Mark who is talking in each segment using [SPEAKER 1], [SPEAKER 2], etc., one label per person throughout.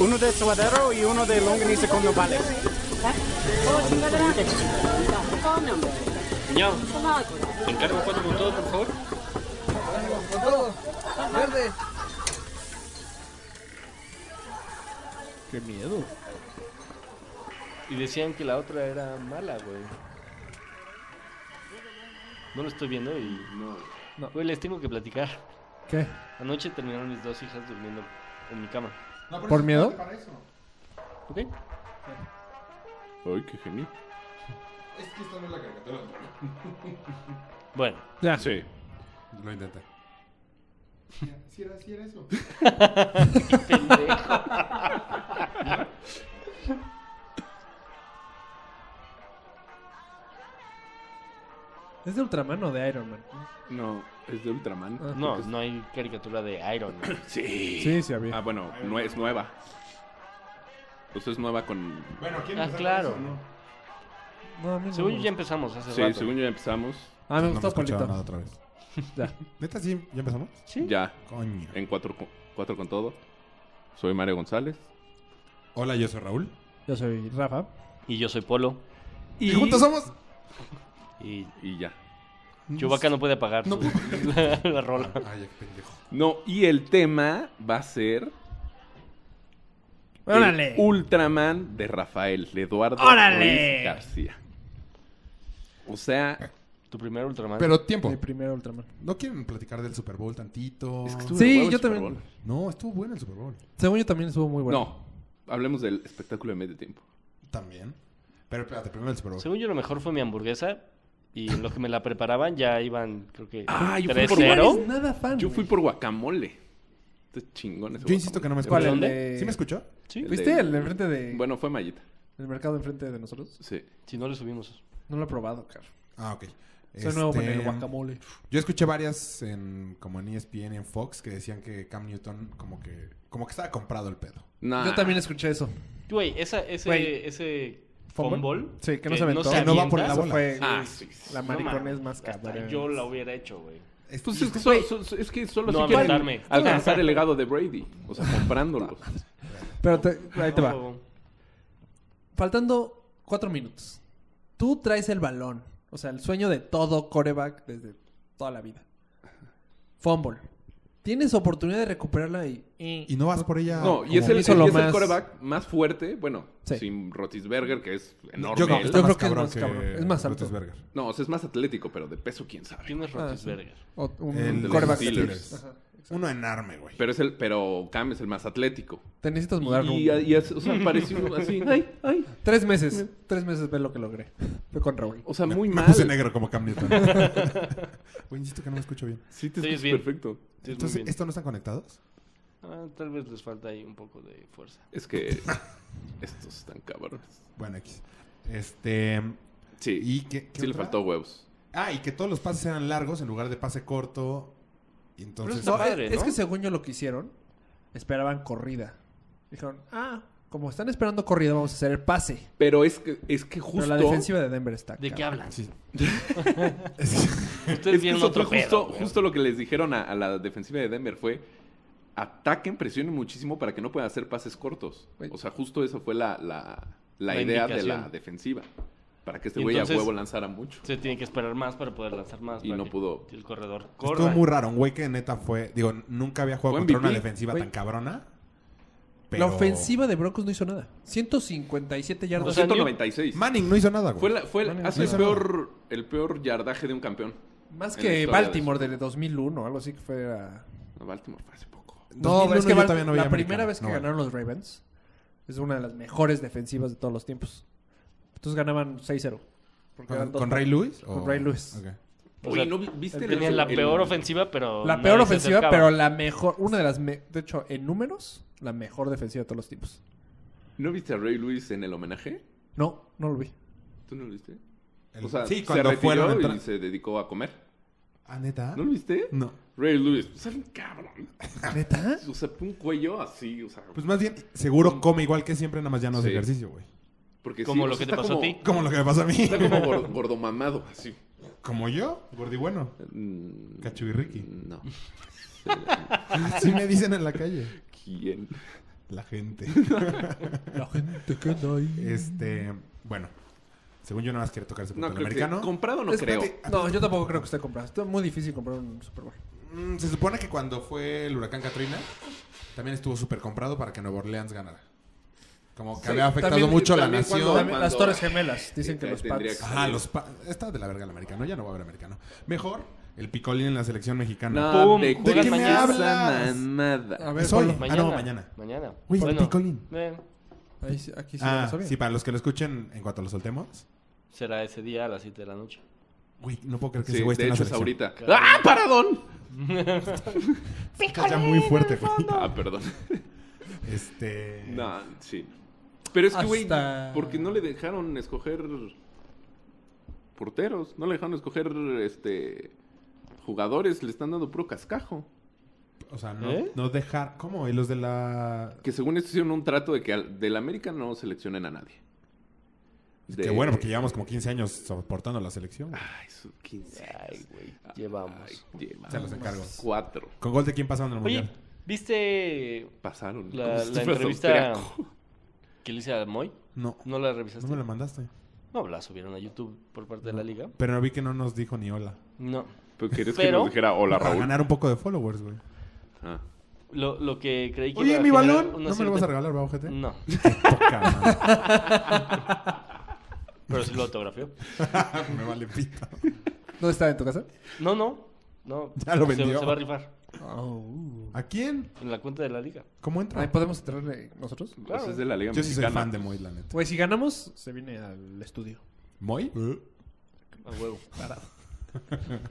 [SPEAKER 1] Uno de suadero y uno de longaniza con nopales.
[SPEAKER 2] Ya, encargo cuatro con todo, por favor.
[SPEAKER 3] Qué miedo.
[SPEAKER 2] Y decían que la otra era mala, güey. No lo estoy viendo y no.
[SPEAKER 3] No.
[SPEAKER 2] Güey, les tengo que platicar.
[SPEAKER 3] ¿Qué?
[SPEAKER 2] Anoche terminaron mis dos hijas durmiendo en mi cama.
[SPEAKER 3] ¿Por miedo?
[SPEAKER 2] ¿Ok?
[SPEAKER 4] Ay, qué genio.
[SPEAKER 2] Bueno,
[SPEAKER 3] Ya.
[SPEAKER 4] Ah, Sí.
[SPEAKER 5] Lo intenté.
[SPEAKER 2] pendejo.
[SPEAKER 3] ¿Es de Ultraman o de Iron Man?
[SPEAKER 4] No, es de Ultraman.
[SPEAKER 3] Ah.
[SPEAKER 2] No, no hay caricatura de Iron Man.
[SPEAKER 4] Sí.
[SPEAKER 3] Sí, sí había.
[SPEAKER 4] Ah, bueno, no es nueva. Pues es nueva con.
[SPEAKER 5] Bueno, ¿quién
[SPEAKER 2] Ah,
[SPEAKER 5] empezó
[SPEAKER 2] claro.
[SPEAKER 5] con eso, no?
[SPEAKER 3] No, a mí no
[SPEAKER 2] Según
[SPEAKER 3] me
[SPEAKER 2] yo ya
[SPEAKER 3] gusta.
[SPEAKER 2] empezamos hace
[SPEAKER 4] Sí,
[SPEAKER 2] rato.
[SPEAKER 4] según yo ya empezamos.
[SPEAKER 3] Ah, me
[SPEAKER 5] No me
[SPEAKER 3] gustó
[SPEAKER 5] escuchaba
[SPEAKER 3] Polito.
[SPEAKER 5] nada otra vez.
[SPEAKER 3] Ya.
[SPEAKER 5] ¿Neta sí? ¿Ya empezamos?
[SPEAKER 2] Sí.
[SPEAKER 4] Ya,
[SPEAKER 5] Coño.
[SPEAKER 4] en cuatro, con- cuatro con todo. Soy Mario González.
[SPEAKER 5] Hola, yo soy Raúl.
[SPEAKER 3] Yo soy Rafa.
[SPEAKER 2] Y yo soy Polo.
[SPEAKER 5] ¿Y juntos somos?
[SPEAKER 2] Y
[SPEAKER 4] Y ya.
[SPEAKER 2] Chewbacca no puede apagar su- la, la rola.
[SPEAKER 5] Ah, Ay, qué pendejo.
[SPEAKER 4] No, y el tema va a ser. el
[SPEAKER 3] ¡Órale!
[SPEAKER 4] Ultraman de Rafael Eduardo
[SPEAKER 3] ¡Órale!
[SPEAKER 4] Ruiz García. O sea,
[SPEAKER 2] Tu primer Ultraman.
[SPEAKER 5] Pero tiempo.
[SPEAKER 3] Mi primer Ultraman.
[SPEAKER 5] ¿No quieren platicar del Super Bowl tantito?
[SPEAKER 4] es que estuvo
[SPEAKER 3] Sí,
[SPEAKER 4] de huevo el
[SPEAKER 3] yo
[SPEAKER 4] Super
[SPEAKER 3] también.
[SPEAKER 4] Bowl.
[SPEAKER 5] No, estuvo bueno el Super Bowl.
[SPEAKER 3] Según yo también estuvo muy bueno.
[SPEAKER 4] No, hablemos del espectáculo de medio tiempo.
[SPEAKER 5] También. Pero espérate, primero el Super Bowl.
[SPEAKER 2] Según yo lo mejor fue mi hamburguesa. Y en lo que me la preparaban ya iban, creo que
[SPEAKER 4] Ah, yo fui por
[SPEAKER 2] 3-0.
[SPEAKER 3] Nada fan.
[SPEAKER 4] Yo fui por guacamole. Este chingón ese
[SPEAKER 5] Yo insisto que no me
[SPEAKER 4] guacamole.
[SPEAKER 3] ¿Cuál?
[SPEAKER 2] ¿De
[SPEAKER 3] el
[SPEAKER 2] dónde?
[SPEAKER 3] de-
[SPEAKER 5] ¿Sí me escuchó?
[SPEAKER 2] Sí.
[SPEAKER 4] El
[SPEAKER 3] ¿Viste
[SPEAKER 4] de-
[SPEAKER 3] el de enfrente de...
[SPEAKER 4] Bueno, fue Mayita.
[SPEAKER 3] El mercado enfrente de nosotros.
[SPEAKER 4] Sí.
[SPEAKER 2] Si no le subimos.
[SPEAKER 3] No lo he probado, cara.
[SPEAKER 5] Ah, ok.
[SPEAKER 3] Soy nuevo con
[SPEAKER 5] Este,
[SPEAKER 3] el guacamole.
[SPEAKER 5] Yo escuché varias en, como en E ESPN, en Fox, que decían que Cam Newton como que, como que estaba comprado el pedo.
[SPEAKER 4] Nah.
[SPEAKER 3] Yo también escuché eso.
[SPEAKER 2] Güey, esa, ese,
[SPEAKER 3] Güey.
[SPEAKER 2] ese
[SPEAKER 3] ¿Fumble?
[SPEAKER 2] fumble.
[SPEAKER 3] Sí, que no se aventó.
[SPEAKER 2] se
[SPEAKER 5] Que no va por
[SPEAKER 2] avienta.
[SPEAKER 5] la
[SPEAKER 3] Eso
[SPEAKER 5] bola.
[SPEAKER 3] fue
[SPEAKER 4] Ah,
[SPEAKER 3] güey,
[SPEAKER 4] sí, sí.
[SPEAKER 3] la
[SPEAKER 2] No
[SPEAKER 3] maricón
[SPEAKER 2] mames,
[SPEAKER 3] es más
[SPEAKER 2] hasta
[SPEAKER 3] cabrón.
[SPEAKER 2] Yo la hubiera hecho, güey.
[SPEAKER 5] Es-
[SPEAKER 4] Pues es que,
[SPEAKER 5] güey,
[SPEAKER 4] solo- so- es que solo
[SPEAKER 2] No
[SPEAKER 4] si quieren
[SPEAKER 2] aventarme.
[SPEAKER 4] alcanzar el legado de Brady. O sea, comprándolos.
[SPEAKER 3] Pero te- ahí te va.
[SPEAKER 2] No,
[SPEAKER 3] Faltando cuatro minutos. Tú traes el balón. O sea, el sueño de todo coreback desde toda la vida. Fumble. Tienes oportunidad de recuperarla y...
[SPEAKER 5] Y no vas por ella.
[SPEAKER 4] No,
[SPEAKER 5] como-
[SPEAKER 4] y es el,
[SPEAKER 3] hizo lo
[SPEAKER 4] y es el
[SPEAKER 3] más-
[SPEAKER 4] quarterback más fuerte. Bueno,
[SPEAKER 3] Sí.
[SPEAKER 4] sin Rotisberger, que es enorme.
[SPEAKER 5] Yo creo que,
[SPEAKER 4] él.
[SPEAKER 5] está
[SPEAKER 3] Yo creo
[SPEAKER 5] más
[SPEAKER 3] que es
[SPEAKER 5] cabrón
[SPEAKER 3] más cabrón. Es más alto.
[SPEAKER 5] Roethlisberger.
[SPEAKER 4] No, o sea, es más atlético, pero de peso, quién sabe.
[SPEAKER 2] Tienes Rotisberger.
[SPEAKER 3] o un
[SPEAKER 5] El de los
[SPEAKER 3] coreback.
[SPEAKER 4] Steelers.
[SPEAKER 3] Ajá.
[SPEAKER 5] Uno enorme, güey.
[SPEAKER 4] Pero es el, pero Cam es el más atlético.
[SPEAKER 3] Te necesitas mudar.
[SPEAKER 4] Y,
[SPEAKER 3] Raúl.
[SPEAKER 4] y es- o sea, pareció así. Ay, ay.
[SPEAKER 3] Tres meses. Tres meses ver lo que logré. Fue con Raúl.
[SPEAKER 4] O sea, muy
[SPEAKER 5] me
[SPEAKER 4] mal.
[SPEAKER 5] puse negro como Cam Newton. Güey, insisto que no me escucho bien.
[SPEAKER 4] Sí, te
[SPEAKER 2] Sí,
[SPEAKER 4] escuchas
[SPEAKER 2] es bien.
[SPEAKER 4] perfecto.
[SPEAKER 2] Sí, es muy
[SPEAKER 5] Entonces,
[SPEAKER 2] bien.
[SPEAKER 5] ¿estos no están conectados?
[SPEAKER 2] Ah, tal vez les falta ahí un poco de fuerza.
[SPEAKER 4] Es que estos están cabrones.
[SPEAKER 5] Bueno, X. Este.
[SPEAKER 4] Sí,
[SPEAKER 5] ¿Y qué, qué
[SPEAKER 4] sí le
[SPEAKER 5] otra?
[SPEAKER 4] faltó huevos.
[SPEAKER 5] Ah, y que todos los pases eran largos en lugar de pase corto. Y entonces.
[SPEAKER 2] Pero
[SPEAKER 3] No,
[SPEAKER 2] está padre,
[SPEAKER 3] es, es
[SPEAKER 2] ¿no?
[SPEAKER 3] que según yo lo que hicieron, esperaban corrida. Dijeron, ah, como están esperando corrida, vamos a hacer el pase.
[SPEAKER 4] Pero es que, es que justo...
[SPEAKER 3] Pero la defensiva de Denver está.
[SPEAKER 2] ¿De qué
[SPEAKER 3] cabrón.
[SPEAKER 2] hablan?
[SPEAKER 5] Sí.
[SPEAKER 4] es
[SPEAKER 2] Ustedes
[SPEAKER 4] que
[SPEAKER 2] vieron
[SPEAKER 4] eso
[SPEAKER 2] otro
[SPEAKER 4] fue
[SPEAKER 2] pedo,
[SPEAKER 4] justo,
[SPEAKER 2] güey.
[SPEAKER 4] justo lo que les dijeron a, a la defensiva de Denver fue... Ataquen, presionen muchísimo para que no puedan hacer pases cortos.
[SPEAKER 3] Güey.
[SPEAKER 4] O sea, justo esa fue la, la, la
[SPEAKER 2] La
[SPEAKER 4] idea de la
[SPEAKER 2] indicación.
[SPEAKER 4] defensiva. Para que este
[SPEAKER 2] Y
[SPEAKER 4] güey a
[SPEAKER 2] entonces-
[SPEAKER 4] huevo lanzara mucho.
[SPEAKER 2] Se tiene que esperar más para poder lanzar más.
[SPEAKER 4] Y
[SPEAKER 2] para
[SPEAKER 4] no
[SPEAKER 2] que
[SPEAKER 4] pudo.
[SPEAKER 2] El corredor
[SPEAKER 5] Estuvo
[SPEAKER 2] corra.
[SPEAKER 5] muy raro. Un güey que neta fue. Digo, nunca había jugado
[SPEAKER 4] Fue
[SPEAKER 5] contra
[SPEAKER 4] MVP,
[SPEAKER 5] una defensiva
[SPEAKER 3] güey.
[SPEAKER 5] tan cabrona.
[SPEAKER 3] La ofensiva de Broncos no hizo nada. 157 yardas.
[SPEAKER 2] O sea,
[SPEAKER 4] 196.
[SPEAKER 5] Manning no hizo nada, güey.
[SPEAKER 4] Fue, la- fue el-
[SPEAKER 3] Manning
[SPEAKER 4] hace
[SPEAKER 3] no
[SPEAKER 4] el
[SPEAKER 3] hizo
[SPEAKER 4] peor, el peor yardaje de un campeón.
[SPEAKER 3] más
[SPEAKER 4] en la
[SPEAKER 3] que
[SPEAKER 4] historia de
[SPEAKER 3] Baltimore del 2001, algo así que fuera.
[SPEAKER 4] No, Baltimore fue hace poco.
[SPEAKER 3] No,
[SPEAKER 5] 2001
[SPEAKER 3] es que
[SPEAKER 5] yo
[SPEAKER 3] Bal-
[SPEAKER 5] todavía no
[SPEAKER 3] la
[SPEAKER 5] veía
[SPEAKER 3] primera
[SPEAKER 5] americano.
[SPEAKER 3] vez que
[SPEAKER 5] No, bueno.
[SPEAKER 3] ganaron los Ravens es una de las mejores defensivas de todos los tiempos. Entonces ganaban 6-0. Porque
[SPEAKER 5] ¿Con,
[SPEAKER 3] eran dos
[SPEAKER 5] con
[SPEAKER 3] pa-
[SPEAKER 5] Ray Lewis?
[SPEAKER 3] Con Ray Lewis.
[SPEAKER 5] Ok.
[SPEAKER 2] O
[SPEAKER 4] Oye,
[SPEAKER 2] sea,
[SPEAKER 4] ¿no vi- viste Este, el-
[SPEAKER 2] Tenían la
[SPEAKER 4] el-
[SPEAKER 2] peor ofensiva, pero.
[SPEAKER 3] La
[SPEAKER 2] nadie
[SPEAKER 3] peor
[SPEAKER 2] se
[SPEAKER 3] ofensiva,
[SPEAKER 2] acercaba.
[SPEAKER 3] pero la mejor, una de las, me- de hecho, en números, la mejor defensiva de todos los tiempos.
[SPEAKER 4] ¿No viste a Ray Lewis en el homenaje?
[SPEAKER 3] No, no lo vi.
[SPEAKER 4] ¿Tú no lo viste?
[SPEAKER 5] El-
[SPEAKER 4] o sea,
[SPEAKER 5] sí,
[SPEAKER 4] se
[SPEAKER 5] cuando
[SPEAKER 4] retiró
[SPEAKER 5] fueron a
[SPEAKER 4] y
[SPEAKER 5] entrar-
[SPEAKER 4] se dedicó a comer.
[SPEAKER 5] ¿Ah, neta?
[SPEAKER 4] ¿No lo viste?
[SPEAKER 5] No.
[SPEAKER 4] Ray Lewis, pues era un cabrón.
[SPEAKER 3] ¿Neta?
[SPEAKER 4] O sea, un cuello así, o sea,
[SPEAKER 5] Pues más bien, seguro come igual que siempre, nada más ya no hace
[SPEAKER 4] Sí.
[SPEAKER 5] ejercicio, güey.
[SPEAKER 4] porque sí,
[SPEAKER 2] como
[SPEAKER 4] o
[SPEAKER 2] lo que
[SPEAKER 4] sea,
[SPEAKER 2] te
[SPEAKER 4] está
[SPEAKER 2] pasó a
[SPEAKER 4] como-
[SPEAKER 2] ti.
[SPEAKER 5] Como lo que me pasa a mí.
[SPEAKER 4] Está como gor- gordomamado, así.
[SPEAKER 5] Como yo, gordi bueno.
[SPEAKER 4] Mm,
[SPEAKER 5] Cachubirriqui.
[SPEAKER 4] No.
[SPEAKER 5] Así me dicen en la calle.
[SPEAKER 4] ¿Quién?
[SPEAKER 5] La gente.
[SPEAKER 3] La gente que anda ahí.
[SPEAKER 5] Este, bueno. Según yo nada más quiere tocar ese punto
[SPEAKER 4] No
[SPEAKER 5] del
[SPEAKER 4] creo que-
[SPEAKER 5] americano.
[SPEAKER 4] Comprado no creo.
[SPEAKER 3] Espérate, No, yo tampoco creo que esté comprado. Está muy difícil comprar un Super Bowl.
[SPEAKER 5] Mm, Se supone que cuando fue el huracán Katrina, también estuvo súper comprado para que Nueva Orleans ganara. Como que
[SPEAKER 4] Sí,
[SPEAKER 5] había afectado
[SPEAKER 4] también-
[SPEAKER 5] mucho a la
[SPEAKER 4] también
[SPEAKER 5] nación.
[SPEAKER 4] cuando-
[SPEAKER 3] También Las
[SPEAKER 4] cuando-
[SPEAKER 3] Torres Gemelas. Dicen que
[SPEAKER 4] Sí,
[SPEAKER 3] los
[SPEAKER 4] tendría
[SPEAKER 3] Pats.
[SPEAKER 4] que-
[SPEAKER 5] Ah, los pa- Está de la verga el americano, ya no va a haber americano. Mejor el picolín en la selección mexicana.
[SPEAKER 4] No,
[SPEAKER 2] Pum,
[SPEAKER 4] ¿de
[SPEAKER 2] ¿de
[SPEAKER 4] qué
[SPEAKER 2] qué me
[SPEAKER 4] me
[SPEAKER 5] hablas?
[SPEAKER 4] nada.
[SPEAKER 3] A ver,
[SPEAKER 5] Soy-
[SPEAKER 3] ponlo.
[SPEAKER 5] Ah, no, mañana.
[SPEAKER 2] Mañana. eh,
[SPEAKER 5] Uy, Picolín.
[SPEAKER 2] ven,
[SPEAKER 3] Ahí sí- aquí sí no lo
[SPEAKER 5] Ah,
[SPEAKER 3] sabía.
[SPEAKER 5] sí, para los que lo escuchen en cuanto lo soltemos.
[SPEAKER 2] será ese día a las 7 de la noche.
[SPEAKER 5] Uy, no puedo creer que
[SPEAKER 4] Sí,
[SPEAKER 5] ese güey esté
[SPEAKER 4] de
[SPEAKER 5] en la
[SPEAKER 4] hecho es
[SPEAKER 5] selección.
[SPEAKER 4] ahorita. ¡Ah, paradón!
[SPEAKER 5] Está ya muy fuerte, güey.
[SPEAKER 4] Ah, perdón.
[SPEAKER 5] Este.
[SPEAKER 4] No, sí. Pero es que, güey,
[SPEAKER 3] Hasta-
[SPEAKER 4] porque no le dejaron escoger porteros, no le dejaron escoger este jugadores, le están dando puro cascajo.
[SPEAKER 5] O sea, no,
[SPEAKER 2] ¿Eh?
[SPEAKER 5] no dejar. ¿Cómo? ¿Y los de la.
[SPEAKER 4] Que según esto hicieron un trato de que al- del América no seleccionen a nadie.
[SPEAKER 5] Que bueno, porque llevamos como 15 años soportando la selección. güey.
[SPEAKER 4] Ay, son 15.
[SPEAKER 2] Ay, güey,
[SPEAKER 4] Ay,
[SPEAKER 2] llevamos.
[SPEAKER 4] llevamos
[SPEAKER 5] Se los encargo.
[SPEAKER 4] Cuatro.
[SPEAKER 5] ¿Con gol de quién pasaron en el
[SPEAKER 2] Oye,
[SPEAKER 5] mundial?
[SPEAKER 2] ¿viste
[SPEAKER 4] Pasaron. como
[SPEAKER 2] la,
[SPEAKER 4] si
[SPEAKER 2] la
[SPEAKER 4] fueras
[SPEAKER 2] entrevista
[SPEAKER 4] austriaco.
[SPEAKER 2] que le hice a Moy?
[SPEAKER 5] No.
[SPEAKER 2] ¿No la
[SPEAKER 5] No
[SPEAKER 2] revisaste?
[SPEAKER 5] me la mandaste.
[SPEAKER 2] No, la subieron a YouTube por parte de la liga.
[SPEAKER 5] Pero vi que no nos dijo ni hola.
[SPEAKER 2] No.
[SPEAKER 4] Pero querías
[SPEAKER 2] Pero-
[SPEAKER 4] que nos dijera hola,
[SPEAKER 5] Para
[SPEAKER 4] Raúl.
[SPEAKER 5] ganar un poco de followers, güey.
[SPEAKER 4] Ah.
[SPEAKER 2] Lo, lo que creí que
[SPEAKER 5] Oye,
[SPEAKER 2] iba a
[SPEAKER 5] mi
[SPEAKER 2] generar
[SPEAKER 5] balón. No
[SPEAKER 2] una
[SPEAKER 5] me lo
[SPEAKER 2] cierta-
[SPEAKER 5] vas a regalar, ¿eh? ¿va, ojete?
[SPEAKER 2] No,
[SPEAKER 5] Poca madre.
[SPEAKER 2] pero sí lo autografió.
[SPEAKER 5] me vale pito.
[SPEAKER 3] ¿Dónde está? ¿En tu casa?
[SPEAKER 2] No, no. No.
[SPEAKER 5] Ya lo
[SPEAKER 2] Se-
[SPEAKER 5] vendió.
[SPEAKER 2] Se, va a rifar
[SPEAKER 3] Oh, uh.
[SPEAKER 5] ¿A quién?
[SPEAKER 2] en la cuenta de la liga.
[SPEAKER 5] ¿Cómo
[SPEAKER 3] Ahí
[SPEAKER 5] entra?
[SPEAKER 2] pues,
[SPEAKER 3] podemos entrarle nosotros.
[SPEAKER 4] Pues
[SPEAKER 2] Claro.
[SPEAKER 4] es de la Liga
[SPEAKER 5] Yo sí soy
[SPEAKER 4] Mexicana.
[SPEAKER 5] fan de Moy, la neta.
[SPEAKER 3] Güey, si ganamos, se viene al estudio.
[SPEAKER 5] ¿Moy?
[SPEAKER 2] A huevo.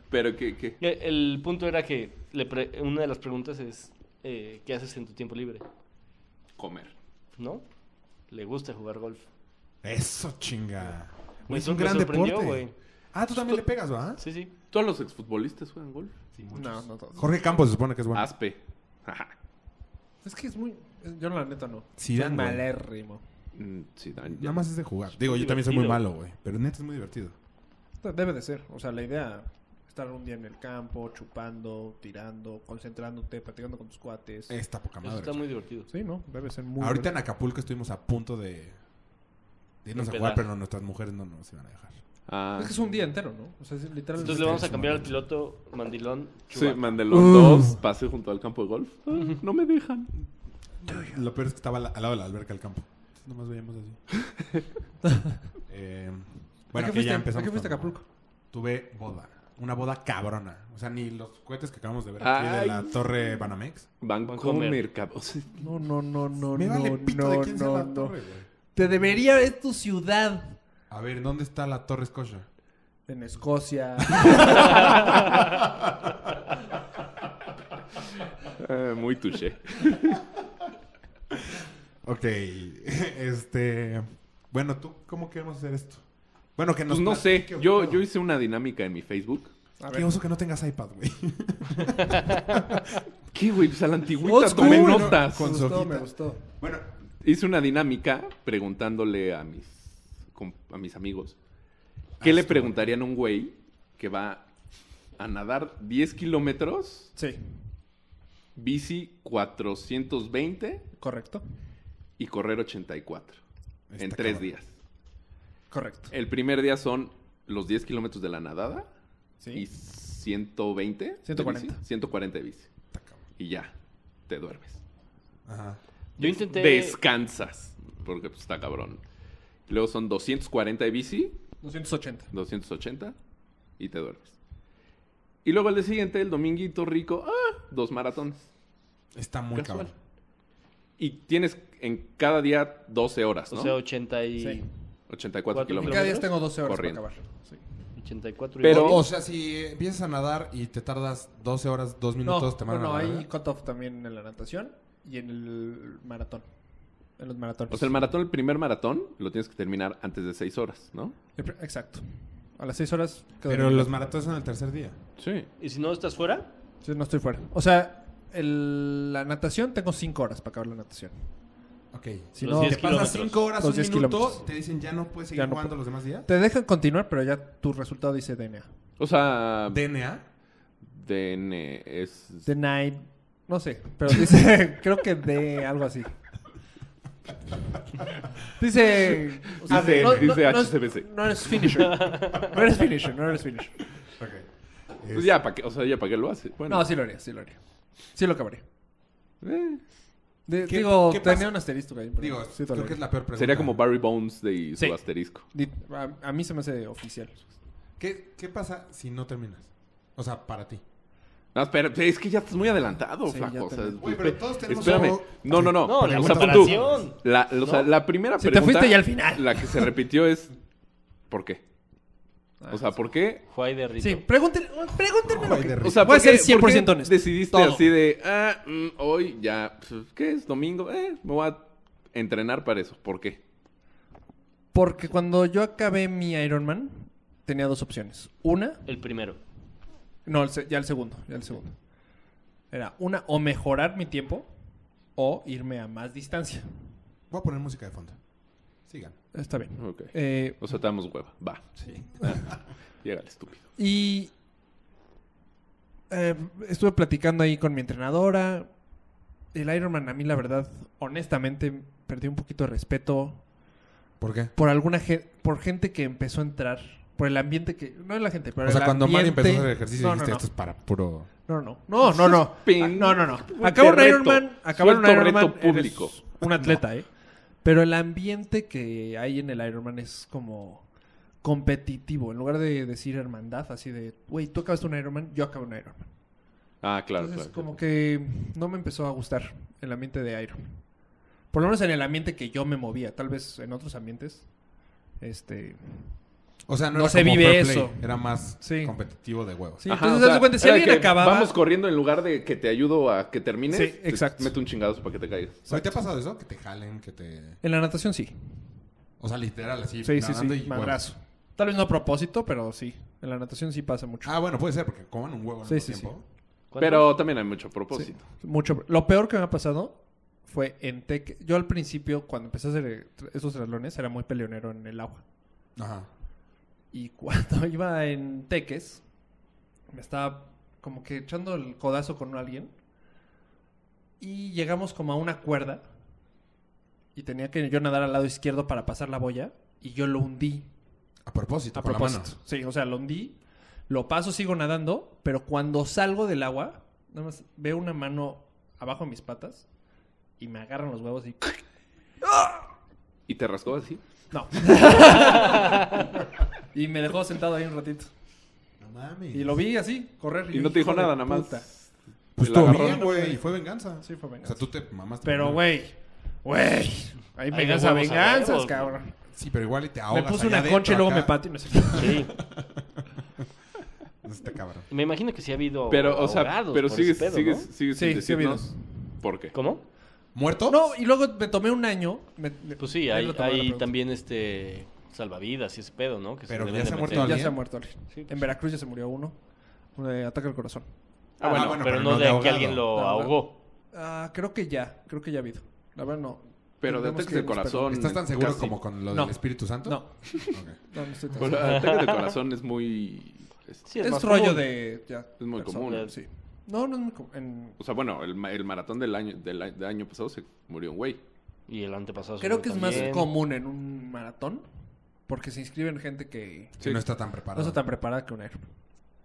[SPEAKER 4] Pero que, que
[SPEAKER 2] Eh, El punto era que le pre- una de las preguntas es eh, ¿qué haces en tu tiempo libre?
[SPEAKER 4] comer.
[SPEAKER 2] ¿No? Le gusta jugar golf.
[SPEAKER 5] Eso, chinga.
[SPEAKER 2] Me
[SPEAKER 5] Güey, es
[SPEAKER 2] sor-
[SPEAKER 5] un
[SPEAKER 2] me
[SPEAKER 5] gran
[SPEAKER 2] sorprendió,
[SPEAKER 5] deporte.
[SPEAKER 2] güey.
[SPEAKER 5] Ah, tú también le pegas, ¿va?
[SPEAKER 2] Sí, sí.
[SPEAKER 4] Todos los exfutbolistas juegan golf.
[SPEAKER 3] No, no todos.
[SPEAKER 5] Jorge Campos se supone que es
[SPEAKER 2] Ah,
[SPEAKER 5] bueno.
[SPEAKER 4] Aspe.
[SPEAKER 3] Es que es muy. Yo, la neta, no. Soy
[SPEAKER 5] Zidane, güey.
[SPEAKER 3] malérrimo.
[SPEAKER 4] Mm, sí, Dan, ya.
[SPEAKER 5] Nada más es de jugar. Digo, yo también soy muy
[SPEAKER 2] divertido.
[SPEAKER 5] malo, güey. Pero neta es muy divertido.
[SPEAKER 3] Debe de ser. O sea, la idea, estar un día en el campo, chupando, tirando, concentrándote, platicando con tus cuates.
[SPEAKER 5] Esta poca
[SPEAKER 2] Eso
[SPEAKER 5] madre.
[SPEAKER 2] está muy divertido.
[SPEAKER 3] Sí, ¿no? Debe ser muy...
[SPEAKER 5] Ahorita
[SPEAKER 3] bueno.
[SPEAKER 5] en Acapulco estuvimos a punto de, de irnos a
[SPEAKER 2] Empedar.
[SPEAKER 5] jugar, pero no, nuestras mujeres no nos iban a dejar.
[SPEAKER 4] Ah,
[SPEAKER 3] Es que es un día entero, ¿no? O sea, es literal...
[SPEAKER 2] Entonces le vamos a cambiar al piloto Mandilón.
[SPEAKER 4] sí,
[SPEAKER 2] Chubak.
[SPEAKER 5] Uh.
[SPEAKER 4] Mandelón 2, pase junto al campo de golf. Ah, no me dejan.
[SPEAKER 5] Lo peor es que estaba al, al lado de la alberca el campo. Entonces nomás veíamos así. Eh, bueno,
[SPEAKER 3] qué
[SPEAKER 5] que
[SPEAKER 3] fuiste?
[SPEAKER 5] ya
[SPEAKER 3] ¿A
[SPEAKER 5] empezamos.
[SPEAKER 3] qué fuiste a
[SPEAKER 5] con-
[SPEAKER 3] Acapulco?
[SPEAKER 5] Tuve boda. Una boda cabrona. O sea, ni los cohetes que acabamos de ver aquí de
[SPEAKER 4] Ay.
[SPEAKER 5] la torre Banamex.
[SPEAKER 4] Vancomer, cabrón. O sea,
[SPEAKER 3] No, no, no, no,
[SPEAKER 5] Me
[SPEAKER 3] no,
[SPEAKER 5] vale pito
[SPEAKER 3] no,
[SPEAKER 5] de quién sea
[SPEAKER 3] no,
[SPEAKER 5] la
[SPEAKER 3] no.
[SPEAKER 5] torre, güey.
[SPEAKER 3] Te debería ver tu ciudad.
[SPEAKER 5] A ver, ¿dónde está la torre Escocia?
[SPEAKER 3] En Escocia.
[SPEAKER 4] eh, muy touché.
[SPEAKER 5] Ok, este... Bueno, ¿tú cómo queremos hacer esto? Bueno, que nos...
[SPEAKER 4] Pues no sé.
[SPEAKER 5] platique,
[SPEAKER 4] Yo,
[SPEAKER 5] güey.
[SPEAKER 4] yo hice una dinámica en mi Facebook.
[SPEAKER 3] A
[SPEAKER 5] Qué
[SPEAKER 3] ver.
[SPEAKER 5] oso que no tengas iPad, güey.
[SPEAKER 4] ¿Qué, güey? Pues a la
[SPEAKER 3] Old
[SPEAKER 4] antigüita
[SPEAKER 3] school.
[SPEAKER 4] tomé
[SPEAKER 3] Bueno,
[SPEAKER 4] notas.
[SPEAKER 5] con-
[SPEAKER 3] Me
[SPEAKER 5] su
[SPEAKER 3] gustó,
[SPEAKER 5] hojita.
[SPEAKER 3] me gustó.
[SPEAKER 5] Bueno,
[SPEAKER 4] Hice una dinámica preguntándole a mis, com- a mis amigos. ¿Qué
[SPEAKER 5] Ah,
[SPEAKER 4] le
[SPEAKER 5] estuvo.
[SPEAKER 4] preguntarían a un güey que va a nadar 10 kilómetros,
[SPEAKER 3] Sí,
[SPEAKER 4] bici 420
[SPEAKER 3] correcto.
[SPEAKER 4] y correr 84
[SPEAKER 5] Está
[SPEAKER 4] en tres
[SPEAKER 5] cabrón.
[SPEAKER 4] días?
[SPEAKER 3] Correcto.
[SPEAKER 4] El primer día son los 10 kilómetros de la nadada
[SPEAKER 3] Sí.
[SPEAKER 4] y 120. de bici,
[SPEAKER 3] 140.
[SPEAKER 4] 140 de bici.
[SPEAKER 5] está cabrón.
[SPEAKER 4] Y ya, te duermes.
[SPEAKER 5] Ajá.
[SPEAKER 2] Yo intenté...
[SPEAKER 4] Descansas, porque pues, está cabrón. Luego son 240 de bici,
[SPEAKER 3] 280.
[SPEAKER 4] 280 y te duermes. Y luego al día siguiente, el dominguito rico, ¡ah! dos maratones.
[SPEAKER 5] Está muy
[SPEAKER 4] Casual.
[SPEAKER 5] cabrón.
[SPEAKER 4] Y tienes en cada día 12 horas,
[SPEAKER 2] O
[SPEAKER 4] ¿no?
[SPEAKER 2] sea, 80 y...
[SPEAKER 3] Sí.
[SPEAKER 4] 84
[SPEAKER 2] cuatro
[SPEAKER 3] Y
[SPEAKER 4] kilómetros.
[SPEAKER 3] cada día tengo 12 horas
[SPEAKER 4] Corriendo.
[SPEAKER 3] para acabar. Sí.
[SPEAKER 2] 84 y
[SPEAKER 4] Pero-
[SPEAKER 2] medio.
[SPEAKER 5] O, o sea, si empiezas a nadar y te tardas 12 horas, 2
[SPEAKER 3] No,
[SPEAKER 5] minutos, te mandan
[SPEAKER 3] bueno,
[SPEAKER 5] a la
[SPEAKER 3] hay
[SPEAKER 5] verga.
[SPEAKER 3] cutoff también en la natación y en el maratón. En los maratones.
[SPEAKER 4] O sea, el maratón, el primer maratón, lo tienes que terminar antes de 6 horas, ¿no?
[SPEAKER 3] El pr- Exacto. A las 6 horas. quedo
[SPEAKER 5] Pero
[SPEAKER 3] libre.
[SPEAKER 5] los maratones son el tercer día.
[SPEAKER 4] Sí.
[SPEAKER 2] ¿Y si no estás fuera?
[SPEAKER 3] Sí, no estoy fuera. O sea, el- la natación tengo 5 horas para acabar la natación.
[SPEAKER 5] Ok.
[SPEAKER 3] Si
[SPEAKER 2] Los
[SPEAKER 3] no,
[SPEAKER 2] 10
[SPEAKER 5] te pasas
[SPEAKER 2] kilómetros.
[SPEAKER 5] 5 horas,
[SPEAKER 3] Los
[SPEAKER 5] un
[SPEAKER 3] 10
[SPEAKER 5] minuto,
[SPEAKER 3] kilómetros.
[SPEAKER 5] te dicen ya no puedes seguir
[SPEAKER 3] Ya no
[SPEAKER 5] jugando
[SPEAKER 3] puedo.
[SPEAKER 5] los demás días.
[SPEAKER 3] te dejan continuar, pero ya tu resultado dice DNA.
[SPEAKER 4] O sea,
[SPEAKER 5] DNA.
[SPEAKER 4] DN es...
[SPEAKER 3] DNA, no sé, pero dice, creo que de algo así. Dice. o sea,
[SPEAKER 4] Dice-
[SPEAKER 3] no- no-
[SPEAKER 4] dice
[SPEAKER 3] no es-
[SPEAKER 4] HCBC.
[SPEAKER 3] No eres finisher. No eres finisher, no eres finisher.
[SPEAKER 5] Ok.
[SPEAKER 4] Pues ya, ¿para qué? O sea, ya, ¿para qué lo hace? Bueno,
[SPEAKER 3] No, sí lo haría, sí lo haría. Sí lo acabaría.
[SPEAKER 4] eh,
[SPEAKER 3] De-
[SPEAKER 5] ¿Qué-
[SPEAKER 3] digo,
[SPEAKER 5] qué
[SPEAKER 3] tenía
[SPEAKER 5] pasa?
[SPEAKER 3] un asterisco ahí. pero
[SPEAKER 5] Digo,
[SPEAKER 3] sí lo
[SPEAKER 5] creo
[SPEAKER 3] haría.
[SPEAKER 5] que es la peor pregunta.
[SPEAKER 4] sería como Barry Bones de y su
[SPEAKER 3] Sí.
[SPEAKER 4] asterisco.
[SPEAKER 3] Di- a, a mí se me hace oficial.
[SPEAKER 5] ¿Qué, ¿Qué pasa si no terminas? O sea, para ti.
[SPEAKER 4] No, espera, es que ya estás muy adelantado,
[SPEAKER 3] Sí,
[SPEAKER 4] flaco.
[SPEAKER 3] ya
[SPEAKER 4] O sea,
[SPEAKER 3] tenemos-
[SPEAKER 5] Güey, pero todos tenemos
[SPEAKER 4] espérame.
[SPEAKER 5] algo-
[SPEAKER 4] No, no, no.
[SPEAKER 2] No, la
[SPEAKER 4] O sea, pon tú,
[SPEAKER 2] preparación.
[SPEAKER 4] La, o sea,
[SPEAKER 2] No.
[SPEAKER 4] la primera
[SPEAKER 3] Si te
[SPEAKER 4] pregunta.
[SPEAKER 3] fuiste ya al final.
[SPEAKER 4] La que se repitió es. ¿Por qué? O sea, ¿por qué?
[SPEAKER 2] Fue ahí de rito.
[SPEAKER 3] Sí, pregúntenle, pregúntenme lo
[SPEAKER 5] Ay,
[SPEAKER 3] que-
[SPEAKER 5] de
[SPEAKER 4] O sea,
[SPEAKER 3] Voy a
[SPEAKER 4] ¿por qué-
[SPEAKER 3] ser
[SPEAKER 4] por qué
[SPEAKER 3] 100% honesto.
[SPEAKER 4] Decidiste
[SPEAKER 3] Todo.
[SPEAKER 4] así de. Ah, mm, hoy ya. pues, ¿Qué es? Domingo. Eh, me voy a entrenar para eso. ¿Por qué?
[SPEAKER 3] Porque cuando yo acabé mi Iron Man, tenía dos opciones. Una,
[SPEAKER 2] El primero.
[SPEAKER 3] no, el se- ya el segundo, ya el segundo. Era una, o mejorar mi tiempo, o irme a más distancia.
[SPEAKER 5] Voy a poner música de fondo. Sigan.
[SPEAKER 3] Está bien.
[SPEAKER 4] Ok.
[SPEAKER 3] Eh,
[SPEAKER 4] O sea, te damos hueva. Va.
[SPEAKER 5] Sí.
[SPEAKER 4] Llega el estúpido.
[SPEAKER 3] Y eh, estuve platicando ahí con mi entrenadora. El Ironman a mí, la verdad, honestamente, perdí un poquito de respeto
[SPEAKER 5] ¿Por qué?
[SPEAKER 3] por alguna gen- por gente que empezó a entrar, por el ambiente que... No la gente, pero
[SPEAKER 5] O sea,
[SPEAKER 3] el
[SPEAKER 5] cuando Mario
[SPEAKER 3] ambiente-
[SPEAKER 5] empezó a hacer ejercicio,
[SPEAKER 3] No, no,
[SPEAKER 5] dijiste,
[SPEAKER 3] no.
[SPEAKER 5] esto es para puro...
[SPEAKER 3] No, no. No, no, no.
[SPEAKER 4] pin-
[SPEAKER 3] Ah, No, no, no. Acabar un
[SPEAKER 4] reto.
[SPEAKER 3] Ironman, acabar un
[SPEAKER 4] Suelto
[SPEAKER 3] Ironman
[SPEAKER 4] reto
[SPEAKER 3] eres
[SPEAKER 4] público.
[SPEAKER 3] un atleta, ¿eh? Pero el ambiente que hay en el Ironman es como competitivo. En lugar de decir hermandad, así de, güey, tú acabaste un Ironman, yo acabo un Ironman.
[SPEAKER 4] Ah, claro,
[SPEAKER 3] Entonces,
[SPEAKER 4] claro.
[SPEAKER 3] como que no me empezó a gustar el ambiente de Iron. Por lo menos en el ambiente que yo me movía. Tal vez en otros ambientes, este...
[SPEAKER 5] O sea,
[SPEAKER 3] No
[SPEAKER 5] no, era
[SPEAKER 3] se
[SPEAKER 5] como
[SPEAKER 3] vive
[SPEAKER 5] fair play,
[SPEAKER 3] eso.
[SPEAKER 5] Era más
[SPEAKER 3] Sí.
[SPEAKER 5] competitivo de huevos.
[SPEAKER 3] Sí,
[SPEAKER 4] Ajá,
[SPEAKER 3] entonces,
[SPEAKER 4] o
[SPEAKER 3] haz de
[SPEAKER 4] sea,
[SPEAKER 3] cuenta, si
[SPEAKER 4] era
[SPEAKER 3] alguien
[SPEAKER 4] que
[SPEAKER 3] acababa...
[SPEAKER 4] Vamos corriendo en lugar de que te ayudo a que termines.
[SPEAKER 3] Sí,
[SPEAKER 4] te
[SPEAKER 3] exacto.
[SPEAKER 4] Mete un chingadazo para que te caigas.
[SPEAKER 5] ¿Te ha pasado eso? Que te jalen, que te...
[SPEAKER 3] En la natación sí.
[SPEAKER 5] O sea, literal, así.
[SPEAKER 3] Sí, sí, sí.
[SPEAKER 5] nadando y huevos.
[SPEAKER 3] Madrazo. Tal vez no a propósito, pero sí. En la natación sí pasa mucho.
[SPEAKER 5] Ah, bueno, puede ser, porque coman un huevo en
[SPEAKER 3] Sí,
[SPEAKER 5] el
[SPEAKER 3] sí,
[SPEAKER 5] tiempo.
[SPEAKER 2] ¿Cuántos?
[SPEAKER 4] Pero también hay mucho
[SPEAKER 3] Sí,
[SPEAKER 4] propósito.
[SPEAKER 3] mucho. Lo peor que me ha pasado fue en Tec. Yo al principio, cuando empecé a hacer eh, tr- esos traslones, era muy peleonero en el agua.
[SPEAKER 5] Ajá.
[SPEAKER 3] Y cuando iba en Teques, me estaba como que echando el codazo con alguien. Y llegamos como a una cuerda. Y tenía que yo nadar al lado izquierdo para pasar la boya. Y yo lo hundí
[SPEAKER 5] A propósito,
[SPEAKER 3] A
[SPEAKER 5] con
[SPEAKER 3] propósito.
[SPEAKER 5] la mano.
[SPEAKER 3] Sí, o sea, lo hundí, lo paso, sigo nadando, pero cuando salgo del agua, nada más veo una mano abajo de mis patas y me agarran los huevos y...
[SPEAKER 4] ¿Y te rascó así?
[SPEAKER 3] No. y me dejó sentado ahí un ratito.
[SPEAKER 5] No mames.
[SPEAKER 3] Y lo vi así, correr.
[SPEAKER 4] Y
[SPEAKER 3] yo,
[SPEAKER 4] no te dijo
[SPEAKER 3] "Hijo de
[SPEAKER 4] nada, nada
[SPEAKER 3] puta".
[SPEAKER 4] más.
[SPEAKER 5] Pues
[SPEAKER 4] El
[SPEAKER 5] estuvo
[SPEAKER 4] agarrón.
[SPEAKER 5] bien, güey. Y fue venganza.
[SPEAKER 3] Sí, fue
[SPEAKER 5] O
[SPEAKER 3] venganza.
[SPEAKER 5] sea, tú te mamaste.
[SPEAKER 3] Pero,
[SPEAKER 5] primero.
[SPEAKER 3] güey, güey. Ahí
[SPEAKER 2] Ahí de
[SPEAKER 3] venganza,
[SPEAKER 2] huevos a
[SPEAKER 3] venganzas,
[SPEAKER 2] huevos,
[SPEAKER 3] cabrón.
[SPEAKER 5] Sí, pero igual y te
[SPEAKER 3] Me
[SPEAKER 5] ahogas
[SPEAKER 3] puse
[SPEAKER 5] allá
[SPEAKER 3] una
[SPEAKER 5] adentro,
[SPEAKER 3] concha y luego
[SPEAKER 5] acá.
[SPEAKER 3] me patio y no sé
[SPEAKER 2] Sí.
[SPEAKER 5] Está este cabrón.
[SPEAKER 2] Me imagino que sí ha habido
[SPEAKER 4] Pero, o sea,
[SPEAKER 2] ahogados
[SPEAKER 4] pero
[SPEAKER 2] por
[SPEAKER 4] sigues,
[SPEAKER 2] ese pedo,
[SPEAKER 4] sigues,
[SPEAKER 2] ¿no?
[SPEAKER 4] sigues
[SPEAKER 3] Sí,
[SPEAKER 4] sin
[SPEAKER 3] sí ha habido.
[SPEAKER 4] decirnos por qué.
[SPEAKER 2] ¿Cómo?
[SPEAKER 5] ¿Muerto?
[SPEAKER 3] No, y luego me tomé un año. me-
[SPEAKER 2] Pues sí,
[SPEAKER 3] ahí
[SPEAKER 2] hay,
[SPEAKER 3] lo tomé la
[SPEAKER 2] hay
[SPEAKER 3] pregunta.
[SPEAKER 2] también este salvavidas y ese pedo, ¿no? Que
[SPEAKER 5] Pero
[SPEAKER 2] deben
[SPEAKER 5] ya
[SPEAKER 2] de
[SPEAKER 5] se ha
[SPEAKER 2] meter.
[SPEAKER 5] muerto
[SPEAKER 3] Ya
[SPEAKER 5] alguien.
[SPEAKER 3] se ha muerto alguien.
[SPEAKER 2] Sí, pues.
[SPEAKER 3] En Veracruz ya se murió uno. Un eh, ataque al corazón.
[SPEAKER 2] Ah, bueno, pero, no de que
[SPEAKER 5] ahogado.
[SPEAKER 2] alguien lo
[SPEAKER 3] No, no.
[SPEAKER 2] ahogó.
[SPEAKER 3] Ah, creo que ya. Creo que ya ha habido. La verdad, no.
[SPEAKER 4] Pero de
[SPEAKER 3] Tendremos
[SPEAKER 4] ataques
[SPEAKER 3] que
[SPEAKER 4] de
[SPEAKER 3] buscar-
[SPEAKER 4] corazón.
[SPEAKER 5] ¿Estás tan seguro
[SPEAKER 4] casi-
[SPEAKER 5] como con lo
[SPEAKER 3] No.
[SPEAKER 5] del Espíritu Santo?
[SPEAKER 3] No,
[SPEAKER 5] Ok.
[SPEAKER 3] no, no estoy tan
[SPEAKER 4] Bueno,
[SPEAKER 3] seguro.
[SPEAKER 4] ataques de corazón es muy. es-
[SPEAKER 2] Sí,
[SPEAKER 3] Es
[SPEAKER 2] más
[SPEAKER 3] rollo
[SPEAKER 2] común.
[SPEAKER 3] de. ya,
[SPEAKER 4] Es muy
[SPEAKER 3] persona,
[SPEAKER 4] común. Pues
[SPEAKER 3] Sí. No, no es muy común. En-
[SPEAKER 4] O sea, bueno, el, ma- el maratón del año, del, a- del año pasado se murió un güey.
[SPEAKER 2] Y el antepasado. se
[SPEAKER 3] Creo
[SPEAKER 2] murió
[SPEAKER 3] que es más
[SPEAKER 2] también.
[SPEAKER 3] común en un maratón. Porque se inscriben gente que
[SPEAKER 5] Que No está tan
[SPEAKER 3] no
[SPEAKER 5] preparado.
[SPEAKER 3] está tan preparada que un Ironman.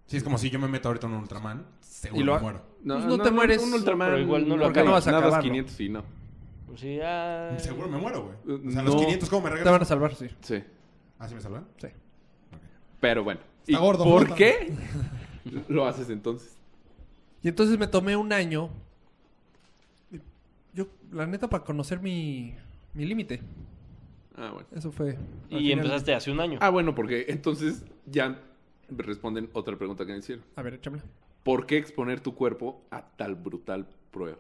[SPEAKER 5] Sí, es como si yo me meto ahorita en un Ultraman, seguro
[SPEAKER 3] Y lo
[SPEAKER 5] me
[SPEAKER 3] ha-
[SPEAKER 5] muero.
[SPEAKER 3] Pues no te mueres,
[SPEAKER 4] Un Ultraman.
[SPEAKER 2] pero igual no lo
[SPEAKER 4] porque
[SPEAKER 3] acabas. no vas a
[SPEAKER 4] nadas
[SPEAKER 3] acabarlo.
[SPEAKER 4] 500 y no.
[SPEAKER 2] Sí, ah,
[SPEAKER 5] Seguro me muero, güey. O sea,
[SPEAKER 4] No.
[SPEAKER 5] los 500, ¿cómo me
[SPEAKER 3] Te van a
[SPEAKER 5] regreso?
[SPEAKER 3] salvar, sí.
[SPEAKER 4] Sí.
[SPEAKER 5] ¿Ah, sí me salvan?
[SPEAKER 3] sí.
[SPEAKER 4] Pero bueno.
[SPEAKER 5] Está
[SPEAKER 4] ¿Y
[SPEAKER 5] gordo,
[SPEAKER 4] ¿Por
[SPEAKER 5] flota.
[SPEAKER 4] qué lo haces entonces?
[SPEAKER 3] Y entonces me tomé un año. Yo, la neta, para conocer mi, mi límite.
[SPEAKER 4] Ah, bueno.
[SPEAKER 3] Eso fue. al
[SPEAKER 2] Y
[SPEAKER 3] final.
[SPEAKER 2] empezaste hace un año.
[SPEAKER 4] Ah, bueno, porque entonces ya responden otra pregunta que me hicieron.
[SPEAKER 3] A ver, échamela.
[SPEAKER 4] ¿Por qué exponer tu cuerpo a tal brutal prueba?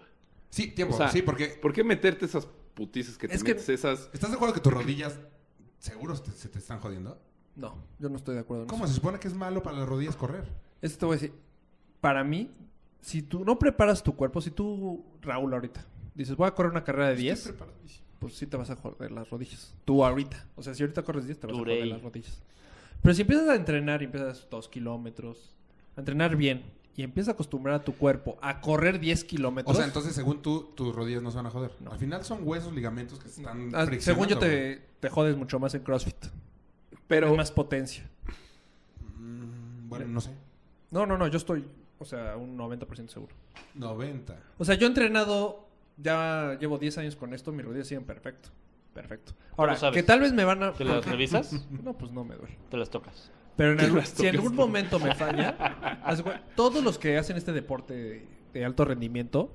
[SPEAKER 5] Sí, tiempo.
[SPEAKER 4] O sea,
[SPEAKER 5] sí, porque
[SPEAKER 4] ¿Por qué meterte esas putices que te
[SPEAKER 3] Es que-
[SPEAKER 4] metes? Esas...
[SPEAKER 5] ¿estás de acuerdo que tus rodillas seguro te- se te están jodiendo?
[SPEAKER 3] No, yo no estoy de acuerdo en
[SPEAKER 5] ¿Cómo? Se supone que es malo para las rodillas correr.
[SPEAKER 3] Eso te voy a decir. Para mí, si tú no preparas tu cuerpo, si tú, Raúl, ahorita dices, voy a correr una carrera de 10,
[SPEAKER 5] Estoy preparadísimo.
[SPEAKER 3] pues sí te vas a joder las rodillas. Tú ahorita. O sea, si ahorita corres 10, te vas a
[SPEAKER 2] Durey.
[SPEAKER 3] joder las rodillas. Pero si empiezas a entrenar y empiezas 2 kilómetros, a entrenar bien y empieza a acostumbrar a tu cuerpo a correr 10 kilómetros.
[SPEAKER 5] O sea, entonces, según tú, tus rodillas no se van a joder.
[SPEAKER 3] No.
[SPEAKER 5] Al final son huesos, ligamentos que se están.
[SPEAKER 3] Ah, según yo
[SPEAKER 5] friccionando, güey.
[SPEAKER 3] te, te jodes mucho más en CrossFit.
[SPEAKER 4] Pero,
[SPEAKER 3] Hay más potencia.
[SPEAKER 5] Mm, bueno, no sé.
[SPEAKER 3] No, no, no, yo estoy, o sea, un 90% seguro.
[SPEAKER 5] 90.
[SPEAKER 3] O sea, yo he entrenado, ya llevo 10 años con esto, mis rodillas siguen perfecto. Perfecto. Ahora,
[SPEAKER 2] sabes?
[SPEAKER 3] que tal vez me van a...
[SPEAKER 2] ¿Te las revisas?
[SPEAKER 3] No, pues no me duele.
[SPEAKER 2] Te las tocas.
[SPEAKER 3] Pero en algún- si en algún momento me falla, haz de cuen- todos los que hacen este deporte de, de alto rendimiento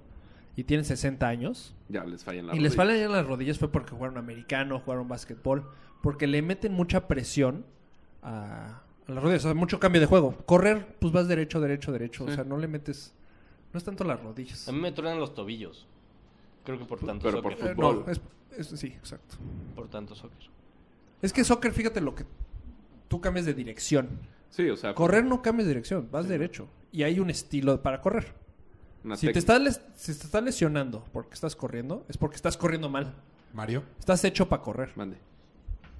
[SPEAKER 3] y tienen 60 años
[SPEAKER 4] ya les fallan las
[SPEAKER 3] y les
[SPEAKER 4] rodillas.
[SPEAKER 3] fallan ya las rodillas fue porque jugaron americano, jugaron básquetbol, porque le meten mucha presión a, a las rodillas, o sea, mucho cambio de juego. Correr, pues vas derecho, derecho, derecho, o sea, no le metes, no es tanto las rodillas.
[SPEAKER 2] A mí me truenan los tobillos. Creo que por tanto
[SPEAKER 4] Pero por
[SPEAKER 2] soccer.
[SPEAKER 3] Eh,
[SPEAKER 4] fútbol.
[SPEAKER 3] no, es- es- sí, exacto.
[SPEAKER 2] Por tanto soccer.
[SPEAKER 3] Es que soccer, fíjate lo que tú cambias de dirección.
[SPEAKER 4] Sí, o sea,
[SPEAKER 3] Correr no cambias de dirección, vas derecho. Y hay un estilo para correr.
[SPEAKER 4] una
[SPEAKER 3] Si te,
[SPEAKER 4] técnica.
[SPEAKER 3] estás les- si te estás lesionando porque estás corriendo, es porque estás corriendo mal.
[SPEAKER 5] Mario,
[SPEAKER 3] Estás hecho para correr.
[SPEAKER 4] Mande.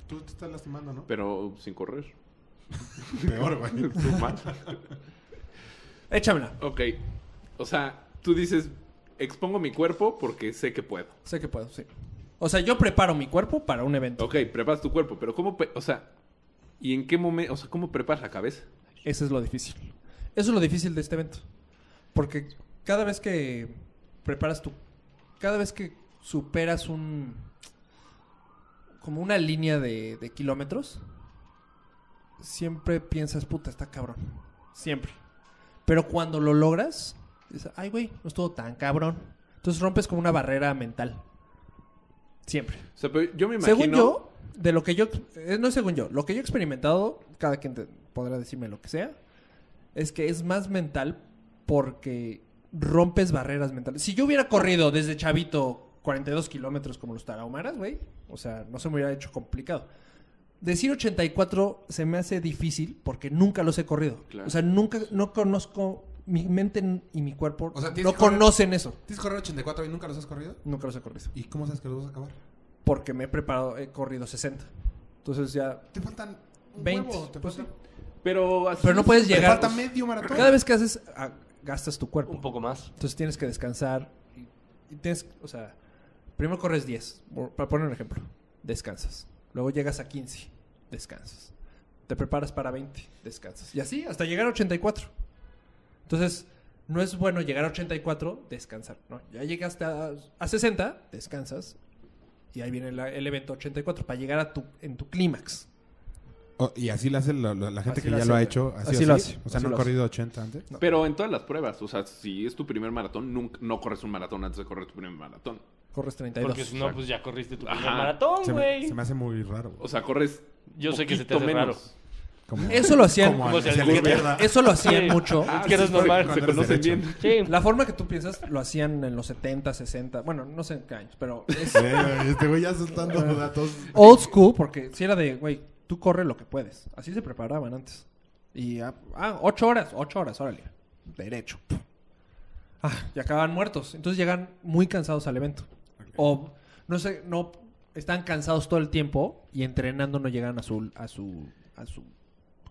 [SPEAKER 5] tú te estás lastimando, ¿no?
[SPEAKER 4] Pero sin correr.
[SPEAKER 5] Peor, güey.
[SPEAKER 4] Tú mal.
[SPEAKER 3] Échamela.
[SPEAKER 4] ok. O sea, tú dices, expongo mi cuerpo porque sé que puedo.
[SPEAKER 3] Sé que puedo, sí. O sea, yo preparo mi cuerpo para un evento.
[SPEAKER 4] Ok, preparas tu cuerpo, pero ¿cómo? pe- O sea, ¿y en qué momento? O sea, ¿cómo preparas la cabeza?
[SPEAKER 3] Eso es lo difícil. Eso es lo difícil de este evento. Porque cada vez que preparas tu... Cada vez que superas un... Como una línea de, de kilómetros, siempre piensas, puta, está cabrón. Siempre. Pero cuando lo logras, dices, ay, güey, no estuvo tan cabrón. Entonces rompes como una barrera mental. Siempre.
[SPEAKER 4] O sea, pero yo me imagino.
[SPEAKER 3] Según yo, de lo que yo... eh, No según yo, lo que yo he experimentado, cada quien te- podrá decirme lo que sea, es que es más mental porque rompes barreras mentales. Si yo hubiera corrido desde chavito 42 kilómetros como los tarahumaras, güey, o sea, no se me hubiera hecho complicado. Decir 84 se me hace difícil porque nunca los he corrido.
[SPEAKER 4] Claro.
[SPEAKER 3] O sea, nunca, no conozco, mi mente y mi cuerpo
[SPEAKER 5] O sea, tienes
[SPEAKER 3] no
[SPEAKER 5] que correr-
[SPEAKER 3] conocen eso.
[SPEAKER 5] ¿Tienes correr 84 y nunca los has corrido?
[SPEAKER 3] Nunca los he corrido.
[SPEAKER 5] ¿Y cómo sabes que los vas a acabar?
[SPEAKER 3] Porque me he preparado, he corrido 60. Entonces ya
[SPEAKER 5] Te faltan un
[SPEAKER 3] 20.
[SPEAKER 5] huevo, te
[SPEAKER 3] pues
[SPEAKER 5] falta-
[SPEAKER 3] sí.
[SPEAKER 4] Pero, así-
[SPEAKER 3] Pero no puedes
[SPEAKER 5] te
[SPEAKER 3] llegar. pues,
[SPEAKER 5] falta medio maratón.
[SPEAKER 3] Cada vez que haces, ah, gastas tu cuerpo.
[SPEAKER 2] Un poco más.
[SPEAKER 3] Entonces tienes que descansar. Y, y tienes, o sea, primero corres 10. por- Para poner un ejemplo, descansas. Luego llegas a 15, descansas. Te preparas para 20, descansas. Y así hasta llegar a 84. Entonces, no es bueno llegar a 84, descansar. No, ya llegaste a, a 60, descansas. Y ahí viene la- el evento 84 para llegar a tu, en tu clímax.
[SPEAKER 5] Oh, y así lo hace la, la- la gente
[SPEAKER 3] Así
[SPEAKER 5] que
[SPEAKER 3] lo
[SPEAKER 5] ya
[SPEAKER 3] hace.
[SPEAKER 5] lo ha hecho. Así,
[SPEAKER 3] Así lo
[SPEAKER 5] así.
[SPEAKER 3] hace,
[SPEAKER 5] O sea,
[SPEAKER 3] así
[SPEAKER 5] no
[SPEAKER 3] lo
[SPEAKER 5] ha
[SPEAKER 3] hace.
[SPEAKER 5] corrido 80 antes.
[SPEAKER 4] Pero en todas las pruebas, o sea, si es tu primer maratón, nunca, no corres un maratón antes de correr tu primer maratón.
[SPEAKER 3] Corres 32.
[SPEAKER 2] Porque si no, pues ya corriste tu primer
[SPEAKER 4] Ajá.
[SPEAKER 2] maratón,
[SPEAKER 5] Se me,
[SPEAKER 2] güey.
[SPEAKER 5] se me hace muy raro.
[SPEAKER 4] O sea, corres.
[SPEAKER 2] Yo sé que se te hace
[SPEAKER 4] poquito
[SPEAKER 2] raro.
[SPEAKER 5] Como-
[SPEAKER 3] Eso lo hacían.
[SPEAKER 5] como
[SPEAKER 2] Como
[SPEAKER 5] Ana
[SPEAKER 2] si
[SPEAKER 5] Celia
[SPEAKER 2] alguien-
[SPEAKER 5] Izquierda.
[SPEAKER 3] Eso lo hacían
[SPEAKER 2] Sí.
[SPEAKER 3] mucho.
[SPEAKER 2] Ah, que eres
[SPEAKER 4] sí,
[SPEAKER 2] normal.
[SPEAKER 4] porque Se
[SPEAKER 5] Cuando eres
[SPEAKER 4] conocen
[SPEAKER 5] derecho.
[SPEAKER 4] bien.
[SPEAKER 2] Sí.
[SPEAKER 3] La forma que tú piensas lo hacían en los 70, 60, bueno, no sé en qué años, pero es
[SPEAKER 5] Sí, güey, este güey ya soltando datos.
[SPEAKER 3] old school porque si era de, güey, tú corre lo que puedes. Así se preparaban antes. Y, ah, ah, ocho horas, ocho horas, órale. Derecho. Ah, y acaban muertos. Entonces llegan muy cansados al evento. O, no sé, no, están cansados todo el tiempo y entrenando no llegan a su, a su, a su,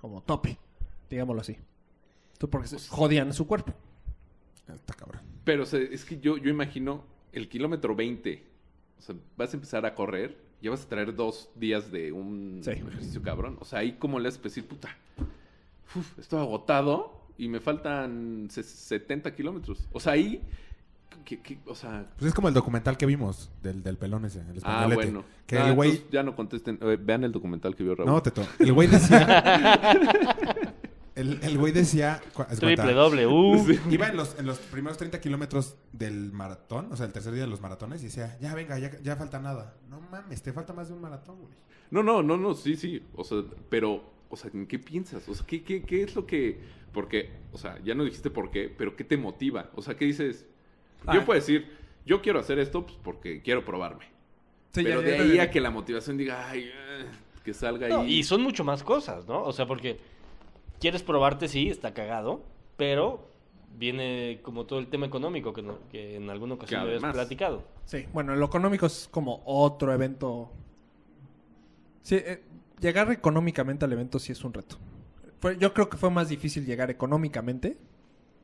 [SPEAKER 3] como tope, digámoslo así. Entonces, porque se jodían su cuerpo.
[SPEAKER 5] Está cabrón.
[SPEAKER 4] Pero o sea, es que yo, yo imagino el kilómetro 20. O sea, vas a empezar a correr. Ya vas a traer dos días de un
[SPEAKER 3] Sí.
[SPEAKER 4] ejercicio cabrón. O sea, ahí como le haces para decir, puta, uf, estoy agotado y me faltan se- 70 kilómetros. O sea, ahí, ¿qué- qué- o sea,
[SPEAKER 5] Pues es como el documental que vimos del, del pelón ese, el
[SPEAKER 4] ah,
[SPEAKER 5] españolete.
[SPEAKER 4] bueno.
[SPEAKER 5] Que
[SPEAKER 4] Ah,
[SPEAKER 5] el güey.
[SPEAKER 4] entonces Ya no contesten. Eh, vean el documental que vio Raúl.
[SPEAKER 5] No, Teto. El güey decía. el, el güey decía. cua- haz cuenta,
[SPEAKER 2] Triple W.
[SPEAKER 5] Iba en los, en los primeros 30 kilómetros del maratón, o sea, el tercer día de los maratones, y decía, ya venga, ya, ya falta nada. No mames, te falta más de un maratón, güey.
[SPEAKER 4] No, no, no, no, sí, sí. O sea, pero, o sea, ¿en qué piensas? O sea, ¿qué, qué, qué es lo que. Porque, o sea, ya no dijiste por qué, pero ¿qué te motiva? O sea, ¿qué dices?
[SPEAKER 3] Ah.
[SPEAKER 4] Yo puedo decir, yo quiero hacer esto pues, porque quiero probarme.
[SPEAKER 3] Sí,
[SPEAKER 4] pero
[SPEAKER 3] ya-
[SPEAKER 4] de
[SPEAKER 3] ya
[SPEAKER 4] ahí
[SPEAKER 3] te-
[SPEAKER 4] a que la motivación diga, ay, eh, que salga
[SPEAKER 2] No,
[SPEAKER 4] ahí.
[SPEAKER 2] y son mucho más cosas, ¿no? O sea, porque quieres probarte, sí, está cagado, pero viene como todo el tema económico que, no- que en alguna ocasión
[SPEAKER 4] Que
[SPEAKER 2] habías
[SPEAKER 4] además-
[SPEAKER 2] platicado.
[SPEAKER 3] Sí, bueno, lo económico es como otro evento. Sí, eh, llegar económicamente al evento sí es un reto. Fue- yo creo que fue más difícil llegar económicamente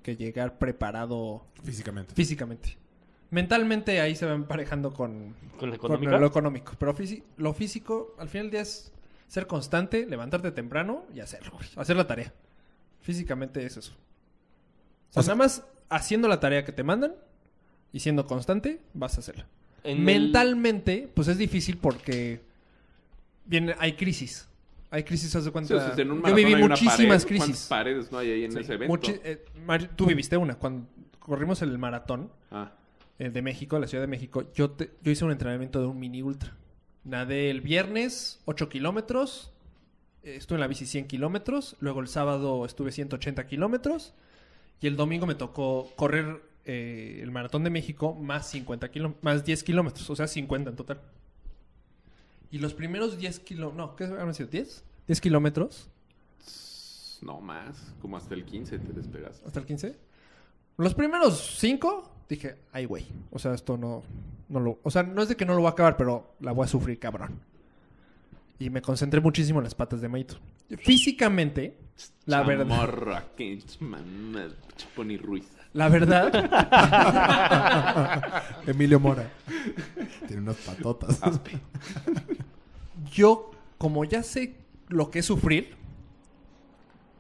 [SPEAKER 3] que llegar preparado
[SPEAKER 5] Físicamente.
[SPEAKER 3] físicamente. Mentalmente ahí se va emparejando con,
[SPEAKER 2] Con la
[SPEAKER 3] con
[SPEAKER 2] económica.
[SPEAKER 3] lo económico. Pero fisi- lo físico, al final del día es ser constante, levantarte temprano y hacerlo. güey. Hacer la tarea. Físicamente es eso. O sea,
[SPEAKER 5] O sea-
[SPEAKER 3] nada más haciendo la tarea que te mandan y siendo constante, vas a hacerla.
[SPEAKER 2] En el-
[SPEAKER 3] Mentalmente, pues es difícil porque viene, hay crisis. Hay crisis, haz de
[SPEAKER 4] Sí,
[SPEAKER 3] cuenta.
[SPEAKER 4] o sea, en un
[SPEAKER 3] Yo
[SPEAKER 4] maratón
[SPEAKER 3] viví
[SPEAKER 4] hay una
[SPEAKER 3] muchísimas
[SPEAKER 4] pared. ¿Cuántas
[SPEAKER 3] crisis.
[SPEAKER 4] paredes no hay ahí en ese evento?
[SPEAKER 3] Muchi- eh, Mar- tú viviste una. Cuando corrimos el maratón
[SPEAKER 4] Ah,
[SPEAKER 3] eh, de México, la Ciudad de México, yo, te- yo hice un entrenamiento de un mini ultra. Nadé el viernes 8 kilómetros, eh, estuve en la bici 100 kilómetros, luego el sábado estuve 180 kilómetros y el domingo me tocó correr eh, el maratón de México más, 50 kiló- más 10 kilómetros, o sea 50 en total. Y los primeros 10 kilómetros, no, ¿qué habrán sido? ¿10? 10 kilómetros
[SPEAKER 4] s- no más, como hasta el 15 te despegas.
[SPEAKER 3] hasta el 15. Los primeros 5 dije, ay, güey. O sea, esto no, no lo. O sea, no es de que no lo voy a acabar, pero la voy a sufrir, cabrón. Y me concentré muchísimo en las patas de Maito. Físicamente, la verdad.
[SPEAKER 4] Chamorra, que mamá, Chaponi Ruiz.
[SPEAKER 3] La verdad,
[SPEAKER 5] Emilio Mora. Tiene unas patotas.
[SPEAKER 4] Aspe.
[SPEAKER 3] yo, como ya sé lo que es sufrir,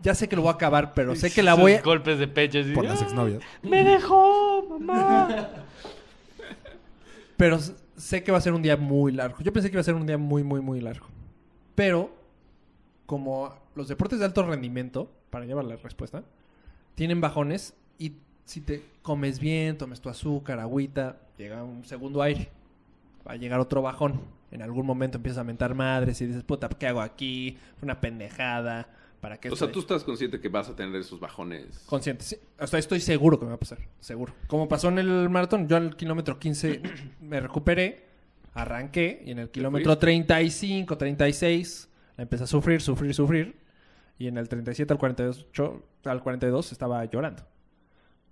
[SPEAKER 3] ya sé que lo voy a acabar, pero sé que la
[SPEAKER 2] Sus
[SPEAKER 3] voy a.
[SPEAKER 2] golpes de pecho. así,
[SPEAKER 5] Por
[SPEAKER 2] "Ah,
[SPEAKER 5] las exnovias.
[SPEAKER 2] Me dejó, mamá.
[SPEAKER 3] Pero s- sé que va a ser un día muy largo. Yo pensé que iba a ser un día muy, muy, muy largo. Pero, como los deportes de alto rendimiento, para llevar la respuesta, tienen bajones y si te comes bien, tomes tu azúcar, agüita, llega un segundo aire. Va a llegar otro bajón. En algún momento empiezas a mentar madres y dices, puta, ¿qué hago aquí? Fue una pendejada. ¿Para qué
[SPEAKER 4] O sea,
[SPEAKER 3] estoy?"
[SPEAKER 4] tú estás consciente que vas a tener esos bajones.
[SPEAKER 3] Consciente, sí. O sea, estoy seguro que me va a pasar. Seguro. Como pasó en el maratón, yo al kilómetro 15 me recuperé, arranqué y en el kilómetro
[SPEAKER 4] fuiste?
[SPEAKER 3] 35, 36 la empecé a sufrir, sufrir, sufrir. Y en el 37 al 48, al 42 estaba llorando.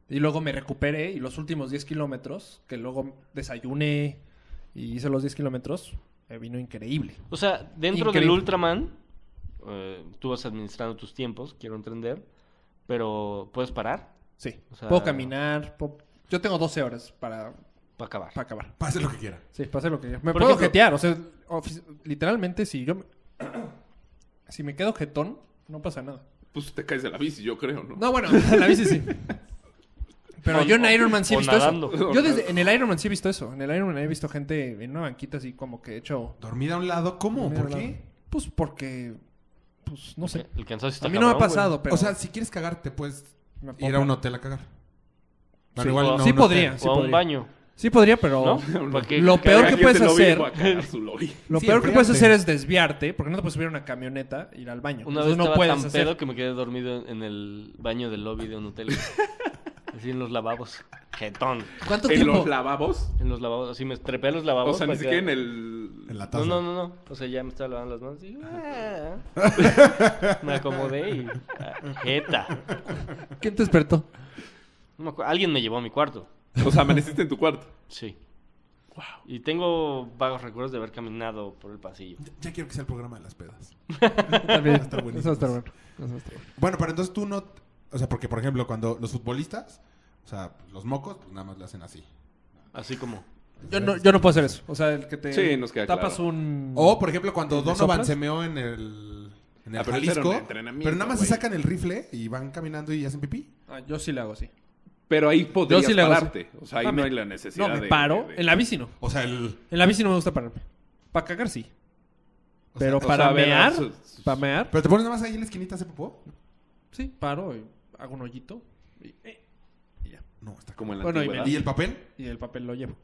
[SPEAKER 3] Y luego me recuperé y los últimos 10 kilómetros, que luego desayuné y hice los 10 kilómetros, me vino increíble.
[SPEAKER 2] O sea, dentro del
[SPEAKER 3] Increíble.
[SPEAKER 2] Ultraman, eh, tú vas administrando tus tiempos, quiero entender, pero puedes parar
[SPEAKER 3] Sí.
[SPEAKER 2] O sea-
[SPEAKER 3] puedo caminar. puedo- Yo tengo 12 horas para,
[SPEAKER 2] para acabar.
[SPEAKER 3] para acabar.
[SPEAKER 5] Pase lo que quiera.
[SPEAKER 3] Sí, pase lo que yo. Me
[SPEAKER 2] Por
[SPEAKER 3] puedo
[SPEAKER 2] ejemplo-
[SPEAKER 3] jetear, o sea, ofici- literalmente si yo me... si me quedo jetón, no pasa nada.
[SPEAKER 4] Pues te caes de la bici, yo creo, ¿no?
[SPEAKER 3] No, bueno, en la bici sí. Pero
[SPEAKER 2] O-
[SPEAKER 3] yo en
[SPEAKER 2] o-
[SPEAKER 3] Iron Man sí he
[SPEAKER 2] o
[SPEAKER 3] visto eso.
[SPEAKER 2] nadando.
[SPEAKER 3] Yo desde, en el Iron Man sí he visto eso. En el Iron Man he visto gente en una banquita así como que hecho...
[SPEAKER 5] Dormida a un lado, ¿cómo? ¿Por qué?
[SPEAKER 3] Pues porque... Pues no sé.
[SPEAKER 2] El cansancio está
[SPEAKER 3] A mí no me ha
[SPEAKER 2] cabrón, güey.
[SPEAKER 3] pasado, pero...
[SPEAKER 5] O sea, si quieres cagar, te puedes
[SPEAKER 3] Me puedo
[SPEAKER 5] ir a un
[SPEAKER 3] cagar.
[SPEAKER 5] hotel a cagar.
[SPEAKER 2] Sí,
[SPEAKER 5] Bueno, igual
[SPEAKER 2] o-
[SPEAKER 5] no
[SPEAKER 3] sí
[SPEAKER 5] un
[SPEAKER 3] podría.
[SPEAKER 2] O
[SPEAKER 5] hotel.
[SPEAKER 2] a un
[SPEAKER 3] podría.
[SPEAKER 2] baño,
[SPEAKER 3] Sí podría, pero...
[SPEAKER 2] ¿no? Porque
[SPEAKER 3] Lo
[SPEAKER 2] cada
[SPEAKER 3] peor que
[SPEAKER 2] quien-
[SPEAKER 3] puedes
[SPEAKER 4] se lo
[SPEAKER 3] hacer?
[SPEAKER 4] dijo a cagar su lobby.
[SPEAKER 3] Lo
[SPEAKER 5] Sí,
[SPEAKER 3] peor que puedes
[SPEAKER 5] enfriarte.
[SPEAKER 3] hacer es desviarte, porque no te puedes subir a una camioneta e ir al baño.
[SPEAKER 2] Una
[SPEAKER 3] Entonces,
[SPEAKER 2] vez
[SPEAKER 3] no
[SPEAKER 2] estaba
[SPEAKER 3] puedes
[SPEAKER 2] tan
[SPEAKER 3] hacer-
[SPEAKER 2] pedo que me quedé dormido en el baño del lobby de un hotel. güey. así en los lavabos. Jetón.
[SPEAKER 3] ¿Cuánto
[SPEAKER 4] En
[SPEAKER 3] tiempo?
[SPEAKER 4] los lavabos.
[SPEAKER 2] En los lavabos. Así me trepé a los lavabos.
[SPEAKER 4] O sea,
[SPEAKER 2] para
[SPEAKER 4] ni siquiera en
[SPEAKER 2] quedar-
[SPEAKER 4] el.
[SPEAKER 5] En la taza.
[SPEAKER 2] No, no, no, no. O sea, ya me estaba lavando las manos. Y... ah. me acomodé y... ah, Jeta.
[SPEAKER 3] ¿Quién te despertó?
[SPEAKER 2] No me acuerdo. Alguien me llevó a mi cuarto.
[SPEAKER 4] O sea, amaneciste en tu cuarto.
[SPEAKER 2] Sí. Y tengo vagos recuerdos de haber caminado por el pasillo.
[SPEAKER 5] Ya- Ya quiero que sea el programa de las pedas.
[SPEAKER 3] También.
[SPEAKER 5] Va a estar buenísimo.
[SPEAKER 3] Eso va a estar bueno. Eso va a estar bueno.
[SPEAKER 5] Bueno, pero entonces tú no. O sea, porque por ejemplo, cuando los futbolistas, o sea, los mocos, pues nada más le hacen así.
[SPEAKER 2] Así como...
[SPEAKER 3] Yo no, yo no puedo hacer eso. O sea, el que te
[SPEAKER 4] Sí, nos queda
[SPEAKER 3] tapas
[SPEAKER 4] claro.
[SPEAKER 3] un...
[SPEAKER 5] O por ejemplo, cuando Donovan
[SPEAKER 3] Mm. soplas?
[SPEAKER 5] se meó en el. En el
[SPEAKER 4] Ah, pero ese era un
[SPEAKER 5] Jalisco.
[SPEAKER 4] entrenamiento,
[SPEAKER 5] Pero nada más
[SPEAKER 4] güey.
[SPEAKER 5] se sacan el rifle y van caminando y hacen pipí.
[SPEAKER 3] Ah, yo sí le hago así.
[SPEAKER 4] Pero ahí podrías
[SPEAKER 3] sí le hago así.
[SPEAKER 4] pararte. O sea, ahí
[SPEAKER 3] Ah,
[SPEAKER 4] no
[SPEAKER 3] me-
[SPEAKER 4] hay la necesidad
[SPEAKER 3] No, me
[SPEAKER 4] de-
[SPEAKER 3] paro.
[SPEAKER 4] de-
[SPEAKER 3] En la bici no.
[SPEAKER 5] O sea, el.
[SPEAKER 3] En la bici no me gusta pararme. Para cagar sí.
[SPEAKER 5] o sea,
[SPEAKER 3] Pero
[SPEAKER 5] o sea,
[SPEAKER 3] para
[SPEAKER 4] a ver,
[SPEAKER 3] mear...
[SPEAKER 4] eso- eso-
[SPEAKER 3] Para mear...
[SPEAKER 5] Pero te pones nada más ahí en la esquinita hace popó.
[SPEAKER 3] Sí, paro y hago un hoyito. Y, y ya.
[SPEAKER 5] No, está como.
[SPEAKER 4] Como en la
[SPEAKER 3] Bueno, y
[SPEAKER 4] antigüedad.
[SPEAKER 5] ¿Y el papel?
[SPEAKER 3] Y el papel lo llevo.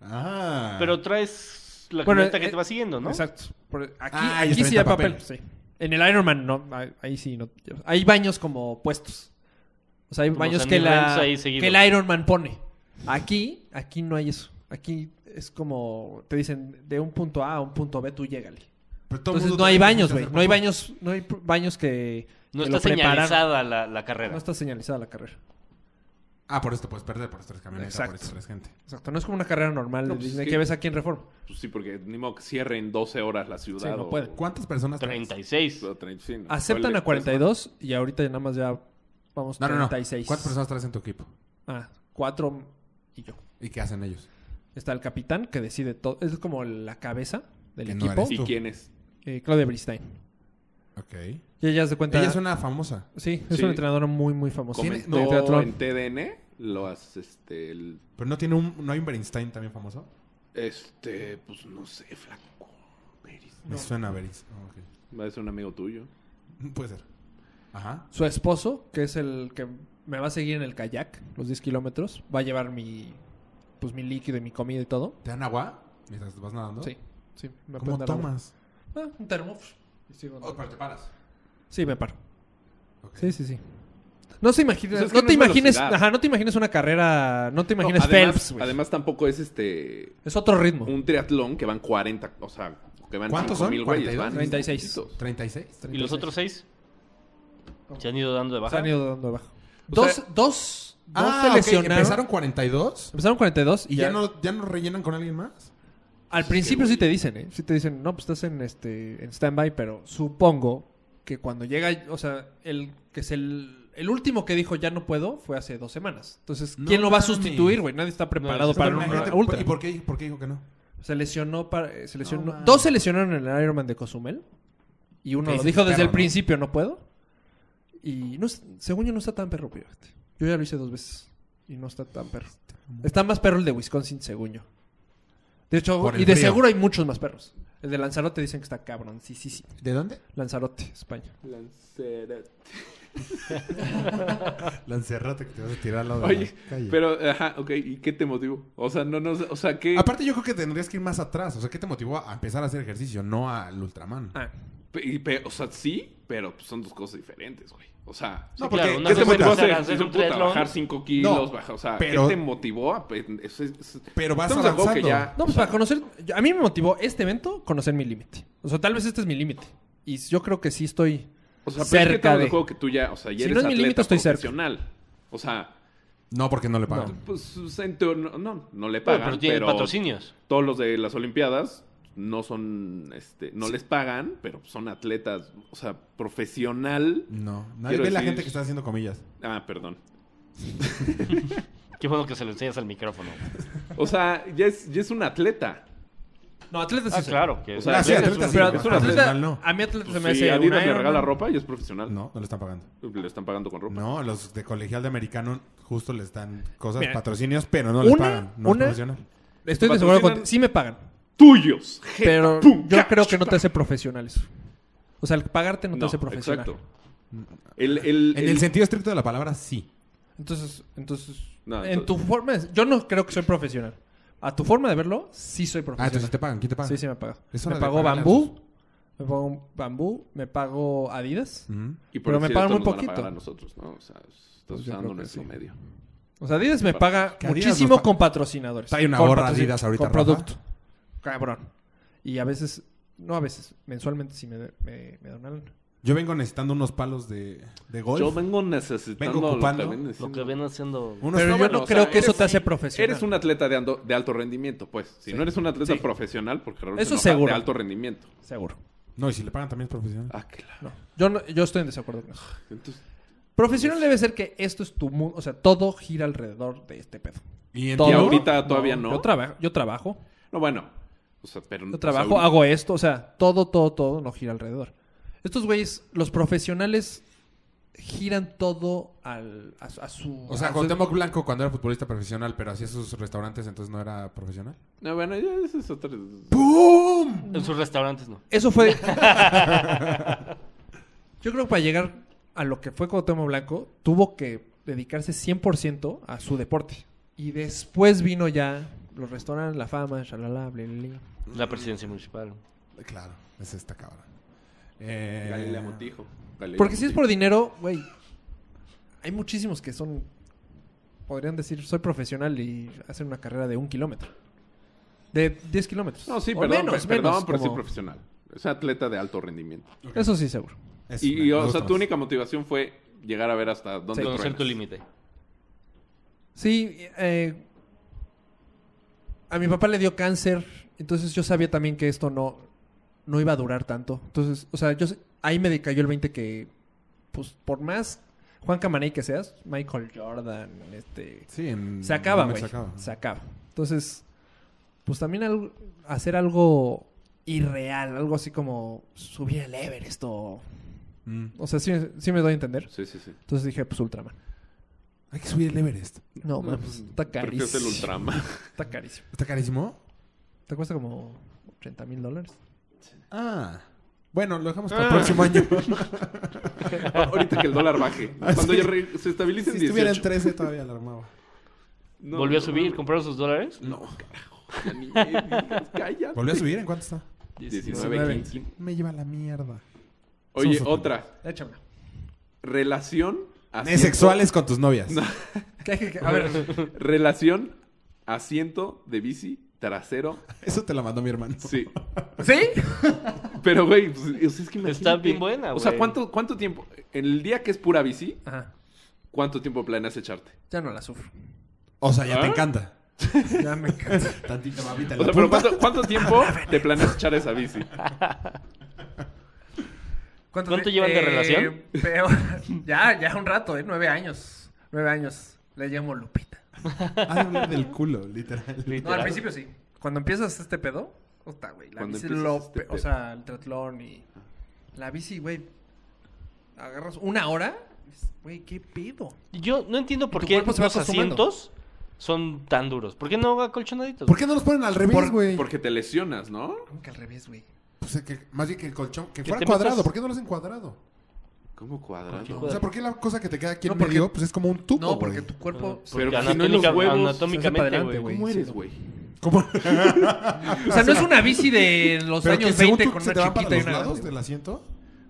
[SPEAKER 5] Ah.
[SPEAKER 2] Pero traes la
[SPEAKER 3] Bueno,
[SPEAKER 2] camioneta que
[SPEAKER 3] eh,
[SPEAKER 2] te va siguiendo, ¿no?
[SPEAKER 3] Exacto. Por- aquí
[SPEAKER 5] Ah, y
[SPEAKER 3] aquí
[SPEAKER 5] está
[SPEAKER 3] sí
[SPEAKER 5] en
[SPEAKER 3] hay
[SPEAKER 5] papel.
[SPEAKER 3] papel. Sí. En el Iron Man no. Ahí, ahí sí no. Hay baños como puestos. O sea, hay
[SPEAKER 2] Como
[SPEAKER 3] baños
[SPEAKER 2] Sammy
[SPEAKER 3] que, la,
[SPEAKER 2] Rens ahí seguido.
[SPEAKER 3] que el Iron Man pone. Aquí, aquí no hay eso. Aquí es como te dicen de un punto A a un punto B tú llégale.
[SPEAKER 5] Pero todo
[SPEAKER 3] Entonces
[SPEAKER 5] mundo
[SPEAKER 3] no hay
[SPEAKER 5] tiene
[SPEAKER 3] baños,
[SPEAKER 5] que
[SPEAKER 3] güey.
[SPEAKER 5] hacer
[SPEAKER 3] No hay
[SPEAKER 5] popó.
[SPEAKER 3] baños, no hay pr- baños que
[SPEAKER 2] No
[SPEAKER 3] que
[SPEAKER 2] está
[SPEAKER 3] lo prepararon.
[SPEAKER 2] señalizada la, la carrera.
[SPEAKER 3] No está señalizada la carrera.
[SPEAKER 5] Ah, por esto puedes perder, por estos tres camionetas,
[SPEAKER 3] Exacto.
[SPEAKER 5] por estos tres gente.
[SPEAKER 3] Exacto, no es como una carrera normal de
[SPEAKER 4] No, pues es
[SPEAKER 3] Disney
[SPEAKER 4] que-
[SPEAKER 3] que... ves aquí en Reforma.
[SPEAKER 4] Pues sí, porque ni modo que cierre en 12 horas la ciudad.
[SPEAKER 3] Sí, no
[SPEAKER 4] o-
[SPEAKER 3] puede.
[SPEAKER 5] ¿Cuántas personas? traes?
[SPEAKER 2] 36.
[SPEAKER 4] o 30, sí, no.
[SPEAKER 3] Aceptan
[SPEAKER 4] Ponle
[SPEAKER 3] a 42 y ahorita ya nada más ya Vamos
[SPEAKER 5] No, no, no.
[SPEAKER 3] 36.
[SPEAKER 5] ¿Cuántas personas traes en tu equipo?
[SPEAKER 3] Ah, cuatro y yo.
[SPEAKER 5] ¿Y qué hacen ellos?
[SPEAKER 3] Está el capitán que decide todo. Es como la cabeza del
[SPEAKER 5] Que no
[SPEAKER 3] equipo.
[SPEAKER 5] eres
[SPEAKER 4] ¿Y
[SPEAKER 5] Tú.
[SPEAKER 4] quién es?
[SPEAKER 3] Eh, Claudia Bristein.
[SPEAKER 5] Ok.
[SPEAKER 3] Y ella se cuenta.
[SPEAKER 5] Ella es una famosa.
[SPEAKER 3] Sí, es
[SPEAKER 4] Sí.
[SPEAKER 3] una entrenadora muy, muy famosa.
[SPEAKER 5] Tiene-
[SPEAKER 4] Comentó
[SPEAKER 3] de teatro.
[SPEAKER 4] en TDN los, este, el-
[SPEAKER 5] Pero no tiene un... ¿No hay un Bernstein también famoso?
[SPEAKER 4] este, pues no sé, flaco. Beris.
[SPEAKER 5] Me suena a Bernstein. Oh, ok.
[SPEAKER 4] Va a ser un amigo tuyo.
[SPEAKER 5] Puede ser. Ajá.
[SPEAKER 3] Su esposo, que es el que me va a seguir en el kayak, los 10 kilómetros, va a llevar mi pues mi líquido y mi comida y todo.
[SPEAKER 5] ¿Te dan agua mientras vas nadando?
[SPEAKER 3] Sí, sí. Me
[SPEAKER 5] ¿Cómo
[SPEAKER 3] pueden dar agua.
[SPEAKER 5] tomas?
[SPEAKER 3] Ah, un termo. pf, y sigo andando.
[SPEAKER 5] Oh, pero te paras.
[SPEAKER 3] Sí, me paro.
[SPEAKER 5] Ok.
[SPEAKER 3] Sí, sí, sí. No se imagina,
[SPEAKER 4] Pues es que
[SPEAKER 3] no
[SPEAKER 4] no
[SPEAKER 3] te
[SPEAKER 4] es
[SPEAKER 3] imagines,
[SPEAKER 4] velocidad.
[SPEAKER 3] ajá, no te imagines una carrera, no te
[SPEAKER 4] No,
[SPEAKER 3] imagines
[SPEAKER 4] además-
[SPEAKER 3] Phelps, güey.
[SPEAKER 4] Además tampoco es este
[SPEAKER 3] Es otro ritmo.
[SPEAKER 4] un triatlón que van 40, o sea, que van
[SPEAKER 5] ¿Cuántos
[SPEAKER 4] 5 mil
[SPEAKER 5] son?
[SPEAKER 4] güeyes.
[SPEAKER 5] 42.
[SPEAKER 4] Van
[SPEAKER 3] 36.
[SPEAKER 4] poquitos.
[SPEAKER 5] ¿36?
[SPEAKER 2] ¿Y los otros seis? ¿Se han ido dando de
[SPEAKER 3] Se
[SPEAKER 2] baja?
[SPEAKER 3] han ido dando de baja.
[SPEAKER 5] O
[SPEAKER 3] Dos,
[SPEAKER 5] sea-
[SPEAKER 3] dos, dos se
[SPEAKER 5] Ah, ok,
[SPEAKER 3] lesionaron.
[SPEAKER 5] ¿Empezaron 42?
[SPEAKER 3] Empezaron 42
[SPEAKER 5] ¿Y ya, no, ya no rellenan con alguien más?
[SPEAKER 3] Al principio sí te dicen, ¿eh? Sí te dicen, no, pues estás en, este, en stand-by, pero supongo que cuando llega, o sea, el que es el, el último que dijo ya no puedo fue hace dos semanas. Entonces,
[SPEAKER 5] No
[SPEAKER 3] ¿quién lo va a
[SPEAKER 5] mames.
[SPEAKER 3] sustituir, güey? Nadie está preparado
[SPEAKER 2] No,
[SPEAKER 3] para
[SPEAKER 5] Pero
[SPEAKER 3] un
[SPEAKER 5] imagínate,
[SPEAKER 3] ultra.
[SPEAKER 5] ¿Y por qué, por qué dijo que no?
[SPEAKER 3] Se lesionó, para, eh, se lesionó.
[SPEAKER 5] mames.
[SPEAKER 3] dos se lesionaron en el Ironman de Cozumel. Y uno
[SPEAKER 5] Que
[SPEAKER 3] lo
[SPEAKER 5] dices,
[SPEAKER 3] dijo desde
[SPEAKER 5] perro,
[SPEAKER 3] el
[SPEAKER 5] ¿no?
[SPEAKER 3] principio, no puedo. Y no, es- según yo no está tan perro, fíjate. Yo ya lo hice dos veces. Y no está tan perro. Está más perro el de Wisconsin, según yo. De hecho,
[SPEAKER 5] Por el
[SPEAKER 3] y de
[SPEAKER 5] frío.
[SPEAKER 3] seguro hay muchos más perros. El de Lanzarote dicen que está cabrón. Sí, sí, sí.
[SPEAKER 5] ¿De dónde?
[SPEAKER 3] Lanzarote, España.
[SPEAKER 4] Lanzarote.
[SPEAKER 5] Lancerrate que te vas a tirar al lado de
[SPEAKER 4] Oye,
[SPEAKER 5] la calle.
[SPEAKER 4] pero, ajá, ok, ¿y qué te motivó? O sea, no, no, o sea, ¿qué?
[SPEAKER 5] Aparte yo creo que tendrías que ir más atrás. O sea, ¿qué te motivó a empezar a hacer ejercicio? No al Ultraman.
[SPEAKER 3] Ah,
[SPEAKER 4] Pe- y pe- o sea, sí, pero pues, son dos cosas diferentes, güey. O sea,
[SPEAKER 2] Sí,
[SPEAKER 5] No, porque-
[SPEAKER 2] claro, una
[SPEAKER 5] ¿qué
[SPEAKER 2] cosa
[SPEAKER 4] ¿qué te
[SPEAKER 2] es
[SPEAKER 4] motivó a hacer,
[SPEAKER 2] hacer, hacer un
[SPEAKER 4] puta,
[SPEAKER 2] triatlón.
[SPEAKER 4] bajar 5 kilos?
[SPEAKER 5] No,
[SPEAKER 4] baja, o sea,
[SPEAKER 5] pero-
[SPEAKER 4] ¿qué te motivó? a pe- es- es- es-
[SPEAKER 5] Pero vas
[SPEAKER 4] Estamos de acuerdo
[SPEAKER 5] avanzando.
[SPEAKER 4] que ya-
[SPEAKER 3] No, pues para conocer. yo- A mí me motivó este evento conocer mi límite. O sea, tal vez este es mi límite. Y yo creo que sí estoy.
[SPEAKER 4] o sea, pero es que
[SPEAKER 3] cerca
[SPEAKER 4] estamos de
[SPEAKER 3] de-
[SPEAKER 4] acuerdo que tú ya, o sea, ya
[SPEAKER 3] Si
[SPEAKER 4] eres
[SPEAKER 3] no es mi
[SPEAKER 4] atleta
[SPEAKER 3] límite, estoy cerca.
[SPEAKER 4] profesional. O sea,
[SPEAKER 5] No, porque no le pagan.
[SPEAKER 4] pues o sea, en teo- no, no, no le
[SPEAKER 2] Bueno,
[SPEAKER 4] pagan,
[SPEAKER 2] pero
[SPEAKER 4] pero,
[SPEAKER 2] tiene patrocinios.
[SPEAKER 4] todos los de las Olimpiadas no son, este, no les pagan, pero son atletas, o sea, profesional.
[SPEAKER 5] No. Nadie
[SPEAKER 4] Quiero
[SPEAKER 5] ve la
[SPEAKER 4] decir-
[SPEAKER 5] gente que está haciendo comillas.
[SPEAKER 4] Ah, perdón.
[SPEAKER 2] Qué bueno que se lo enseñas al micrófono.
[SPEAKER 4] O sea, ya es, ya es un atleta.
[SPEAKER 3] Pues No, atletas
[SPEAKER 2] Ah,
[SPEAKER 3] sí soy.
[SPEAKER 2] claro. Que
[SPEAKER 4] O sea,
[SPEAKER 5] Ah, sí,
[SPEAKER 2] es
[SPEAKER 5] atleta
[SPEAKER 2] un-
[SPEAKER 5] sí,
[SPEAKER 3] Pero
[SPEAKER 5] no,
[SPEAKER 4] es un
[SPEAKER 3] atleta-
[SPEAKER 5] profesional no.
[SPEAKER 3] a mí atleta
[SPEAKER 4] Pues
[SPEAKER 3] se me
[SPEAKER 4] sí,
[SPEAKER 3] hace
[SPEAKER 4] Adidas
[SPEAKER 3] un
[SPEAKER 4] le
[SPEAKER 3] Ironman.
[SPEAKER 4] regala ropa y es profesional.
[SPEAKER 5] No, no le están pagando.
[SPEAKER 4] Le están pagando con ropa.
[SPEAKER 5] No, los de colegial de americano justo les dan cosas,
[SPEAKER 3] Mira.
[SPEAKER 5] patrocinios, pero no les
[SPEAKER 3] Una-
[SPEAKER 5] pagan. No es
[SPEAKER 3] una-
[SPEAKER 5] profesional.
[SPEAKER 3] Estoy de
[SPEAKER 4] Patrocinan-
[SPEAKER 3] seguro que sí me pagan,
[SPEAKER 4] Tuyos.
[SPEAKER 3] pero
[SPEAKER 4] pum,
[SPEAKER 3] yo
[SPEAKER 4] ca-
[SPEAKER 3] creo que no te hace profesional eso. O sea, el pagarte no te hace profesional. Mm,
[SPEAKER 4] Exacto. El, el,
[SPEAKER 5] En el
[SPEAKER 4] el-
[SPEAKER 5] sentido estricto de la palabra, sí.
[SPEAKER 3] Entonces, entonces,
[SPEAKER 4] No,
[SPEAKER 3] en tu forma, de- yo no creo que soy profesional. A tu forma de verlo, sí soy
[SPEAKER 5] Ah,
[SPEAKER 3] profesional.
[SPEAKER 5] entonces sí te pagan. ¿Quién te paga?
[SPEAKER 3] Sí, sí me paga.
[SPEAKER 5] Es hora
[SPEAKER 3] Me
[SPEAKER 5] de
[SPEAKER 3] pagó
[SPEAKER 5] pagarle a
[SPEAKER 3] Bambú, me pagó Bambú, me pagó Adidas.
[SPEAKER 5] Ujú.
[SPEAKER 4] y
[SPEAKER 3] pero me
[SPEAKER 4] decir
[SPEAKER 3] pagan muy
[SPEAKER 4] esto nos van a
[SPEAKER 3] poquito.
[SPEAKER 4] pagar a nosotros, ¿no? O sea, estás
[SPEAKER 3] Pues yo creo
[SPEAKER 4] usando
[SPEAKER 3] que
[SPEAKER 4] nuestro
[SPEAKER 3] sí.
[SPEAKER 4] medio.
[SPEAKER 3] O sea, Adidas me paga
[SPEAKER 5] Que Adidas
[SPEAKER 3] muchísimo
[SPEAKER 5] nos pa-
[SPEAKER 3] con patrocinadores.
[SPEAKER 5] Trae una
[SPEAKER 3] Con
[SPEAKER 5] gorra
[SPEAKER 3] patrocin-
[SPEAKER 5] Adidas ahorita,
[SPEAKER 3] Con
[SPEAKER 5] Rafa.
[SPEAKER 3] producto. Cabrón. Y a veces, no a veces, mensualmente sí me, me, me dan algo.
[SPEAKER 5] Yo vengo necesitando unos palos de, de golf.
[SPEAKER 4] Yo vengo necesitando
[SPEAKER 5] Vengo ocupando
[SPEAKER 4] lo que vendes.
[SPEAKER 2] Lo que ven haciendo...
[SPEAKER 5] Unos
[SPEAKER 3] Pero yo
[SPEAKER 5] palos-
[SPEAKER 3] no
[SPEAKER 4] o sea,
[SPEAKER 3] creo que eso
[SPEAKER 4] eres-
[SPEAKER 3] te hace profesional.
[SPEAKER 4] Eres un atleta de, ando- de alto rendimiento, pues. Si no eres un atleta
[SPEAKER 3] Sí.
[SPEAKER 4] profesional, porque Raúl se
[SPEAKER 3] Eso
[SPEAKER 4] enoja,
[SPEAKER 3] seguro.
[SPEAKER 4] De alto rendimiento.
[SPEAKER 3] Seguro.
[SPEAKER 5] No, y si le pagan también es profesional.
[SPEAKER 4] Ah, claro.
[SPEAKER 3] No. Yo, no- yo estoy en desacuerdo con eso.
[SPEAKER 4] Entonces,
[SPEAKER 3] Profesional debe ser que esto es tu mundo. O sea, todo gira alrededor de este pedo.
[SPEAKER 5] Y
[SPEAKER 3] Todo.
[SPEAKER 4] y
[SPEAKER 5] entiendo-
[SPEAKER 4] ahorita todavía no.
[SPEAKER 3] Yo trabajo, yo trabajo,
[SPEAKER 4] No, bueno. O sea, pero...
[SPEAKER 3] yo
[SPEAKER 4] o
[SPEAKER 3] trabajo,
[SPEAKER 4] sea,
[SPEAKER 3] hago esto. O sea, todo, todo, todo no gira alrededor. Estos güeyes, los profesionales, giran todo al, a, su- a su...
[SPEAKER 5] O sea,
[SPEAKER 3] a su-
[SPEAKER 5] Cuauhtémoc Blanco cuando era futbolista profesional, pero hacía sus restaurantes, entonces no era profesional.
[SPEAKER 4] No, bueno, ya eso es otra...
[SPEAKER 5] ¡Pum!
[SPEAKER 2] En sus restaurantes no.
[SPEAKER 3] Eso fue. Yo creo que para llegar a lo que fue Cuauhtémoc Blanco, tuvo que dedicarse 100% a su deporte. Y después vino ya los restaurantes, la fama, shalala, bli, bli, bli.
[SPEAKER 2] La presidencia municipal.
[SPEAKER 5] Claro, es esta cabra. Eh,
[SPEAKER 4] Galilea Montijo. Galilea
[SPEAKER 3] Porque si es
[SPEAKER 4] Montijo.
[SPEAKER 3] por dinero, güey, hay muchísimos que son. Podrían decir, soy profesional y hacen una carrera de un kilómetro. De 10 kilómetros.
[SPEAKER 4] No, sí,
[SPEAKER 3] O
[SPEAKER 4] perdón,
[SPEAKER 3] menos,
[SPEAKER 4] pe- perdón
[SPEAKER 3] menos,
[SPEAKER 4] por ser
[SPEAKER 3] como-
[SPEAKER 4] profesional. Es atleta de alto rendimiento.
[SPEAKER 3] Eso sí, seguro.
[SPEAKER 5] es
[SPEAKER 4] Y,
[SPEAKER 5] una-
[SPEAKER 4] y,
[SPEAKER 5] me
[SPEAKER 4] o
[SPEAKER 5] gusta
[SPEAKER 4] sea, tu
[SPEAKER 5] más.
[SPEAKER 4] única motivación fue llegar a ver hasta dónde
[SPEAKER 2] Conocer
[SPEAKER 4] truenas.
[SPEAKER 2] tu límite.
[SPEAKER 3] Sí, eh, a mi papá le dio cáncer, entonces yo sabía también que esto no, no iba a durar tanto. Entonces, o sea, yo sé- ahí me cayó el 20 que, pues, por más Juan Camaney que seas, Michael Jordan, este,
[SPEAKER 5] Sí, en-
[SPEAKER 3] se acaba,
[SPEAKER 5] no me
[SPEAKER 3] güey. Se acaba.
[SPEAKER 5] sacaba.
[SPEAKER 3] Entonces, pues también al- hacer algo irreal, algo así como subir el Everest o...
[SPEAKER 5] Mm.
[SPEAKER 3] O sea, sí, sí me doy a entender.
[SPEAKER 4] Sí, sí, sí.
[SPEAKER 3] Entonces dije, pues Ultraman.
[SPEAKER 5] Hay que subir el Everest.
[SPEAKER 3] No,
[SPEAKER 2] pues,
[SPEAKER 3] mames, está
[SPEAKER 4] Prefiero ser el
[SPEAKER 3] carísimo.
[SPEAKER 4] Ultraman.
[SPEAKER 3] Está carísimo.
[SPEAKER 5] ¿Está carísimo?
[SPEAKER 3] Te cuesta como 80 mil dólares.
[SPEAKER 5] Ah. Bueno, lo dejamos para
[SPEAKER 4] Ah.
[SPEAKER 5] el próximo año.
[SPEAKER 4] Ahorita que el dólar baje.
[SPEAKER 5] Ah,
[SPEAKER 4] Cuando
[SPEAKER 5] sí.
[SPEAKER 4] ya re- se estabilice
[SPEAKER 5] si
[SPEAKER 4] en
[SPEAKER 5] estuviera
[SPEAKER 4] 18.
[SPEAKER 5] en 13 todavía la armaba.
[SPEAKER 4] No,
[SPEAKER 2] ¿Volvió a
[SPEAKER 4] no,
[SPEAKER 2] subir?
[SPEAKER 4] no.
[SPEAKER 2] ¿Compraron sus dólares?
[SPEAKER 4] No, carajo. Ya ni me digas, cállate.
[SPEAKER 5] ¿Volvió a subir? ¿En cuánto está?
[SPEAKER 4] 19, 15.
[SPEAKER 5] Me lleva la mierda.
[SPEAKER 4] Oye,
[SPEAKER 5] Somos
[SPEAKER 4] otra.
[SPEAKER 3] Échamela.
[SPEAKER 4] Relación a
[SPEAKER 5] Eh, Sexuales con tus novias.
[SPEAKER 4] No.
[SPEAKER 3] ¿Qué- qué- qué? A ver,
[SPEAKER 4] Relación asiento de bici trasero.
[SPEAKER 5] Eso te la mandó mi hermano.
[SPEAKER 4] Sí.
[SPEAKER 3] ¿sí?
[SPEAKER 4] Pero, güey, pues, o sea, es
[SPEAKER 2] Está
[SPEAKER 4] que imagínate.
[SPEAKER 2] bien buena,
[SPEAKER 4] O sea,
[SPEAKER 2] güey.
[SPEAKER 4] ¿cuánto, ¿cuánto tiempo? En el día que es pura bici,
[SPEAKER 3] Ajá,
[SPEAKER 4] ¿cuánto tiempo planeas echarte?
[SPEAKER 3] ya no la sufro.
[SPEAKER 5] O sea, ya te
[SPEAKER 4] ¿Ah?
[SPEAKER 5] encanta.
[SPEAKER 3] Ya me cansa.
[SPEAKER 5] Tantita mamita. en
[SPEAKER 4] O
[SPEAKER 5] la
[SPEAKER 4] sea, pero
[SPEAKER 5] punta.
[SPEAKER 4] ¿cuánto, cuánto tiempo te planeas echar esa bici?
[SPEAKER 2] ¿Cuánto llevan de relación?
[SPEAKER 3] eh, Peor. Ya, ya un rato, ¿eh? Nueve años. Nueve años. Le llamo Lupita.
[SPEAKER 5] Ha de hablar del culo, literal.
[SPEAKER 3] No,
[SPEAKER 2] Literal.
[SPEAKER 3] al principio sí. Cuando empiezas este pedo, puta, güey. La
[SPEAKER 4] Cuando
[SPEAKER 3] bici
[SPEAKER 4] empiezas
[SPEAKER 3] lo
[SPEAKER 4] este
[SPEAKER 3] pe- O
[SPEAKER 4] pedo.
[SPEAKER 3] sea, el triatlón y. La bici, güey. Agarras una hora. dices, Güey, qué pedo.
[SPEAKER 2] Yo no entiendo por
[SPEAKER 3] tu
[SPEAKER 2] qué
[SPEAKER 3] cuerpo
[SPEAKER 2] los
[SPEAKER 3] se va acostumbrando.
[SPEAKER 2] asientos son tan duros. ¿Por qué no acolchonaditos?
[SPEAKER 5] ¿Por qué no los ponen al revés,
[SPEAKER 3] Por-
[SPEAKER 5] güey?
[SPEAKER 4] Porque te lesionas, ¿no?
[SPEAKER 3] ¿Cómo que al revés, güey?
[SPEAKER 5] Pues, eh, que- más bien que el colchón, que,
[SPEAKER 2] Que
[SPEAKER 5] fuera
[SPEAKER 2] te
[SPEAKER 5] cuadrado.
[SPEAKER 2] metas-
[SPEAKER 5] ¿Por qué no lo hacen cuadrado?
[SPEAKER 4] ¿Cómo
[SPEAKER 2] Porque-
[SPEAKER 4] cuadrado?
[SPEAKER 5] O sea, ¿por qué la cosa que te queda aquí en
[SPEAKER 3] No, porque-
[SPEAKER 5] medio, pues es como un tubo,
[SPEAKER 3] No, porque
[SPEAKER 5] güey?
[SPEAKER 3] tu cuerpo.
[SPEAKER 4] Pero
[SPEAKER 2] Porque
[SPEAKER 4] si no en los
[SPEAKER 2] anatómica-
[SPEAKER 4] huevos,
[SPEAKER 3] se hace para
[SPEAKER 2] anatómicamente,
[SPEAKER 3] adelante, güey.
[SPEAKER 2] güey.
[SPEAKER 4] ¿Cómo
[SPEAKER 3] sí,
[SPEAKER 4] eres,
[SPEAKER 3] no.
[SPEAKER 4] güey?
[SPEAKER 5] ¿Cómo?
[SPEAKER 3] O sea, no es una bici de los
[SPEAKER 5] Pero que
[SPEAKER 3] años
[SPEAKER 5] según
[SPEAKER 3] 20
[SPEAKER 5] tú
[SPEAKER 3] con
[SPEAKER 5] se
[SPEAKER 3] una
[SPEAKER 5] te van para
[SPEAKER 3] chiquita y
[SPEAKER 5] los
[SPEAKER 3] una
[SPEAKER 5] lados
[SPEAKER 3] grande.
[SPEAKER 5] del asiento.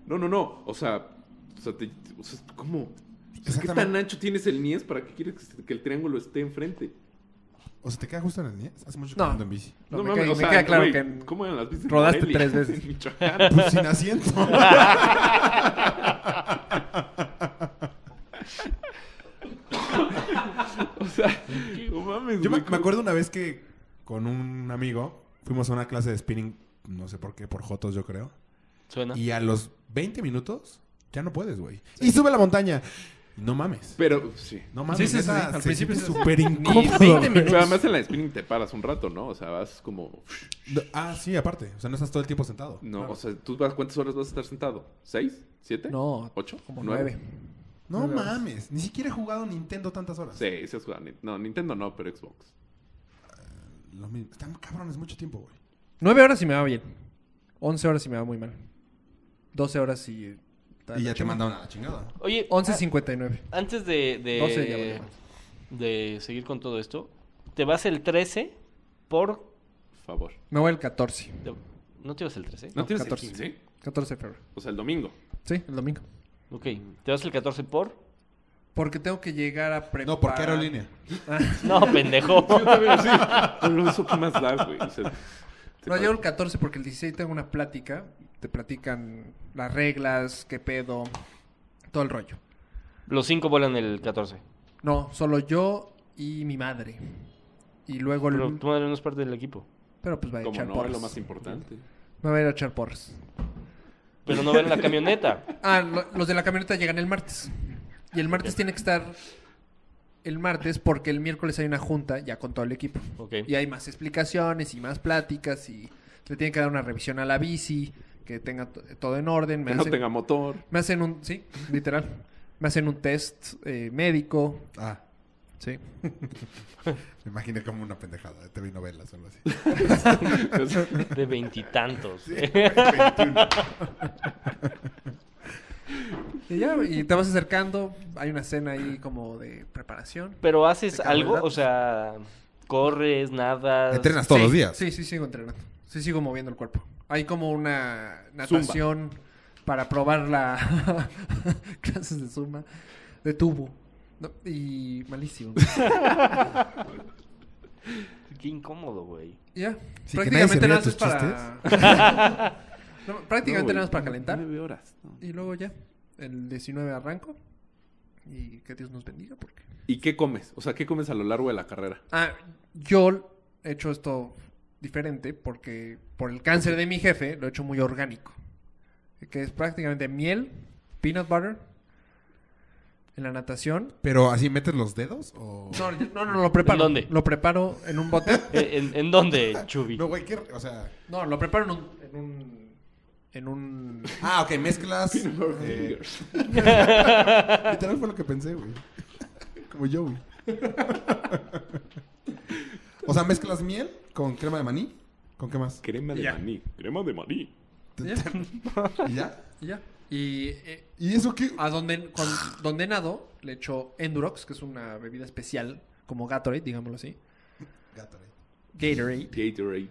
[SPEAKER 4] No, no, no. O sea, o sea, te- o sea, ¿cómo?
[SPEAKER 3] Pues
[SPEAKER 4] O sea, ¿Qué tan
[SPEAKER 5] Exactamente.
[SPEAKER 4] ancho tienes el niés para que quieres que se- que el triángulo esté enfrente?
[SPEAKER 5] O sea, te queda justo en el niés. Hace mucho que
[SPEAKER 3] No.
[SPEAKER 5] no ando en bici.
[SPEAKER 3] No,
[SPEAKER 4] No,
[SPEAKER 3] me,
[SPEAKER 4] mames,
[SPEAKER 3] queda,
[SPEAKER 4] o
[SPEAKER 3] me
[SPEAKER 4] sea,
[SPEAKER 3] queda claro
[SPEAKER 4] güey,
[SPEAKER 3] que en-
[SPEAKER 4] ¿Cómo eran las bicis? en
[SPEAKER 3] rodaste
[SPEAKER 4] Morelia?
[SPEAKER 3] tres veces.
[SPEAKER 4] En Michoacán.
[SPEAKER 5] Pues sin asiento.
[SPEAKER 4] O sea, no mames,
[SPEAKER 5] Yo me,
[SPEAKER 4] güey,
[SPEAKER 5] me acuerdo una vez que con un amigo fuimos a una clase de spinning, no sé por qué, por Jotos, yo creo.
[SPEAKER 2] Suena.
[SPEAKER 5] Y a los 20 minutos ya no puedes, güey. Y sube a la montaña. No mames.
[SPEAKER 4] Pero, sí.
[SPEAKER 5] No mames.
[SPEAKER 3] Sí, sí, sí,
[SPEAKER 5] neta,
[SPEAKER 3] sí. Al
[SPEAKER 5] se
[SPEAKER 3] principio
[SPEAKER 5] siente
[SPEAKER 3] sí.
[SPEAKER 5] súper incómodo.
[SPEAKER 3] Ni 20
[SPEAKER 5] güey.
[SPEAKER 4] Pero
[SPEAKER 3] minutos.
[SPEAKER 4] además en la spinning te paras un rato, ¿no? O sea, vas como...
[SPEAKER 5] No, Ah, sí, aparte. O sea, no estás todo el tiempo sentado.
[SPEAKER 4] No, pues, o sea, ¿tú vas, cuántas horas vas a estar sentado? ¿Seis? ¿Siete?
[SPEAKER 3] No,
[SPEAKER 4] ¿Ocho?
[SPEAKER 3] como nueve.
[SPEAKER 5] No
[SPEAKER 3] Nueve horas.
[SPEAKER 5] mames. Ni siquiera he jugado Nintendo tantas horas.
[SPEAKER 4] Sí, ese es jugar- No, Nintendo no, pero Xbox.
[SPEAKER 5] Lo mismo. Están cabrones mucho tiempo, güey.
[SPEAKER 3] Nueve horas y me va bien. Once horas y me va muy mal. Doce horas y...
[SPEAKER 5] Y ya te mandaron a la chingada.
[SPEAKER 2] Oye,
[SPEAKER 3] Once
[SPEAKER 2] ah,
[SPEAKER 3] cincuenta y nueve.
[SPEAKER 2] antes de, de,
[SPEAKER 3] Doce ya
[SPEAKER 5] Eh.
[SPEAKER 3] valió más.
[SPEAKER 2] de seguir con todo esto, te vas el 13 por...
[SPEAKER 4] Por favor.
[SPEAKER 3] Me voy el 14.
[SPEAKER 2] te- ¿No te vas el 13?
[SPEAKER 4] ¿No, tienes
[SPEAKER 3] 14.
[SPEAKER 4] el 15?
[SPEAKER 3] 14 de febrero.
[SPEAKER 4] O sea, el domingo.
[SPEAKER 3] Sí, el domingo.
[SPEAKER 2] Ok, te vas el 14 por...
[SPEAKER 3] Porque tengo que llegar a preparar... Ah,
[SPEAKER 5] No, ¿por qué aerolínea?
[SPEAKER 2] No, pendejo.
[SPEAKER 4] Yo también, sí. Ponlo eso que más da, güey. O sea, te
[SPEAKER 3] No,
[SPEAKER 4] pasa.
[SPEAKER 3] llego el 14 porque el 16 tengo una plática. Te platican las reglas, qué pedo, todo el rollo.
[SPEAKER 2] Los cinco vuelan el 14.
[SPEAKER 3] No, solo yo y mi madre. Y luego... el-
[SPEAKER 2] Pero tu madre no es parte del equipo.
[SPEAKER 3] Pero pues va a
[SPEAKER 4] Como
[SPEAKER 3] echar
[SPEAKER 4] no, es
[SPEAKER 3] porras.
[SPEAKER 4] lo más importante.
[SPEAKER 3] Me va a ir a echar porras.
[SPEAKER 2] Pero no van en la camioneta.
[SPEAKER 3] Ah, lo- los de la camioneta llegan el martes. Y el martes tiene que estar el martes porque el miércoles hay una junta ya con todo el equipo.
[SPEAKER 2] Ok.
[SPEAKER 3] Y hay más explicaciones y más pláticas y le tienen que dar una revisión a la bici, que tenga to- todo en orden. Me,
[SPEAKER 4] Que no
[SPEAKER 3] hacen,
[SPEAKER 4] tenga motor.
[SPEAKER 3] me hacen un... Sí, literal. Me hacen un test eh, médico.
[SPEAKER 5] Ah,
[SPEAKER 3] Sí.
[SPEAKER 5] me imaginé como una pendejada de TV novelas o algo así.
[SPEAKER 2] De veintitantos.
[SPEAKER 3] Y ya, y te vas acercando. Hay una cena ahí como de preparación.
[SPEAKER 2] Pero haces
[SPEAKER 3] De carbohidratos.
[SPEAKER 2] algo, o sea, corres, nadas.
[SPEAKER 5] Entrenas todos
[SPEAKER 3] Sí,
[SPEAKER 5] los días.
[SPEAKER 3] Sí, sí, sigo entrenando. Sí, sigo moviendo el cuerpo. Hay como una natación para probar la clases de zumba de tubo. No, y malísimo. Ya,
[SPEAKER 2] Qué incómodo, güey.
[SPEAKER 5] Sí, que nadie se
[SPEAKER 3] prácticamente nada
[SPEAKER 5] ría de
[SPEAKER 3] más es
[SPEAKER 5] tus
[SPEAKER 3] para No,
[SPEAKER 4] No,
[SPEAKER 3] prácticamente
[SPEAKER 4] güey,
[SPEAKER 3] nada más para calentar
[SPEAKER 4] Nueve horas. no.
[SPEAKER 3] y luego ya el 19 arranco y que Dios nos bendiga porque
[SPEAKER 4] ¿Y qué comes? O sea, ¿qué comes a lo largo de la carrera?
[SPEAKER 3] Ah, yo he hecho esto diferente porque por el cáncer de mi jefe lo he hecho muy orgánico. Que es prácticamente miel, peanut butter, en la natación.
[SPEAKER 5] Pero así metes los dedos o.
[SPEAKER 3] No, yo- no, no, lo preparo.
[SPEAKER 2] ¿En dónde?
[SPEAKER 3] Lo preparo en un bote.
[SPEAKER 2] Eh, ¿En, en- en dónde, Chubi?
[SPEAKER 5] No, güey, ¿qué? O sea.
[SPEAKER 3] No, lo preparo en un... En un... En un...
[SPEAKER 5] Ah, ok, mezclas. eh,
[SPEAKER 4] Fingers.
[SPEAKER 5] literal fue lo que pensé, güey. Como yo, güey. O sea, mezclas miel con crema de maní. ¿Con qué más?
[SPEAKER 4] Crema de
[SPEAKER 3] Ya.
[SPEAKER 4] maní. Crema de maní.
[SPEAKER 3] Ya,
[SPEAKER 5] ¿Y ya?
[SPEAKER 3] y ya. Y eh,
[SPEAKER 5] ¿Y eso qué?
[SPEAKER 3] a donde, con- donde nado le echo Endurox, que es una bebida especial, como Gatorade, digámoslo así.
[SPEAKER 5] Gatorade.
[SPEAKER 3] Gatorade.
[SPEAKER 4] Gatorade.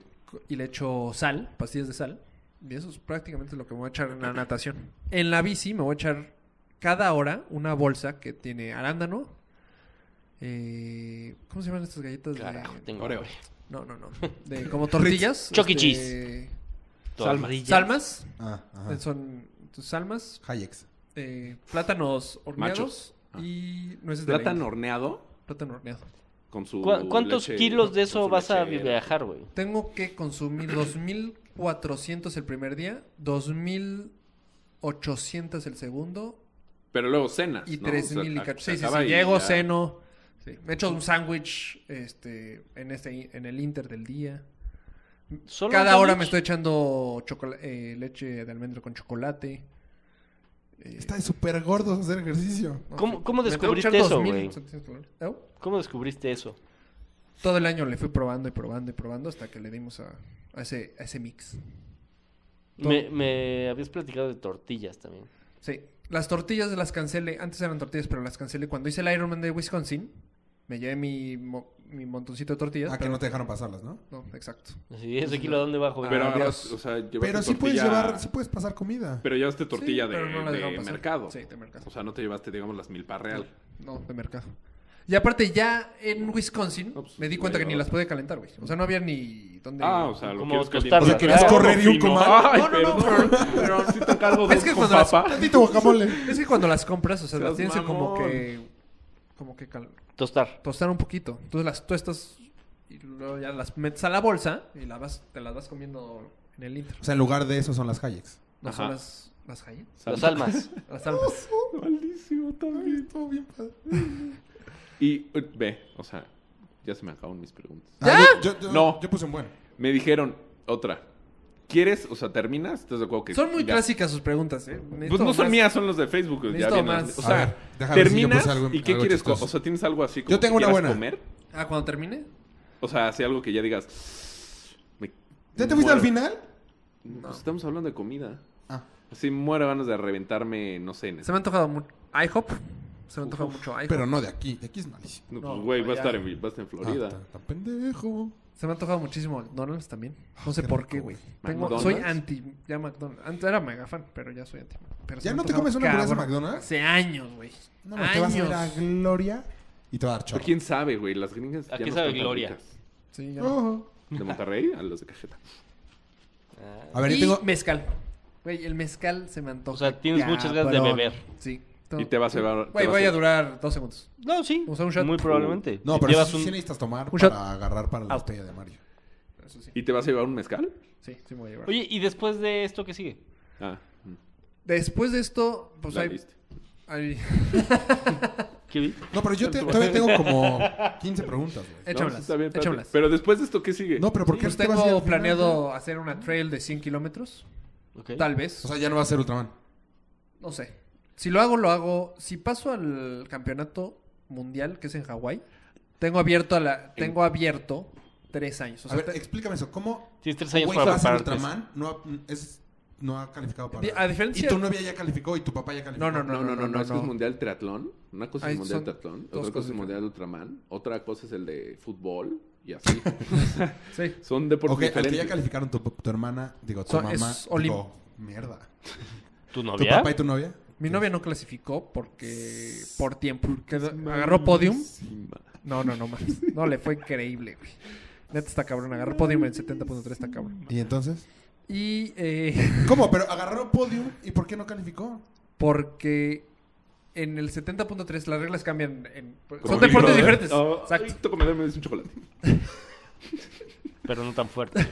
[SPEAKER 3] Y le echo sal, pastillas de sal. Y eso es prácticamente lo que me voy a echar en la natación. En la bici me voy a echar cada hora una bolsa que tiene arándano. eh, ¿Cómo se llaman estas galletas? de-
[SPEAKER 2] Carajo, tengo
[SPEAKER 4] Oreo.
[SPEAKER 2] hambre.
[SPEAKER 3] No, no, no. De, como tortillas.
[SPEAKER 2] Chuck E.
[SPEAKER 3] este,
[SPEAKER 2] Cheese. Tortillas.
[SPEAKER 3] Salmas.
[SPEAKER 5] Ah, ajá.
[SPEAKER 3] eh, Son tus salmas,
[SPEAKER 5] Hayex.
[SPEAKER 3] eh, plátanos horneados
[SPEAKER 4] Machos. Ah.
[SPEAKER 3] y nueces de la
[SPEAKER 4] Plátano
[SPEAKER 3] India.
[SPEAKER 4] horneado
[SPEAKER 3] Plátano horneado.
[SPEAKER 4] con su.
[SPEAKER 2] ¿Cu- ¿Cuántos
[SPEAKER 4] leche-
[SPEAKER 2] kilos de
[SPEAKER 4] con su
[SPEAKER 2] eso vas a
[SPEAKER 4] lechera.
[SPEAKER 2] viajar, güey?
[SPEAKER 3] Tengo que consumir 2.400 el primer día, 2.800 el segundo
[SPEAKER 4] Pero luego cenas.
[SPEAKER 3] y
[SPEAKER 4] ¿no? O sea,
[SPEAKER 3] 3.000 y
[SPEAKER 4] ac-
[SPEAKER 3] cacho.
[SPEAKER 4] se
[SPEAKER 3] Sí, sí,
[SPEAKER 4] acaba
[SPEAKER 3] sí.
[SPEAKER 4] y
[SPEAKER 3] Llego,
[SPEAKER 4] ya.
[SPEAKER 3] ceno. sí. Me echo un sándwich este, en, este, en el inter del día.
[SPEAKER 2] ¿Solo
[SPEAKER 3] Cada
[SPEAKER 2] un
[SPEAKER 3] hora
[SPEAKER 2] sándwich?
[SPEAKER 3] me estoy echando chocola- eh, leche de almendra con chocolate. Eh,
[SPEAKER 5] Están súper gordos hacer ejercicio.
[SPEAKER 3] no
[SPEAKER 2] ¿Cómo-
[SPEAKER 3] sé.
[SPEAKER 2] cómo
[SPEAKER 3] Me tengo que echar
[SPEAKER 2] descubriste eso,
[SPEAKER 3] 2,700 calorías. ¿Eh?
[SPEAKER 2] ¿Cómo descubriste eso?
[SPEAKER 3] Todo el año le fui probando y probando y probando hasta que le dimos a, a ese, a ese mix.
[SPEAKER 2] Me, me habías platicado de tortillas también.
[SPEAKER 3] Sí. Las tortillas las cancelé. Antes eran tortillas, pero las cancelé. Cuando hice el Ironman de Wisconsin, me llevé mi, mo- mi montoncito de tortillas.
[SPEAKER 5] Ah, que
[SPEAKER 3] pero-
[SPEAKER 5] no te dejaron pasarlas, ¿no?
[SPEAKER 3] No, exacto.
[SPEAKER 2] Así,
[SPEAKER 5] Pues,
[SPEAKER 2] ¿ese kilo a dónde va a jugar?
[SPEAKER 4] Pero
[SPEAKER 3] Ah,
[SPEAKER 4] agarras,
[SPEAKER 3] Dios.
[SPEAKER 4] o sea, llevaste
[SPEAKER 5] Pero sí puedes
[SPEAKER 4] tortilla-
[SPEAKER 5] llevar, sí puedes pasar comida.
[SPEAKER 4] Pero llevaste tortilla
[SPEAKER 3] Sí,
[SPEAKER 4] de,
[SPEAKER 3] pero no la
[SPEAKER 4] de
[SPEAKER 3] dejaron pasar.
[SPEAKER 4] mercado.
[SPEAKER 3] Sí, de mercado.
[SPEAKER 4] O sea, no te llevaste, digamos, las milpa real.
[SPEAKER 3] No, de mercado. Y aparte, ya en Wisconsin,
[SPEAKER 4] No, pues,
[SPEAKER 3] me di cuenta que ni
[SPEAKER 4] llevaba.
[SPEAKER 3] las podía calentar, güey. O sea, no había ni dónde...
[SPEAKER 4] Ah, o sea, lo
[SPEAKER 2] Como
[SPEAKER 4] quieres
[SPEAKER 2] tostarlas.
[SPEAKER 5] O sea,
[SPEAKER 4] caliente.
[SPEAKER 5] querías
[SPEAKER 2] Claro,
[SPEAKER 5] correr y un comal.
[SPEAKER 4] Ay,
[SPEAKER 3] No, no, no,
[SPEAKER 4] perdón.
[SPEAKER 3] pero-
[SPEAKER 4] pero sí te encargo
[SPEAKER 3] Es
[SPEAKER 4] dos
[SPEAKER 3] que
[SPEAKER 4] con
[SPEAKER 3] cuando las-
[SPEAKER 4] papa.
[SPEAKER 5] Tantito guacamole.
[SPEAKER 3] Es que cuando las compras, o sea, las
[SPEAKER 4] Seas
[SPEAKER 3] tienes que como
[SPEAKER 4] mamón.
[SPEAKER 3] que... Como que cal-
[SPEAKER 2] Tostar.
[SPEAKER 3] tostar un poquito. Entonces las tuestas y luego ya las metes a la bolsa y la vas, te las vas comiendo en el intro.
[SPEAKER 5] O sea, en lugar de eso son las Hayeks.
[SPEAKER 3] No son
[SPEAKER 4] Ajá.
[SPEAKER 3] las, las galletas.
[SPEAKER 2] Las almas.
[SPEAKER 3] Las almas.
[SPEAKER 4] Malísimo también.
[SPEAKER 5] Estuvo bien padre.
[SPEAKER 4] Y eh, ve, o sea, ya se me acabaron mis preguntas.
[SPEAKER 5] ¿Ya? Ah, yo, yo-
[SPEAKER 4] No.
[SPEAKER 5] Yo puse un buen.
[SPEAKER 4] Me dijeron otra. ¿Quieres? O sea, ¿terminas? ¿Estás de acuerdo que
[SPEAKER 3] Son muy
[SPEAKER 4] ya?
[SPEAKER 3] clásicas sus preguntas, ¿eh?
[SPEAKER 4] Pues no son mías, son los de Facebook. ya
[SPEAKER 3] Necesito
[SPEAKER 4] vienen
[SPEAKER 3] más.
[SPEAKER 4] las- O
[SPEAKER 3] A
[SPEAKER 4] sea,
[SPEAKER 5] ver, deja ver si yo
[SPEAKER 4] ¿terminas?
[SPEAKER 5] puse algo-
[SPEAKER 4] ¿Y qué
[SPEAKER 5] algo
[SPEAKER 4] quieres? co-
[SPEAKER 5] chistoso.
[SPEAKER 4] O sea, ¿tienes algo así como
[SPEAKER 5] Yo tengo
[SPEAKER 4] que
[SPEAKER 5] una
[SPEAKER 4] quieras
[SPEAKER 5] buena.
[SPEAKER 4] comer?
[SPEAKER 3] Ah, cuando termine.
[SPEAKER 4] O sea, así algo que ya digas... me-
[SPEAKER 5] ¿Ya te
[SPEAKER 4] me
[SPEAKER 5] fuiste al
[SPEAKER 4] muero.
[SPEAKER 5] final?
[SPEAKER 4] Pues estamos hablando de comida.
[SPEAKER 5] Ah.
[SPEAKER 4] Así muero ganas de reventarme, no sé. en-
[SPEAKER 3] Se me ha antojado mucho. IHOP. Se me ha antojado mucho IHOP.
[SPEAKER 5] Pero no de aquí. De aquí es malísimo.
[SPEAKER 4] No,
[SPEAKER 3] No,
[SPEAKER 4] pues, güey, va a
[SPEAKER 3] allá.
[SPEAKER 4] estar en, va a estar en
[SPEAKER 5] Ah, tan,
[SPEAKER 4] Florida.
[SPEAKER 5] tan pendejo.
[SPEAKER 3] Se me ha antojado muchísimo McDonald's también. No sé
[SPEAKER 5] Ah, qué
[SPEAKER 3] por
[SPEAKER 5] rico,
[SPEAKER 3] qué, güey.
[SPEAKER 5] güey.
[SPEAKER 3] Tengo-
[SPEAKER 4] ¿McDonald's?
[SPEAKER 3] Soy anti ya McDonald's. Antes era mega fan, pero ya soy anti. Pero se
[SPEAKER 5] ¿Ya
[SPEAKER 3] me
[SPEAKER 5] no
[SPEAKER 3] ha
[SPEAKER 5] te comes
[SPEAKER 3] antojado,
[SPEAKER 5] una hamburguesa de
[SPEAKER 3] cabrón.
[SPEAKER 5] McDonald's?
[SPEAKER 3] Hace años, güey.
[SPEAKER 5] No,
[SPEAKER 3] años.
[SPEAKER 5] te vas a ver a Gloria y te va a dar
[SPEAKER 4] Pero
[SPEAKER 5] chorro.
[SPEAKER 4] quién sabe, güey, las gringas.
[SPEAKER 2] ¿A
[SPEAKER 4] ya
[SPEAKER 2] qué
[SPEAKER 4] no
[SPEAKER 2] sabe
[SPEAKER 4] están tan
[SPEAKER 2] Gloria?
[SPEAKER 4] ricas.
[SPEAKER 3] Sí, ya. no.
[SPEAKER 5] Ojo.
[SPEAKER 4] ¿De Monterrey? A las de cajeta.
[SPEAKER 2] Ah,
[SPEAKER 5] A ver,
[SPEAKER 3] y
[SPEAKER 5] yo tengo...
[SPEAKER 3] mezcal. Güey, el mezcal se me antoja.
[SPEAKER 2] O sea, tienes muchas ganas de
[SPEAKER 3] cabrón.
[SPEAKER 2] beber.
[SPEAKER 3] Sí.
[SPEAKER 4] Y te vas a llevar.
[SPEAKER 3] Güey, voy a durar dos segundos.
[SPEAKER 2] No, sí.
[SPEAKER 3] O sea, un shot.
[SPEAKER 2] Muy probablemente.
[SPEAKER 5] No, pero
[SPEAKER 2] Llevas
[SPEAKER 5] sí,
[SPEAKER 2] un-
[SPEAKER 5] sí necesitas tomar
[SPEAKER 3] un shot.
[SPEAKER 5] para agarrar para la
[SPEAKER 3] Ah.
[SPEAKER 5] botella de Mario.
[SPEAKER 3] Eso sí.
[SPEAKER 4] ¿Y te vas a llevar un mezcal?
[SPEAKER 3] Sí, sí me voy a llevar.
[SPEAKER 2] Oye, ¿y después de esto qué sigue?
[SPEAKER 4] Ah, mm,
[SPEAKER 3] Después de esto, pues
[SPEAKER 4] la
[SPEAKER 3] hay,
[SPEAKER 4] lista.
[SPEAKER 3] hay-
[SPEAKER 2] ¿Qué vi?
[SPEAKER 5] No, pero yo te- todavía tengo como 15 preguntas, güey.
[SPEAKER 4] No,
[SPEAKER 3] Échamelas,
[SPEAKER 4] sí, está bien, espérate.
[SPEAKER 3] échamelas.
[SPEAKER 4] Pero después de esto, ¿qué sigue?
[SPEAKER 5] No, pero ¿por qué
[SPEAKER 3] pues
[SPEAKER 5] te vas a ir al
[SPEAKER 3] tengo
[SPEAKER 5] final, güey?
[SPEAKER 3] planeado hacer una trail de 100 kilómetros.
[SPEAKER 2] Ok.
[SPEAKER 3] Tal vez.
[SPEAKER 5] O sea, ya no va a ser Ultraman.
[SPEAKER 3] no sé. Si lo hago, lo hago. Si paso al campeonato mundial, que es en Hawái, tengo abierto a la, tengo abierto tres años. O
[SPEAKER 5] A
[SPEAKER 3] sea,
[SPEAKER 5] ver,
[SPEAKER 3] te-
[SPEAKER 5] explícame eso. ¿Cómo
[SPEAKER 2] Tienes tres
[SPEAKER 5] un
[SPEAKER 2] años
[SPEAKER 5] güey
[SPEAKER 2] para
[SPEAKER 5] que va a ser
[SPEAKER 2] prepararte.
[SPEAKER 5] Ultraman no ha, es- no ha calificado
[SPEAKER 3] Di-
[SPEAKER 5] para...
[SPEAKER 3] a diferencia-
[SPEAKER 5] Y tu novia ya calificó y tu papá ya calificó.
[SPEAKER 3] no, no, no,
[SPEAKER 4] No, no, no, no, es que es
[SPEAKER 3] no.
[SPEAKER 4] mundial triatlón. Una cosa es
[SPEAKER 3] Ay,
[SPEAKER 4] el mundial
[SPEAKER 3] son
[SPEAKER 4] triatlón,
[SPEAKER 3] dos
[SPEAKER 4] otra cosa es
[SPEAKER 3] cosas
[SPEAKER 4] el mundial ultraman, otra cosa es el de fútbol y así.
[SPEAKER 5] eh,
[SPEAKER 3] Sí.
[SPEAKER 4] Son deportes
[SPEAKER 5] Ok, al que ya
[SPEAKER 4] diferentes.
[SPEAKER 5] calificaron tu, tu hermana, digo, tu
[SPEAKER 3] So,
[SPEAKER 5] mamá,
[SPEAKER 3] es
[SPEAKER 5] digo,
[SPEAKER 3] Olim-
[SPEAKER 5] mierda.
[SPEAKER 2] ¿Tu
[SPEAKER 5] ¿Tu
[SPEAKER 2] novia?
[SPEAKER 5] papá y tu novia?
[SPEAKER 3] Mi novia no clasificó porque por tiempo. Quedó- agarró podium.
[SPEAKER 4] Malísima.
[SPEAKER 3] No, no, no más. No, le fue increíble, güey. Neta está cabrón. Agarró podium en 70.3 está cabrón.
[SPEAKER 5] ¿Y entonces?
[SPEAKER 3] Y eh,
[SPEAKER 5] ¿Cómo? Pero agarró podium y ¿por qué no calificó?
[SPEAKER 3] Porque en el 70.3 las reglas cambian. en- pues, son
[SPEAKER 4] Como Big
[SPEAKER 3] deportes
[SPEAKER 4] Brother.
[SPEAKER 3] diferentes.
[SPEAKER 4] Oh,
[SPEAKER 3] Exacto.
[SPEAKER 4] ay, Toco me dame un chocolate.
[SPEAKER 2] Pero no tan fuerte.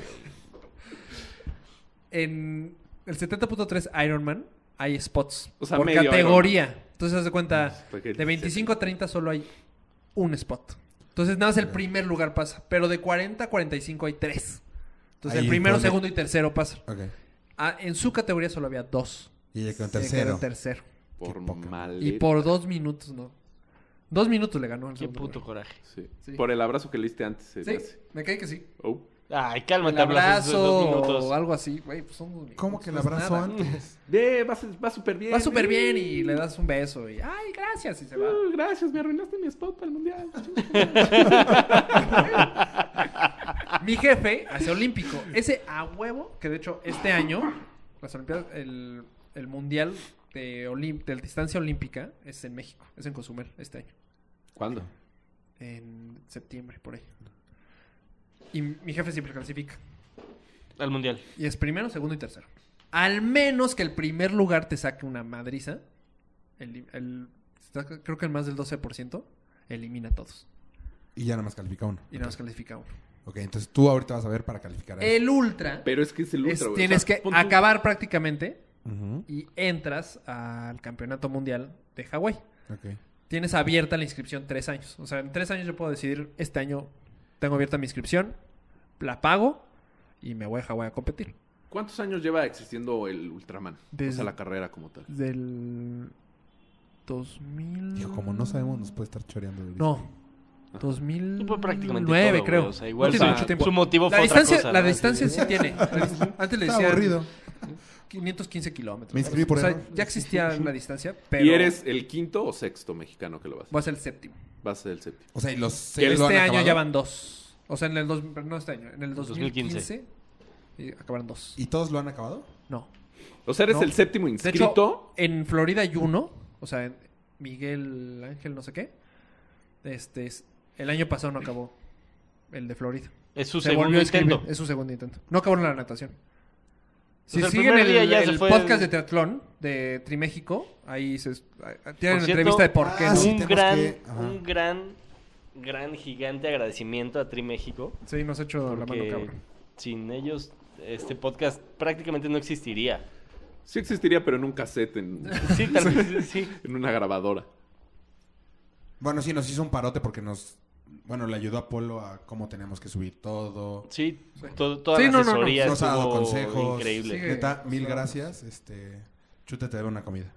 [SPEAKER 3] En el 70.3 Ironman hay spots
[SPEAKER 4] O sea,
[SPEAKER 3] por
[SPEAKER 4] medio
[SPEAKER 3] categoría. Entonces, haz de cuenta,
[SPEAKER 4] Pues, ¿para qué
[SPEAKER 3] de 25 a 30 solo hay un spot. Entonces, nada más el primer lugar pasa, pero de 40 a 45 hay tres. Entonces,
[SPEAKER 5] Ahí
[SPEAKER 3] el primero,
[SPEAKER 5] pone-
[SPEAKER 3] segundo y tercero pasan.
[SPEAKER 5] Ok.
[SPEAKER 3] Ah, en su categoría solo había dos.
[SPEAKER 5] Y ella quedó
[SPEAKER 3] Se quedó
[SPEAKER 5] tercero.
[SPEAKER 3] tercero.
[SPEAKER 4] Por
[SPEAKER 5] poca.
[SPEAKER 4] mal.
[SPEAKER 3] Y por dos minutos, no. Dos minutos le ganó. al
[SPEAKER 2] Qué
[SPEAKER 3] segundo
[SPEAKER 2] puto
[SPEAKER 3] lugar.
[SPEAKER 2] coraje.
[SPEAKER 4] Sí.
[SPEAKER 3] Sí.
[SPEAKER 4] Por el abrazo que le diste antes. se me
[SPEAKER 3] Sí,
[SPEAKER 4] hace.
[SPEAKER 3] me cae que sí.
[SPEAKER 4] Oh.
[SPEAKER 2] Ay, cálmate,
[SPEAKER 3] El
[SPEAKER 2] abrazos de dos
[SPEAKER 3] abrazo
[SPEAKER 2] minutos.
[SPEAKER 3] o algo así, güey, pues son dos minutos,
[SPEAKER 5] ¿Cómo que el
[SPEAKER 3] no es
[SPEAKER 5] abrazo
[SPEAKER 3] nada. pues.
[SPEAKER 5] antes?
[SPEAKER 4] Ve, va, su- va súper bien. eh.
[SPEAKER 3] Va súper
[SPEAKER 4] ve.
[SPEAKER 3] bien y le das un beso y, ay, gracias, y se va.
[SPEAKER 4] Uh, gracias, me arruinaste mi spot para el mundial.
[SPEAKER 3] Mi jefe, hacia Olímpico, ese a huevo, que de hecho este año, las Olimpiadas, el, el Mundial de, Olim- de distancia olímpica es en México, es en Cozumel este año,
[SPEAKER 4] ¿Cuándo?
[SPEAKER 3] en septiembre, por ahí. Y mi jefe siempre clasifica.
[SPEAKER 2] Al mundial.
[SPEAKER 3] Y es primero, segundo y tercero. Al menos que el primer lugar te saque una madriza. el- el- está- creo que el más del 12% elimina a todos.
[SPEAKER 5] Y ya nada más califica uno.
[SPEAKER 3] Y nada más califica uno.
[SPEAKER 5] Ok, entonces tú ahorita vas a ver para calificar a él.
[SPEAKER 3] El ultra,
[SPEAKER 4] Pero es que es el
[SPEAKER 3] es-
[SPEAKER 4] ultra, güey.
[SPEAKER 3] tienes
[SPEAKER 4] O sea,
[SPEAKER 3] que
[SPEAKER 4] pon tú-
[SPEAKER 3] acabar prácticamente
[SPEAKER 5] Ujú,
[SPEAKER 3] y entras al campeonato mundial de Hawái.
[SPEAKER 5] Ok.
[SPEAKER 3] Tienes abierta la inscripción tres años. O sea, en tres años yo puedo decidir, este año tengo abierta mi inscripción, la pago y me voy a Hawái a competir.
[SPEAKER 4] ¿Cuántos años lleva existiendo el Ultraman? O
[SPEAKER 3] Desde-
[SPEAKER 4] sea, la carrera como tal.
[SPEAKER 3] Del 2000...
[SPEAKER 5] Dijo, como no sabemos, nos puede estar choreando. de
[SPEAKER 3] No.
[SPEAKER 2] Sí, pues,
[SPEAKER 3] 2009,
[SPEAKER 2] prácticamente todo, güey,
[SPEAKER 3] creo.
[SPEAKER 2] O sea,
[SPEAKER 3] no
[SPEAKER 2] igual
[SPEAKER 3] tiene
[SPEAKER 2] su-
[SPEAKER 3] mucho tiempo.
[SPEAKER 2] su motivo
[SPEAKER 3] la
[SPEAKER 2] fue otra
[SPEAKER 3] distancia,
[SPEAKER 2] cosa,
[SPEAKER 3] La
[SPEAKER 2] ¿no?
[SPEAKER 3] distancia
[SPEAKER 2] Sí.
[SPEAKER 3] sí tiene. La dis- Antes le
[SPEAKER 5] Está
[SPEAKER 3] decían
[SPEAKER 5] aburrido.
[SPEAKER 3] 515 kilómetros.
[SPEAKER 5] Me inscribí por
[SPEAKER 3] O sea,
[SPEAKER 5] error.
[SPEAKER 3] ya existía la distancia, pero...
[SPEAKER 4] ¿Y eres el quinto o sexto mexicano que lo va a hacer?
[SPEAKER 3] Voy a ser el séptimo.
[SPEAKER 4] Va a ser el séptimo.
[SPEAKER 5] O sea, y los
[SPEAKER 4] Y el
[SPEAKER 5] seis lo
[SPEAKER 3] este
[SPEAKER 5] han
[SPEAKER 3] año
[SPEAKER 5] acabado.
[SPEAKER 3] ya van dos. O sea, en el dos, no este año, en el 2015,
[SPEAKER 2] 2015.
[SPEAKER 3] y eh, acabaron dos.
[SPEAKER 5] ¿Y todos lo han acabado?
[SPEAKER 3] No.
[SPEAKER 4] O sea, eres
[SPEAKER 3] No.
[SPEAKER 4] el séptimo
[SPEAKER 3] De hecho,
[SPEAKER 4] inscrito.
[SPEAKER 3] en Florida hay uno, o sea, en Miguel Ángel no sé qué. Este es- el año pasado no acabó el de Florida.
[SPEAKER 2] Es su
[SPEAKER 3] Se volvió
[SPEAKER 2] segundo
[SPEAKER 3] a inscribir.
[SPEAKER 2] intento.
[SPEAKER 3] Es su segundo intento. No acabó en la natación. Si
[SPEAKER 2] Pues el
[SPEAKER 3] siguen
[SPEAKER 2] primer
[SPEAKER 3] el,
[SPEAKER 2] día ya se
[SPEAKER 3] el
[SPEAKER 2] fue
[SPEAKER 3] podcast
[SPEAKER 2] el-
[SPEAKER 3] de triatlón de Triméxico, ahí se, ahí- tienen
[SPEAKER 2] Por
[SPEAKER 3] una
[SPEAKER 2] cierto-
[SPEAKER 3] entrevista de por qué.
[SPEAKER 5] Ah,
[SPEAKER 3] ¿no?
[SPEAKER 5] sí,
[SPEAKER 2] un
[SPEAKER 5] tenemos
[SPEAKER 2] gran,
[SPEAKER 5] que- ajá.
[SPEAKER 2] un gran, gran, gigante agradecimiento a Tri México.
[SPEAKER 3] Sí, nos ha hecho la mano
[SPEAKER 2] porque
[SPEAKER 3] cabrón.
[SPEAKER 2] sin ellos este podcast prácticamente no existiría.
[SPEAKER 4] Sí existiría, pero en un cassette, en,
[SPEAKER 2] Sí, tal vez sí.
[SPEAKER 4] en una grabadora.
[SPEAKER 5] Bueno, sí, nos hizo un parote porque nos... Bueno, le ayudó a Polo a cómo teníamos que subir todo.
[SPEAKER 2] Sí, to- toda
[SPEAKER 3] Sí,
[SPEAKER 2] la
[SPEAKER 3] no, no, no.
[SPEAKER 2] asesoría
[SPEAKER 5] Nos ha dado
[SPEAKER 2] estuvo
[SPEAKER 5] consejos.
[SPEAKER 2] increíble.
[SPEAKER 3] Sigue.
[SPEAKER 5] Neta,
[SPEAKER 3] Sí,
[SPEAKER 5] mil
[SPEAKER 3] claro.
[SPEAKER 5] gracias. Este, chuta, te debo una comida.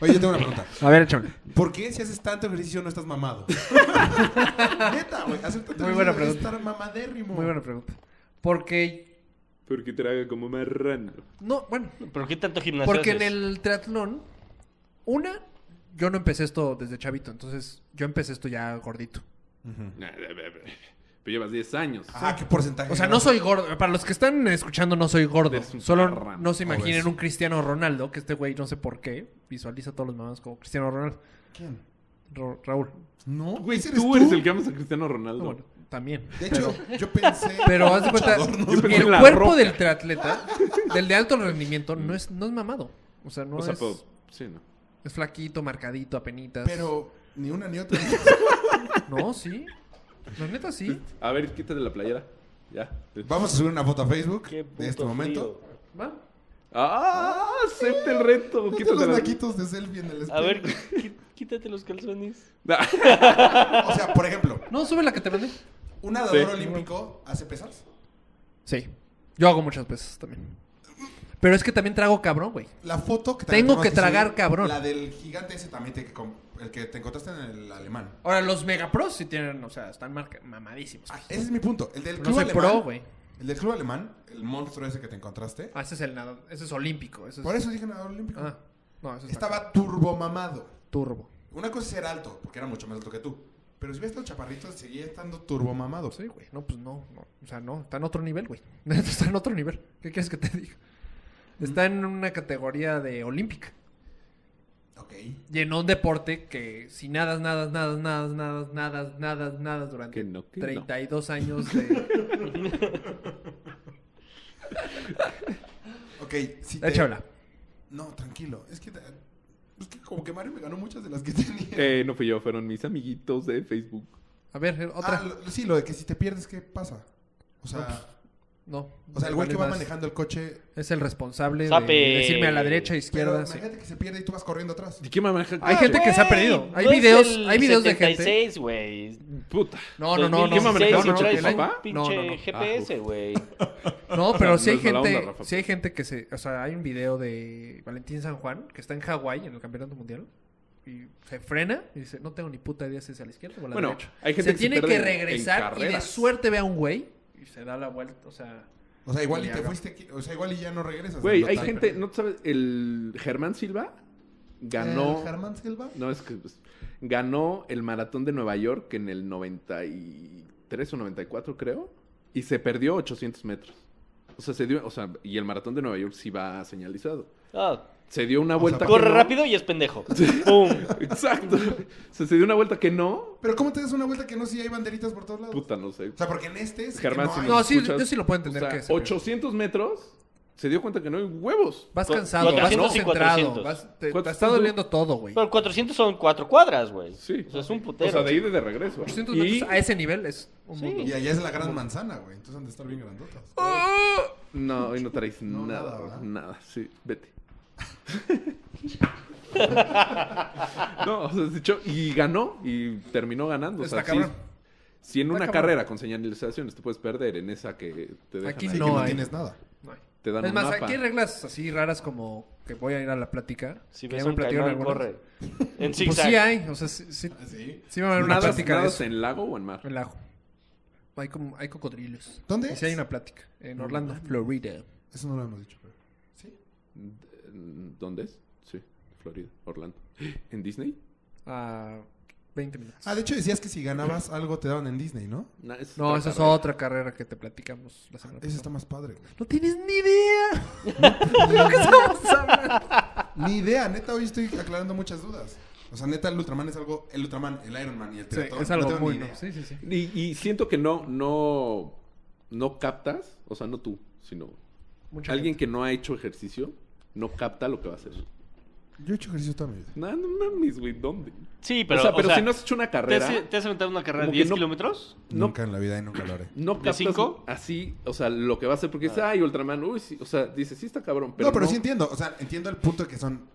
[SPEAKER 5] Oye, yo tengo una pregunta.
[SPEAKER 3] A ver, échame.
[SPEAKER 5] ¿Por qué si haces tanto ejercicio no estás mamado? Neta, güey. Hacer tanto
[SPEAKER 3] Muy
[SPEAKER 5] ejercicio
[SPEAKER 3] buena
[SPEAKER 5] deberías
[SPEAKER 3] pregunta.
[SPEAKER 5] estar mamadérrimo.
[SPEAKER 3] Muy buena pregunta. Porque
[SPEAKER 4] Porque traga como marrano.
[SPEAKER 3] no, bueno,
[SPEAKER 2] ¿Pero qué tanto gimnasio
[SPEAKER 3] Porque en
[SPEAKER 2] haces?
[SPEAKER 3] el triatlón, una, yo no empecé esto desde chavito, entonces yo empecé esto ya gordito.
[SPEAKER 5] Ujú.
[SPEAKER 4] Pero llevas 10 años.
[SPEAKER 5] Ajá, qué porcentaje.
[SPEAKER 3] O sea, no soy gordo. Para los que están escuchando, no soy gordo.
[SPEAKER 4] Eres un
[SPEAKER 3] Solo
[SPEAKER 4] marrano.
[SPEAKER 3] no se imaginen
[SPEAKER 5] Obeso.
[SPEAKER 3] un Cristiano Ronaldo, que este güey, no sé por qué, visualiza a todos los mamás como Cristiano Ronaldo.
[SPEAKER 5] ¿Quién?
[SPEAKER 3] Ra- Raúl.
[SPEAKER 5] No,
[SPEAKER 4] Güey,
[SPEAKER 5] ese
[SPEAKER 4] tú, eres el que amas a Cristiano Ronaldo.
[SPEAKER 3] No, bueno, también.
[SPEAKER 5] De hecho, yo pensé...
[SPEAKER 3] Pero haz de cuenta,
[SPEAKER 4] Yo pensé en
[SPEAKER 3] el
[SPEAKER 4] la
[SPEAKER 3] cuerpo
[SPEAKER 4] roca.
[SPEAKER 3] del triatleta, del de alto rendimiento, no es, no es mamado. O sea, no
[SPEAKER 4] o sea, pues-
[SPEAKER 3] es,
[SPEAKER 4] pero- sí, ¿no?
[SPEAKER 3] es flaquito, marcadito, apenitas.
[SPEAKER 5] Pero ni una ni otra.
[SPEAKER 3] No, sí. La neta sí.
[SPEAKER 4] A ver, quítate la playera. Ya.
[SPEAKER 5] Vamos a subir una foto a Facebook
[SPEAKER 2] Qué
[SPEAKER 5] de este
[SPEAKER 2] puto
[SPEAKER 5] momento.
[SPEAKER 2] frío.
[SPEAKER 3] Va.
[SPEAKER 4] ¡Ah! ¡Acepta el reto!
[SPEAKER 5] Ponte
[SPEAKER 4] Quítate
[SPEAKER 5] los
[SPEAKER 4] la...
[SPEAKER 5] naquitos de selfie en el espejo.
[SPEAKER 2] A ver, qui- quítate los calzones.
[SPEAKER 5] O sea, por ejemplo,
[SPEAKER 3] No, sube la que te mandé.
[SPEAKER 5] un nadador
[SPEAKER 4] Sí.
[SPEAKER 5] olímpico hace pesas.
[SPEAKER 3] Sí. Yo hago muchas veces también. Pero es que también trago cabrón, güey.
[SPEAKER 5] La foto que
[SPEAKER 3] Tengo
[SPEAKER 5] tenemos
[SPEAKER 3] que tragar,
[SPEAKER 5] subir,
[SPEAKER 3] cabrón.
[SPEAKER 5] La del gigante ese también, tiene que com- el que te encontraste en el alemán.
[SPEAKER 3] Ahora, los megapros sí tienen, o sea, están marca- mamadísimos.
[SPEAKER 5] Ah, ese es mi punto. El del
[SPEAKER 3] Pero
[SPEAKER 5] club
[SPEAKER 3] no soy
[SPEAKER 5] alemán.
[SPEAKER 3] pro, güey.
[SPEAKER 5] el del club alemán, el monstruo ese que te encontraste.
[SPEAKER 3] Ah, ese es el nada, ese es olímpico. Ese es...
[SPEAKER 5] Por eso dije nadador olímpico.
[SPEAKER 3] Ah, no, ese está
[SPEAKER 5] Estaba turbomamado.
[SPEAKER 3] turbo.
[SPEAKER 5] Una cosa es ser alto, porque era mucho más alto que tú. Pero si hubiera estado chaparrito, seguía estando turbomamado.
[SPEAKER 3] Sí, güey. No, pues no, no. O sea, no. Está en otro nivel, güey. está en otro nivel. ¿Qué quieres que te diga? Está en una categoría de olímpica.
[SPEAKER 5] Ok.
[SPEAKER 3] Y en un deporte que si nadas, nadas, nadas, nadas, nadas, nadas, nadas, nadas durante
[SPEAKER 4] Que no, que no.
[SPEAKER 3] 32 años de...
[SPEAKER 5] Ok. Si te-
[SPEAKER 3] Échala.
[SPEAKER 5] No, tranquilo. Es que, es que como que Mario me ganó muchas de las que tenía.
[SPEAKER 4] Eh, no fui yo, fueron mis amiguitos de Facebook.
[SPEAKER 3] A ver, eh, otra.
[SPEAKER 5] Ah, lo- sí, lo de que si te pierdes, ¿qué pasa? O sea,
[SPEAKER 3] pues, No.
[SPEAKER 5] O sea, el güey
[SPEAKER 3] vale
[SPEAKER 5] que va
[SPEAKER 3] más.
[SPEAKER 5] manejando el coche.
[SPEAKER 3] Es el responsable
[SPEAKER 2] Sape.
[SPEAKER 3] de decirme a la derecha, a
[SPEAKER 5] Pero
[SPEAKER 3] izquierda. sí.
[SPEAKER 5] imagínate que se pierde y tú vas corriendo atrás.
[SPEAKER 4] ¿De qué Ah, me maneja?
[SPEAKER 3] Hay gente que se ha perdido. Hay videos, hay videos de gente.
[SPEAKER 2] de gente. güey.
[SPEAKER 4] Puta.
[SPEAKER 3] No, no, no, no.
[SPEAKER 4] Pues, ¿Quién
[SPEAKER 3] no,
[SPEAKER 2] Pues,
[SPEAKER 4] va a manejar
[SPEAKER 3] no,
[SPEAKER 4] un
[SPEAKER 3] no,
[SPEAKER 4] coche,
[SPEAKER 2] traes
[SPEAKER 3] no,
[SPEAKER 4] tu
[SPEAKER 2] un
[SPEAKER 4] papá?
[SPEAKER 2] pinche
[SPEAKER 3] No, Ah, no, no.
[SPEAKER 2] GPS, güey.
[SPEAKER 3] No, pero sí hay
[SPEAKER 4] No es
[SPEAKER 3] gente,
[SPEAKER 4] mala onda, Rafa, pues.
[SPEAKER 3] sí hay
[SPEAKER 4] pero-
[SPEAKER 3] gente que se, o sea, hay un video de Valentín San Juan que está en Hawái en el Campeonato Mundial y se frena y dice, "No tengo ni puta idea si es a la izquierda o a la
[SPEAKER 4] Bueno,
[SPEAKER 3] derecha."
[SPEAKER 4] hay gente
[SPEAKER 3] se
[SPEAKER 4] que se
[SPEAKER 3] tiene
[SPEAKER 4] pierde
[SPEAKER 3] que
[SPEAKER 4] en- en
[SPEAKER 3] regresar y de
[SPEAKER 4] carreras.
[SPEAKER 3] suerte ve a un güey y se da la vuelta, o sea,
[SPEAKER 5] O sea, igual
[SPEAKER 3] Y
[SPEAKER 5] y te
[SPEAKER 3] haga-
[SPEAKER 5] fuiste. qui- O sea, igual y ya no regresas.
[SPEAKER 4] Güey,
[SPEAKER 5] No
[SPEAKER 4] hay
[SPEAKER 5] tan-
[SPEAKER 4] gente, ¿no te sabes? El Germán Silva ganó.
[SPEAKER 5] ¿El Germán Silva?
[SPEAKER 4] No, es que pues, ganó el maratón de Nueva York en el 93 o 94, creo. Y se perdió 800 metros. O sea, se dio. O sea, y el maratón de Nueva York sí va señalizado.
[SPEAKER 2] Ah,
[SPEAKER 4] Se dio una
[SPEAKER 5] O
[SPEAKER 4] vuelta.
[SPEAKER 5] sea,
[SPEAKER 4] que
[SPEAKER 2] corre
[SPEAKER 4] no.
[SPEAKER 2] rápido y es pendejo. ¡Pum!
[SPEAKER 4] Exacto. O sea, se dio una vuelta que no.
[SPEAKER 5] Pero ¿cómo te das una vuelta que no si hay banderitas por todos lados?
[SPEAKER 4] Puta, no sé.
[SPEAKER 5] O sea, porque en este es.
[SPEAKER 4] Germán
[SPEAKER 5] que
[SPEAKER 4] Silva.
[SPEAKER 5] no,
[SPEAKER 3] No,
[SPEAKER 5] hay.
[SPEAKER 3] sí,
[SPEAKER 4] escuchas,
[SPEAKER 3] yo sí lo puedo entender
[SPEAKER 4] o sea,
[SPEAKER 3] que se-
[SPEAKER 4] 800 metros. Se dio cuenta que no hay huevos.
[SPEAKER 3] vas
[SPEAKER 2] Cu-
[SPEAKER 3] cansado, vas
[SPEAKER 2] 400 y
[SPEAKER 3] concentrado,
[SPEAKER 2] 400.
[SPEAKER 3] vas- te, te
[SPEAKER 4] ¿Cuántos
[SPEAKER 3] está
[SPEAKER 4] son?
[SPEAKER 3] doliendo todo, güey.
[SPEAKER 2] Pero 400 son cuatro cuadras, güey.
[SPEAKER 4] Sí.
[SPEAKER 2] O sea, es un putero.
[SPEAKER 4] O sea, de ida y de regreso.
[SPEAKER 3] 800
[SPEAKER 4] Y-
[SPEAKER 3] metros a ese nivel es un
[SPEAKER 2] Sí.
[SPEAKER 5] Y
[SPEAKER 3] mundo.
[SPEAKER 5] allá es la gran manzana, güey. Entonces han de estar bien grandotas.
[SPEAKER 4] ¡Ah! No, hoy no traes
[SPEAKER 5] No, nada,
[SPEAKER 4] nada,
[SPEAKER 5] ¿verdad?
[SPEAKER 4] nada, sí, vete. no, o sea, de hecho, y ganó, y terminó ganando. O sea,
[SPEAKER 3] Está
[SPEAKER 4] sí,
[SPEAKER 3] cabrón.
[SPEAKER 4] si en
[SPEAKER 3] Está
[SPEAKER 4] una
[SPEAKER 3] cabrón.
[SPEAKER 4] carrera con señalizaciones te puedes perder en esa que te dejan
[SPEAKER 3] Aquí
[SPEAKER 4] ahí,
[SPEAKER 5] Sí,
[SPEAKER 3] no
[SPEAKER 5] que no
[SPEAKER 3] hay.
[SPEAKER 5] tienes nada.
[SPEAKER 3] No hay.
[SPEAKER 4] te dan
[SPEAKER 3] Es
[SPEAKER 4] un
[SPEAKER 3] más,
[SPEAKER 4] mapa.
[SPEAKER 3] aquí hay reglas así raras como que voy a ir a la plática.
[SPEAKER 2] Si
[SPEAKER 3] que
[SPEAKER 2] ves
[SPEAKER 3] ya me
[SPEAKER 2] un
[SPEAKER 3] platicaron
[SPEAKER 2] caimán,
[SPEAKER 3] algunas.
[SPEAKER 2] corre. En zigzag.
[SPEAKER 3] Pues sí hay, o sea, sí, sí,
[SPEAKER 5] Ah, ¿Sí?
[SPEAKER 3] sí va a haber una
[SPEAKER 4] ¿Nadas,
[SPEAKER 3] plática de
[SPEAKER 4] nadas
[SPEAKER 3] eso.
[SPEAKER 4] en lago o en mar?
[SPEAKER 3] El ajo. Hay, como, hay cocodrilos.
[SPEAKER 5] ¿Dónde
[SPEAKER 3] Y
[SPEAKER 5] es?
[SPEAKER 3] sí hay una plática.
[SPEAKER 4] Mm.
[SPEAKER 3] En Orlando, Florida.
[SPEAKER 5] Eso no lo hemos dicho, pero. Sí.
[SPEAKER 4] ¿Dónde es? Sí, Florida, Orlando. ¿En Disney?
[SPEAKER 3] A 20 minutos.
[SPEAKER 5] Ah, de hecho decías que si ganabas algo te daban en Disney, ¿no?
[SPEAKER 4] No, esa es
[SPEAKER 3] no,
[SPEAKER 4] otra
[SPEAKER 3] esa es
[SPEAKER 4] carrera.
[SPEAKER 3] otra carrera que te platicamos la semana
[SPEAKER 5] Ese está
[SPEAKER 3] pasada.
[SPEAKER 5] más padre, güey.
[SPEAKER 3] No tienes ni idea de lo que estamos hablando.
[SPEAKER 5] Ni idea, neta, hoy estoy aclarando muchas dudas. O sea, neta, el Ultraman es algo. El Ultraman, el Iron Man y el
[SPEAKER 3] Sí,
[SPEAKER 5] Triatón.
[SPEAKER 3] es algo
[SPEAKER 5] no tengo
[SPEAKER 3] muy...
[SPEAKER 5] ni idea.
[SPEAKER 3] no- Sí, sí, sí.
[SPEAKER 4] Y, y siento que no, no, no captas, o sea, no tú, sino
[SPEAKER 3] Mucha
[SPEAKER 4] alguien
[SPEAKER 3] gente.
[SPEAKER 4] que no ha hecho ejercicio no capta lo que va a hacer.
[SPEAKER 5] Yo he hecho ejercicio toda mi vida.
[SPEAKER 4] No, no mames, güey, ¿dónde?
[SPEAKER 2] Sí, pero,
[SPEAKER 4] o sea, pero si no has hecho una
[SPEAKER 2] ¿te
[SPEAKER 4] carrera,
[SPEAKER 2] has, te has aventado una carrera de
[SPEAKER 4] Como que
[SPEAKER 2] 10
[SPEAKER 4] no-
[SPEAKER 2] kilómetros?
[SPEAKER 4] No.
[SPEAKER 5] Nunca en la vida y nunca lo haré.
[SPEAKER 4] no
[SPEAKER 2] ¿de
[SPEAKER 4] captas
[SPEAKER 2] cinco? Ah.
[SPEAKER 4] así, o sea, lo que va a hacer, porque dices, ay, Ultraman, uy, sí", o sea, dices, sí está cabrón, pero
[SPEAKER 5] no, pero sí entiendo. O sea, entiendo el punto de que son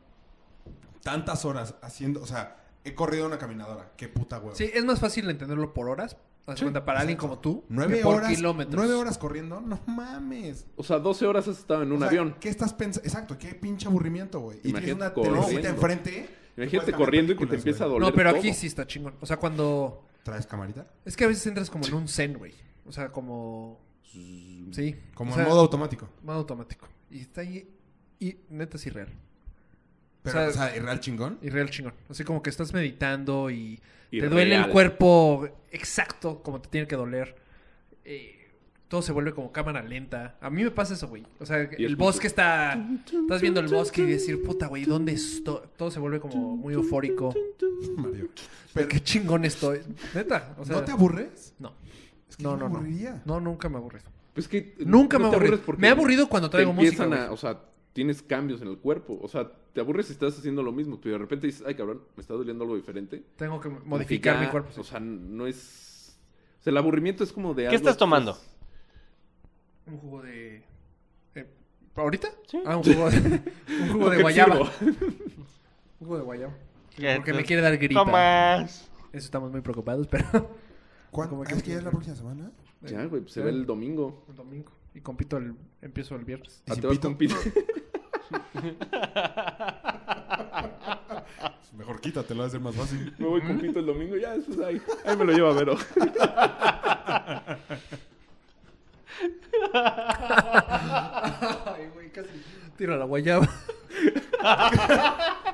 [SPEAKER 5] tantas horas haciendo. O sea, he corrido una caminadora. Qué puta huevo.
[SPEAKER 3] Sí, es más fácil entenderlo por horas. haz
[SPEAKER 4] Sí,
[SPEAKER 3] cuenta, para alguien como
[SPEAKER 5] Exacto.
[SPEAKER 3] tú.
[SPEAKER 5] Nueve
[SPEAKER 3] que por
[SPEAKER 5] horas.
[SPEAKER 3] kilómetros.
[SPEAKER 5] Nueve horas corriendo. No mames.
[SPEAKER 4] o sea, 12 horas has estado en un
[SPEAKER 5] O sea,
[SPEAKER 4] avión.
[SPEAKER 5] ¿Qué estás pensando? Exacto, qué pinche aburrimiento, güey. Y tienes
[SPEAKER 4] Imagínate
[SPEAKER 5] una
[SPEAKER 4] corriendo.
[SPEAKER 5] telecita enfrente.
[SPEAKER 4] Imagínate corriendo y que te
[SPEAKER 5] Películas,
[SPEAKER 4] empieza a
[SPEAKER 5] güey.
[SPEAKER 4] doler
[SPEAKER 3] No, pero
[SPEAKER 4] todo.
[SPEAKER 3] aquí sí está chingón. O sea, cuando...
[SPEAKER 5] ¿Traes camarita?
[SPEAKER 3] Es que a veces entras como en un zen, güey. O sea, como... Sí.
[SPEAKER 5] Mm, Como
[SPEAKER 3] o sea,
[SPEAKER 5] en modo automático.
[SPEAKER 3] modo automático. Y está ahí... Y neta es irreal.
[SPEAKER 5] Pero,
[SPEAKER 3] o sea-
[SPEAKER 5] o sea, ¿irreal chingón?
[SPEAKER 3] Irreal chingón. Así como que estás meditando y... Te
[SPEAKER 4] Irreal.
[SPEAKER 3] duele el cuerpo exacto como te tiene que doler. Eh, todo se vuelve como cámara lenta. A mí me pasa eso, güey. O sea, el
[SPEAKER 4] muy
[SPEAKER 3] bosque
[SPEAKER 4] cool.
[SPEAKER 3] está... Estás viendo el bosque y decir, puta, güey, ¿dónde estoy? Todo se vuelve como muy eufórico.
[SPEAKER 5] Mario.
[SPEAKER 3] Pero qué chingón estoy. Neta. O sea,
[SPEAKER 5] ¿No te aburres?
[SPEAKER 3] no.
[SPEAKER 5] Es que
[SPEAKER 3] no,
[SPEAKER 5] yo me
[SPEAKER 3] no, no.
[SPEAKER 5] aburriría.
[SPEAKER 3] No, nunca me he aburrido.
[SPEAKER 4] Pues que
[SPEAKER 3] Nunca me
[SPEAKER 4] te
[SPEAKER 3] aburrí.
[SPEAKER 4] aburres porque
[SPEAKER 3] Me he aburrido cuando
[SPEAKER 4] te
[SPEAKER 3] traigo música,
[SPEAKER 4] empiezan a-
[SPEAKER 3] güey.
[SPEAKER 4] o sea, tienes cambios en el cuerpo. O sea, te aburres si estás haciendo lo mismo. Tú de repente dices, ay, cabrón, me está doliendo algo diferente.
[SPEAKER 3] Tengo que modificar
[SPEAKER 4] Como que
[SPEAKER 3] mi
[SPEAKER 4] ya,
[SPEAKER 3] cuerpo. sí.
[SPEAKER 4] O sea, no es... O sea, el aburrimiento es como de...
[SPEAKER 2] ¿Qué
[SPEAKER 4] algo
[SPEAKER 2] estás
[SPEAKER 4] que
[SPEAKER 2] tomando?
[SPEAKER 3] Un jugo de... eh, ¿Ahorita?
[SPEAKER 2] Sí.
[SPEAKER 3] Ah, un jugo de, un jugo
[SPEAKER 4] ¿Por
[SPEAKER 3] de
[SPEAKER 4] qué
[SPEAKER 3] guayaba.
[SPEAKER 4] sirvo?
[SPEAKER 3] Un jugo de guayaba. Sí,
[SPEAKER 2] ¿Qué
[SPEAKER 3] Porque
[SPEAKER 2] te-
[SPEAKER 3] me quiere dar gripa.
[SPEAKER 2] Tomas.
[SPEAKER 3] Eso estamos muy preocupados, pero...
[SPEAKER 5] ¿Cuándo?
[SPEAKER 3] Como que-
[SPEAKER 5] ¿Es que ya es la próxima semana?
[SPEAKER 4] ya, güey, pues se ve el domingo.
[SPEAKER 3] El domingo. Y compito el... Empiezo el viernes.
[SPEAKER 5] ¿Y
[SPEAKER 4] Ah,
[SPEAKER 5] sin
[SPEAKER 4] te vas
[SPEAKER 5] pito?
[SPEAKER 4] con pito.
[SPEAKER 5] Mejor quítatelo, va a ser más fácil.
[SPEAKER 4] Me voy con pito el domingo. Ya, después ahí. Ahí me lo lleva Vero.
[SPEAKER 3] Ay, güey, casi tiro la guayaba.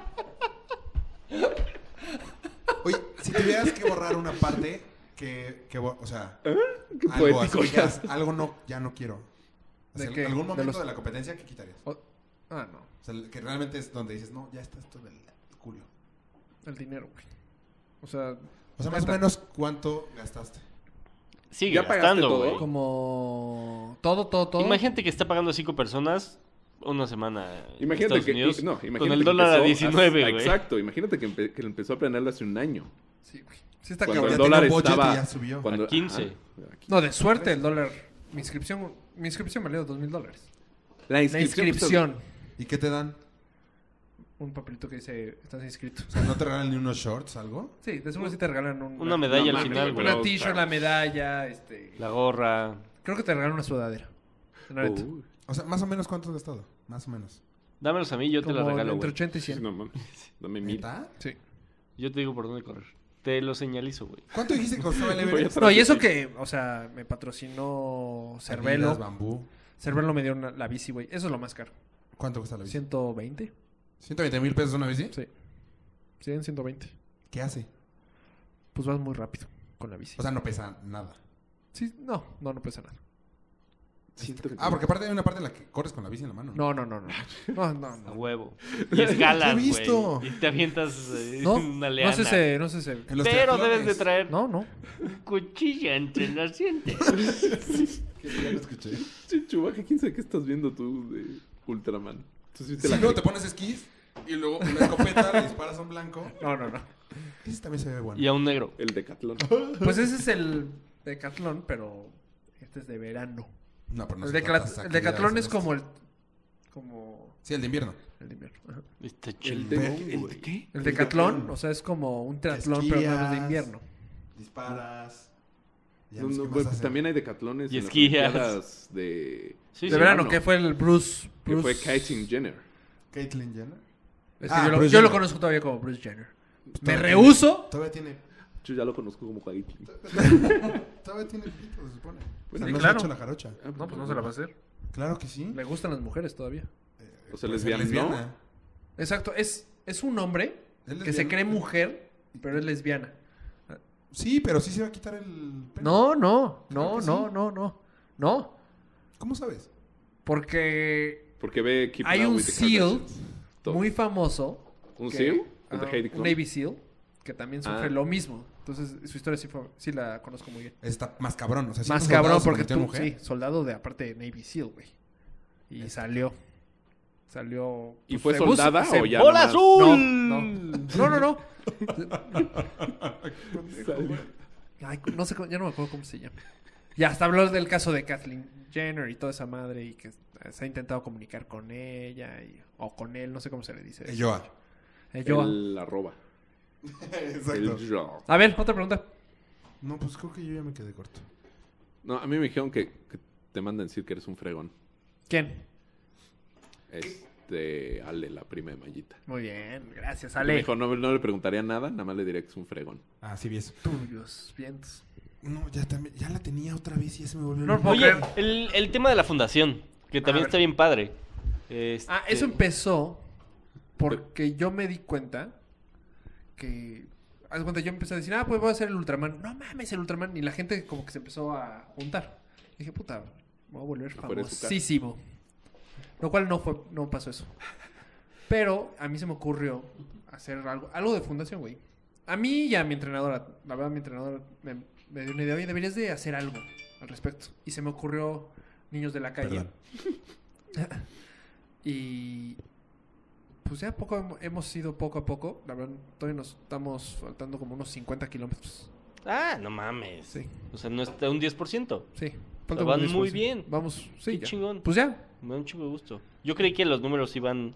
[SPEAKER 5] Oye, si tuvieras que borrar una parte que, que bo- o sea,
[SPEAKER 4] Qué
[SPEAKER 5] algo, así,
[SPEAKER 4] poético
[SPEAKER 5] que
[SPEAKER 4] ya.
[SPEAKER 5] dijeras, algo no, ya no quiero. O
[SPEAKER 3] ¿De
[SPEAKER 5] sea,
[SPEAKER 3] qué?
[SPEAKER 5] ¿Algún
[SPEAKER 3] ¿De
[SPEAKER 5] momento de,
[SPEAKER 3] los-
[SPEAKER 5] la competencia que quitarías?
[SPEAKER 3] O- Ah, no.
[SPEAKER 5] O sea, que realmente es donde dices, no, ya está esto del culo.
[SPEAKER 3] El dinero, güey. O sea...
[SPEAKER 5] O sea, más o
[SPEAKER 3] neta.
[SPEAKER 5] menos, ¿cuánto gastaste?
[SPEAKER 2] Sigue
[SPEAKER 4] ¿Ya pagaste
[SPEAKER 2] gastando,
[SPEAKER 4] todo?
[SPEAKER 2] güey.
[SPEAKER 3] Como... Todo, todo, todo.
[SPEAKER 2] Imagínate que está pagando cinco personas una semana en
[SPEAKER 4] Imagínate
[SPEAKER 2] Estados
[SPEAKER 4] que...
[SPEAKER 2] Unidos
[SPEAKER 4] no, imagínate
[SPEAKER 2] con el
[SPEAKER 4] que
[SPEAKER 2] dólar a
[SPEAKER 4] empezó
[SPEAKER 2] 19, güey.
[SPEAKER 4] Exacto. Imagínate que, empe- que lo empezó a planearlo hace un año.
[SPEAKER 3] Sí, güey. Sí está
[SPEAKER 4] Cuando
[SPEAKER 3] cabrón.
[SPEAKER 4] el
[SPEAKER 5] tenía
[SPEAKER 4] dólar
[SPEAKER 5] un budget y
[SPEAKER 4] estaba...
[SPEAKER 5] ya subió.
[SPEAKER 4] cuando-
[SPEAKER 2] A 15.
[SPEAKER 4] Ajá, aquí.
[SPEAKER 3] No, de suerte el dólar. Mi inscripción mi inscripción valió dos mil dólares.
[SPEAKER 4] La
[SPEAKER 3] La
[SPEAKER 4] inscripción.
[SPEAKER 3] inscripción.
[SPEAKER 5] ¿Y qué te dan?
[SPEAKER 3] Un papelito que dice, estás inscrito.
[SPEAKER 5] O sea, ¿no te regalan ni unos shorts, algo?
[SPEAKER 3] Sí, de seguro sí te regalan un-
[SPEAKER 2] Una medalla
[SPEAKER 4] No
[SPEAKER 2] al
[SPEAKER 4] mames,
[SPEAKER 2] final, güey.
[SPEAKER 4] güey, pero-
[SPEAKER 3] Una t-shirt, la medalla, este...
[SPEAKER 2] La gorra.
[SPEAKER 3] Creo que te regalan una sudadera. La neta.
[SPEAKER 4] Uy,
[SPEAKER 5] O sea, más o menos cuánto has gastado. Más o menos.
[SPEAKER 2] Dámelos a mí, yo te la
[SPEAKER 3] Como
[SPEAKER 2] regalo,
[SPEAKER 3] entre
[SPEAKER 2] güey.
[SPEAKER 3] 80 y 100.
[SPEAKER 4] no mames. Dame mil.
[SPEAKER 5] ¿Neta?
[SPEAKER 3] Sí.
[SPEAKER 2] Yo te digo por dónde correr. Te lo señalizo, güey.
[SPEAKER 5] ¿Cuánto dijiste que costaba el
[SPEAKER 4] Voy a
[SPEAKER 5] Everest?
[SPEAKER 3] No, y eso que, o sea, me patrocinó
[SPEAKER 5] Adidas,
[SPEAKER 3] Cervelo.
[SPEAKER 5] bambú.
[SPEAKER 3] Cervelo me dio una- la bici, güey. Eso es lo más caro.
[SPEAKER 5] ¿Cuánto cuesta la bici?
[SPEAKER 3] ¿120?
[SPEAKER 5] ¿120 mil pesos una bici?
[SPEAKER 3] Sí. Sí, en 120.
[SPEAKER 5] ¿Qué hace?
[SPEAKER 3] Pues vas muy rápido con la bici.
[SPEAKER 5] O sea, no pesa nada.
[SPEAKER 3] Sí, no, no, no pesa nada.
[SPEAKER 4] Siento que-
[SPEAKER 5] Ah, porque aparte hay una parte en la que corres con la bici en la mano.
[SPEAKER 3] No, no, no, no. No, no,
[SPEAKER 2] A
[SPEAKER 3] no.
[SPEAKER 2] huevo. Y escalas,
[SPEAKER 5] Lo he visto.
[SPEAKER 2] güey. Y te avientas eh,
[SPEAKER 3] No,
[SPEAKER 2] una
[SPEAKER 3] no
[SPEAKER 2] leana.
[SPEAKER 3] se se, no se se.
[SPEAKER 5] En los
[SPEAKER 2] Pero
[SPEAKER 5] triatlones.
[SPEAKER 2] debes de traer
[SPEAKER 3] No, no.
[SPEAKER 2] cuchilla entre las dientes.
[SPEAKER 5] Ya lo escuché. Si
[SPEAKER 4] Sí, Chubaca, quién sabe qué estás viendo tú de Ultraman. Tú sí te la-
[SPEAKER 5] luego te pones esquís y luego una escopeta le disparas a un blanco.
[SPEAKER 3] No, no, no.
[SPEAKER 5] Ese también se ve bueno.
[SPEAKER 2] Y a un negro.
[SPEAKER 4] El decatlón.
[SPEAKER 3] Pues ese es el decatlón, pero este es de verano.
[SPEAKER 5] No, pero no
[SPEAKER 3] el,
[SPEAKER 5] se trata de
[SPEAKER 3] decatl-
[SPEAKER 5] esas
[SPEAKER 3] el decatlón
[SPEAKER 5] actividades,
[SPEAKER 3] es como el como
[SPEAKER 5] Sí, el de invierno.
[SPEAKER 3] el de invierno. ajá.
[SPEAKER 2] Está
[SPEAKER 4] El
[SPEAKER 2] chingón,
[SPEAKER 4] de...
[SPEAKER 2] güey.
[SPEAKER 4] ¿El qué?
[SPEAKER 3] El
[SPEAKER 5] El
[SPEAKER 3] decatlón,
[SPEAKER 5] decatlón.
[SPEAKER 3] o sea, es como un triatlón, pero nada más de
[SPEAKER 5] Esquías.
[SPEAKER 3] invierno.
[SPEAKER 5] Disparas. Ya
[SPEAKER 4] No,
[SPEAKER 5] sé
[SPEAKER 4] no,
[SPEAKER 5] qué
[SPEAKER 4] güey,
[SPEAKER 5] más
[SPEAKER 4] pues
[SPEAKER 5] hacen.
[SPEAKER 4] también hay decatlones.
[SPEAKER 2] Y
[SPEAKER 4] en las
[SPEAKER 2] esquías.
[SPEAKER 4] Olimpiadas de...
[SPEAKER 2] Sí,
[SPEAKER 3] de
[SPEAKER 2] sí,
[SPEAKER 3] verano,
[SPEAKER 4] verano.
[SPEAKER 3] que fue el Bruce.
[SPEAKER 4] Que
[SPEAKER 3] Bruce
[SPEAKER 4] fue Caitlyn Jenner.
[SPEAKER 5] Caitlyn Jenner.
[SPEAKER 3] Es que
[SPEAKER 5] Ah,
[SPEAKER 3] yo, lo,
[SPEAKER 5] Bruce
[SPEAKER 3] yo lo
[SPEAKER 5] Jenner.
[SPEAKER 3] conozco todavía como Bruce Jenner.
[SPEAKER 5] Pues
[SPEAKER 3] Me
[SPEAKER 5] todavía
[SPEAKER 3] rehuso.
[SPEAKER 5] tiene- Todavía tiene.
[SPEAKER 4] Yo ya lo conozco como Caitlyn.
[SPEAKER 3] Ah,
[SPEAKER 5] Todavía tiene pito, se supone.
[SPEAKER 4] Pues
[SPEAKER 5] O sea,
[SPEAKER 3] sí,
[SPEAKER 5] no se ha
[SPEAKER 3] claro.
[SPEAKER 5] hecho la jarocha.
[SPEAKER 3] No, pues no se la va a hacer.
[SPEAKER 5] Claro que sí.
[SPEAKER 3] Le gustan las mujeres todavía.
[SPEAKER 4] O sea,
[SPEAKER 5] Puede ser
[SPEAKER 4] lesbiana, ¿no?
[SPEAKER 5] lesbiana.
[SPEAKER 3] Exacto, es, es un hombre
[SPEAKER 5] ¿Es
[SPEAKER 3] que se
[SPEAKER 5] lesbiana?
[SPEAKER 3] cree mujer, pero es lesbiana.
[SPEAKER 5] Sí, pero sí se va a quitar el pelo.
[SPEAKER 3] No, no,
[SPEAKER 5] Claro
[SPEAKER 3] no,
[SPEAKER 5] que
[SPEAKER 3] no,
[SPEAKER 5] sí.
[SPEAKER 3] no, no. No,
[SPEAKER 5] ¿Cómo sabes?
[SPEAKER 3] porque
[SPEAKER 4] Porque ve Keeping
[SPEAKER 3] Hay
[SPEAKER 4] Up
[SPEAKER 3] un
[SPEAKER 4] with the
[SPEAKER 3] seal
[SPEAKER 4] Kardashians. Todo.
[SPEAKER 3] muy famoso.
[SPEAKER 4] ¿Un
[SPEAKER 3] que- ah,
[SPEAKER 4] seal? ¿El de
[SPEAKER 3] Ajá,
[SPEAKER 4] Heidi
[SPEAKER 3] un
[SPEAKER 4] Klum?
[SPEAKER 3] Navy Seal, que también sufre
[SPEAKER 4] Ah.
[SPEAKER 3] lo mismo. Entonces, su historia sí, fue- sí la conozco muy bien.
[SPEAKER 5] Está más cabrón. O sea, si
[SPEAKER 3] Más
[SPEAKER 5] un soldado
[SPEAKER 3] cabrón
[SPEAKER 5] se
[SPEAKER 3] porque
[SPEAKER 5] convirtió
[SPEAKER 3] tú,
[SPEAKER 5] en
[SPEAKER 3] sí,
[SPEAKER 5] mujer, Este.
[SPEAKER 3] soldado de aparte de Navy Seal, güey. Y salió. Salió.
[SPEAKER 4] ¿Y
[SPEAKER 3] pues,
[SPEAKER 4] fue
[SPEAKER 3] se bus-
[SPEAKER 4] soldada
[SPEAKER 3] se-
[SPEAKER 4] o ya?
[SPEAKER 2] ¡Bola
[SPEAKER 4] nomás?
[SPEAKER 2] azul!
[SPEAKER 3] No, no, no, no. no. Ay, no sé, cómo- ya no me acuerdo cómo se llama. Ya hasta habló del caso de Kathleen Jenner y toda esa madre y que se ha intentado comunicar con ella y- o con él, no sé cómo se le dice.
[SPEAKER 5] Elloa.
[SPEAKER 3] Eh, yo-
[SPEAKER 4] El arroba.
[SPEAKER 5] Exacto.
[SPEAKER 4] El yo.
[SPEAKER 3] A ver, otra pregunta.
[SPEAKER 5] No, pues creo que yo ya me quedé corto.
[SPEAKER 4] No, a mí me dijeron que, que te mandan decir que eres un fregón.
[SPEAKER 3] ¿Quién?
[SPEAKER 4] Este... Ale, la prima de Mayita.
[SPEAKER 3] Muy bien, gracias,
[SPEAKER 4] Me
[SPEAKER 3] Ale.
[SPEAKER 4] dijo, no, no le preguntaría nada, nada más le diría que es un fregón.
[SPEAKER 5] Ah, sí, vi eso.
[SPEAKER 3] Tuyos, vientos.
[SPEAKER 5] No, ya, también, ya la tenía otra vez y ya se me volvió.
[SPEAKER 3] No,
[SPEAKER 5] a olvidar.
[SPEAKER 2] Oye,
[SPEAKER 3] Ok.
[SPEAKER 2] el, el tema de la fundación, que también
[SPEAKER 3] ver.
[SPEAKER 2] está bien padre. Este-
[SPEAKER 3] Ah, eso empezó porque yo me di cuenta que. Haz de cuenta, yo empecé a decir, ah, pues voy a hacer el Ultraman. No mames, el Ultraman. Y la gente como que se empezó a juntar. Y dije, puta, me voy a volver
[SPEAKER 4] Afuera de su casa.
[SPEAKER 3] famosísimo. Lo cual no fue, no pasó eso. Pero a mí se me ocurrió hacer algo, algo de fundación, güey. A mí y a mi entrenadora, la verdad, mi entrenadora me, me dio una idea, oye, deberías de hacer algo al respecto. Y se me ocurrió Niños de la Calle.
[SPEAKER 5] Perdón.
[SPEAKER 3] Y pues ya poco hemo- hemos ido poco a poco. La verdad, todavía nos estamos faltando como unos 50 kilómetros.
[SPEAKER 2] Ah, no mames.
[SPEAKER 3] Sí,
[SPEAKER 2] O sea, no está un 10%.
[SPEAKER 3] sí.
[SPEAKER 2] Pero van
[SPEAKER 3] como un
[SPEAKER 2] muy
[SPEAKER 3] 10%.
[SPEAKER 2] bien.
[SPEAKER 3] Vamos, sí.
[SPEAKER 2] Qué
[SPEAKER 3] ya.
[SPEAKER 2] chingón.
[SPEAKER 3] Pues ya,
[SPEAKER 2] Me da un chingo de gusto. Yo creí que los números iban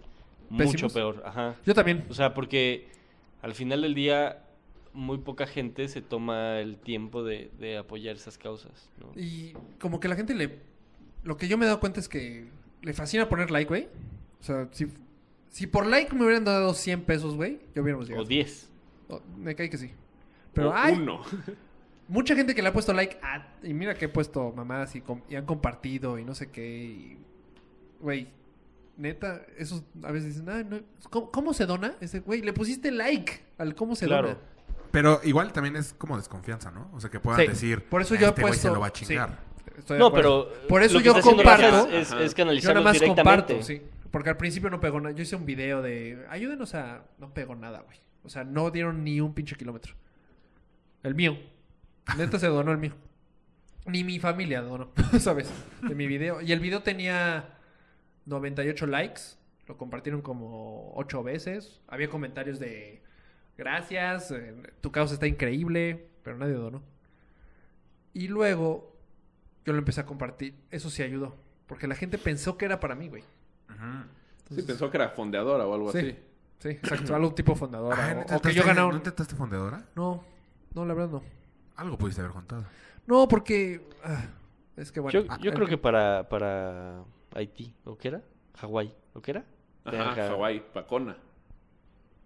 [SPEAKER 2] mucho
[SPEAKER 3] Pésimos.
[SPEAKER 2] peor. Ajá.
[SPEAKER 3] yo también.
[SPEAKER 2] O sea, porque al final del día muy poca gente se toma el tiempo de, de apoyar esas causas. ¿no?
[SPEAKER 3] Y como que la gente le. Lo que yo me he dado cuenta es que le fascina poner like, güey. O sea, si, si por like me hubieran dado 100 pesos, güey, yo hubiéramos
[SPEAKER 2] O
[SPEAKER 3] llegado.
[SPEAKER 2] 10.
[SPEAKER 3] O- me cae que sí. Pero,
[SPEAKER 4] O
[SPEAKER 3] ay,
[SPEAKER 4] Uno.
[SPEAKER 3] mucha gente que le ha puesto like a- y mira que he puesto mamadas y, com- y han compartido y no sé qué y güey neta esos a veces dicen ah, no, ¿cómo, cómo se dona ese güey le pusiste like al cómo se
[SPEAKER 2] Claro.
[SPEAKER 3] dona
[SPEAKER 5] Pero igual también es como desconfianza, ¿no? O sea, que puedan
[SPEAKER 3] Sí,
[SPEAKER 5] decir.
[SPEAKER 3] por eso
[SPEAKER 5] "A
[SPEAKER 3] yo
[SPEAKER 5] este
[SPEAKER 3] he
[SPEAKER 5] güey
[SPEAKER 3] puesto
[SPEAKER 5] se lo va a chingar.
[SPEAKER 3] sí, estoy de
[SPEAKER 2] No,
[SPEAKER 3] acuerdo.
[SPEAKER 2] pero.
[SPEAKER 3] por eso
[SPEAKER 2] lo que
[SPEAKER 3] yo
[SPEAKER 2] está haciendo Rafa
[SPEAKER 3] comparto
[SPEAKER 2] Es, es,
[SPEAKER 4] Ajá.
[SPEAKER 2] es
[SPEAKER 3] yo nada
[SPEAKER 2] canalizarlos
[SPEAKER 3] más
[SPEAKER 2] directamente.
[SPEAKER 3] comparto sí porque al principio no pegó nada yo hice un video de ayúdenos a no pegó nada güey o sea no dieron ni un pinche kilómetro el mío neta se donó el mío Ni mi familia donó, ¿sabes? De mi video. Y el video tenía 98 likes. Lo compartieron como 8 veces. Había comentarios de gracias, eh, tu causa está increíble, pero nadie donó. Y luego yo lo empecé a compartir. Eso sí ayudó. Porque la gente pensó que era para mí, güey.
[SPEAKER 4] Sí, pensó que era fondeadora o algo así.
[SPEAKER 3] Sí, sí, exacto. Algo tipo fundadora.
[SPEAKER 5] Ay,
[SPEAKER 3] o-
[SPEAKER 5] Ah, ¿no
[SPEAKER 3] o, que yo
[SPEAKER 5] trataste-
[SPEAKER 3] ganaba.
[SPEAKER 5] ¿No
[SPEAKER 3] un-
[SPEAKER 5] intentaste fondeadora?
[SPEAKER 3] No, no, la verdad no.
[SPEAKER 5] Algo pudiste haber contado.
[SPEAKER 3] No, porque. ah, es que bueno. ah,
[SPEAKER 2] yo yo creo que para, para Haití, ¿o qué era? Hawái, ¿o qué era?
[SPEAKER 4] Ajá,
[SPEAKER 2] Deja-
[SPEAKER 4] Hawái, Pacona.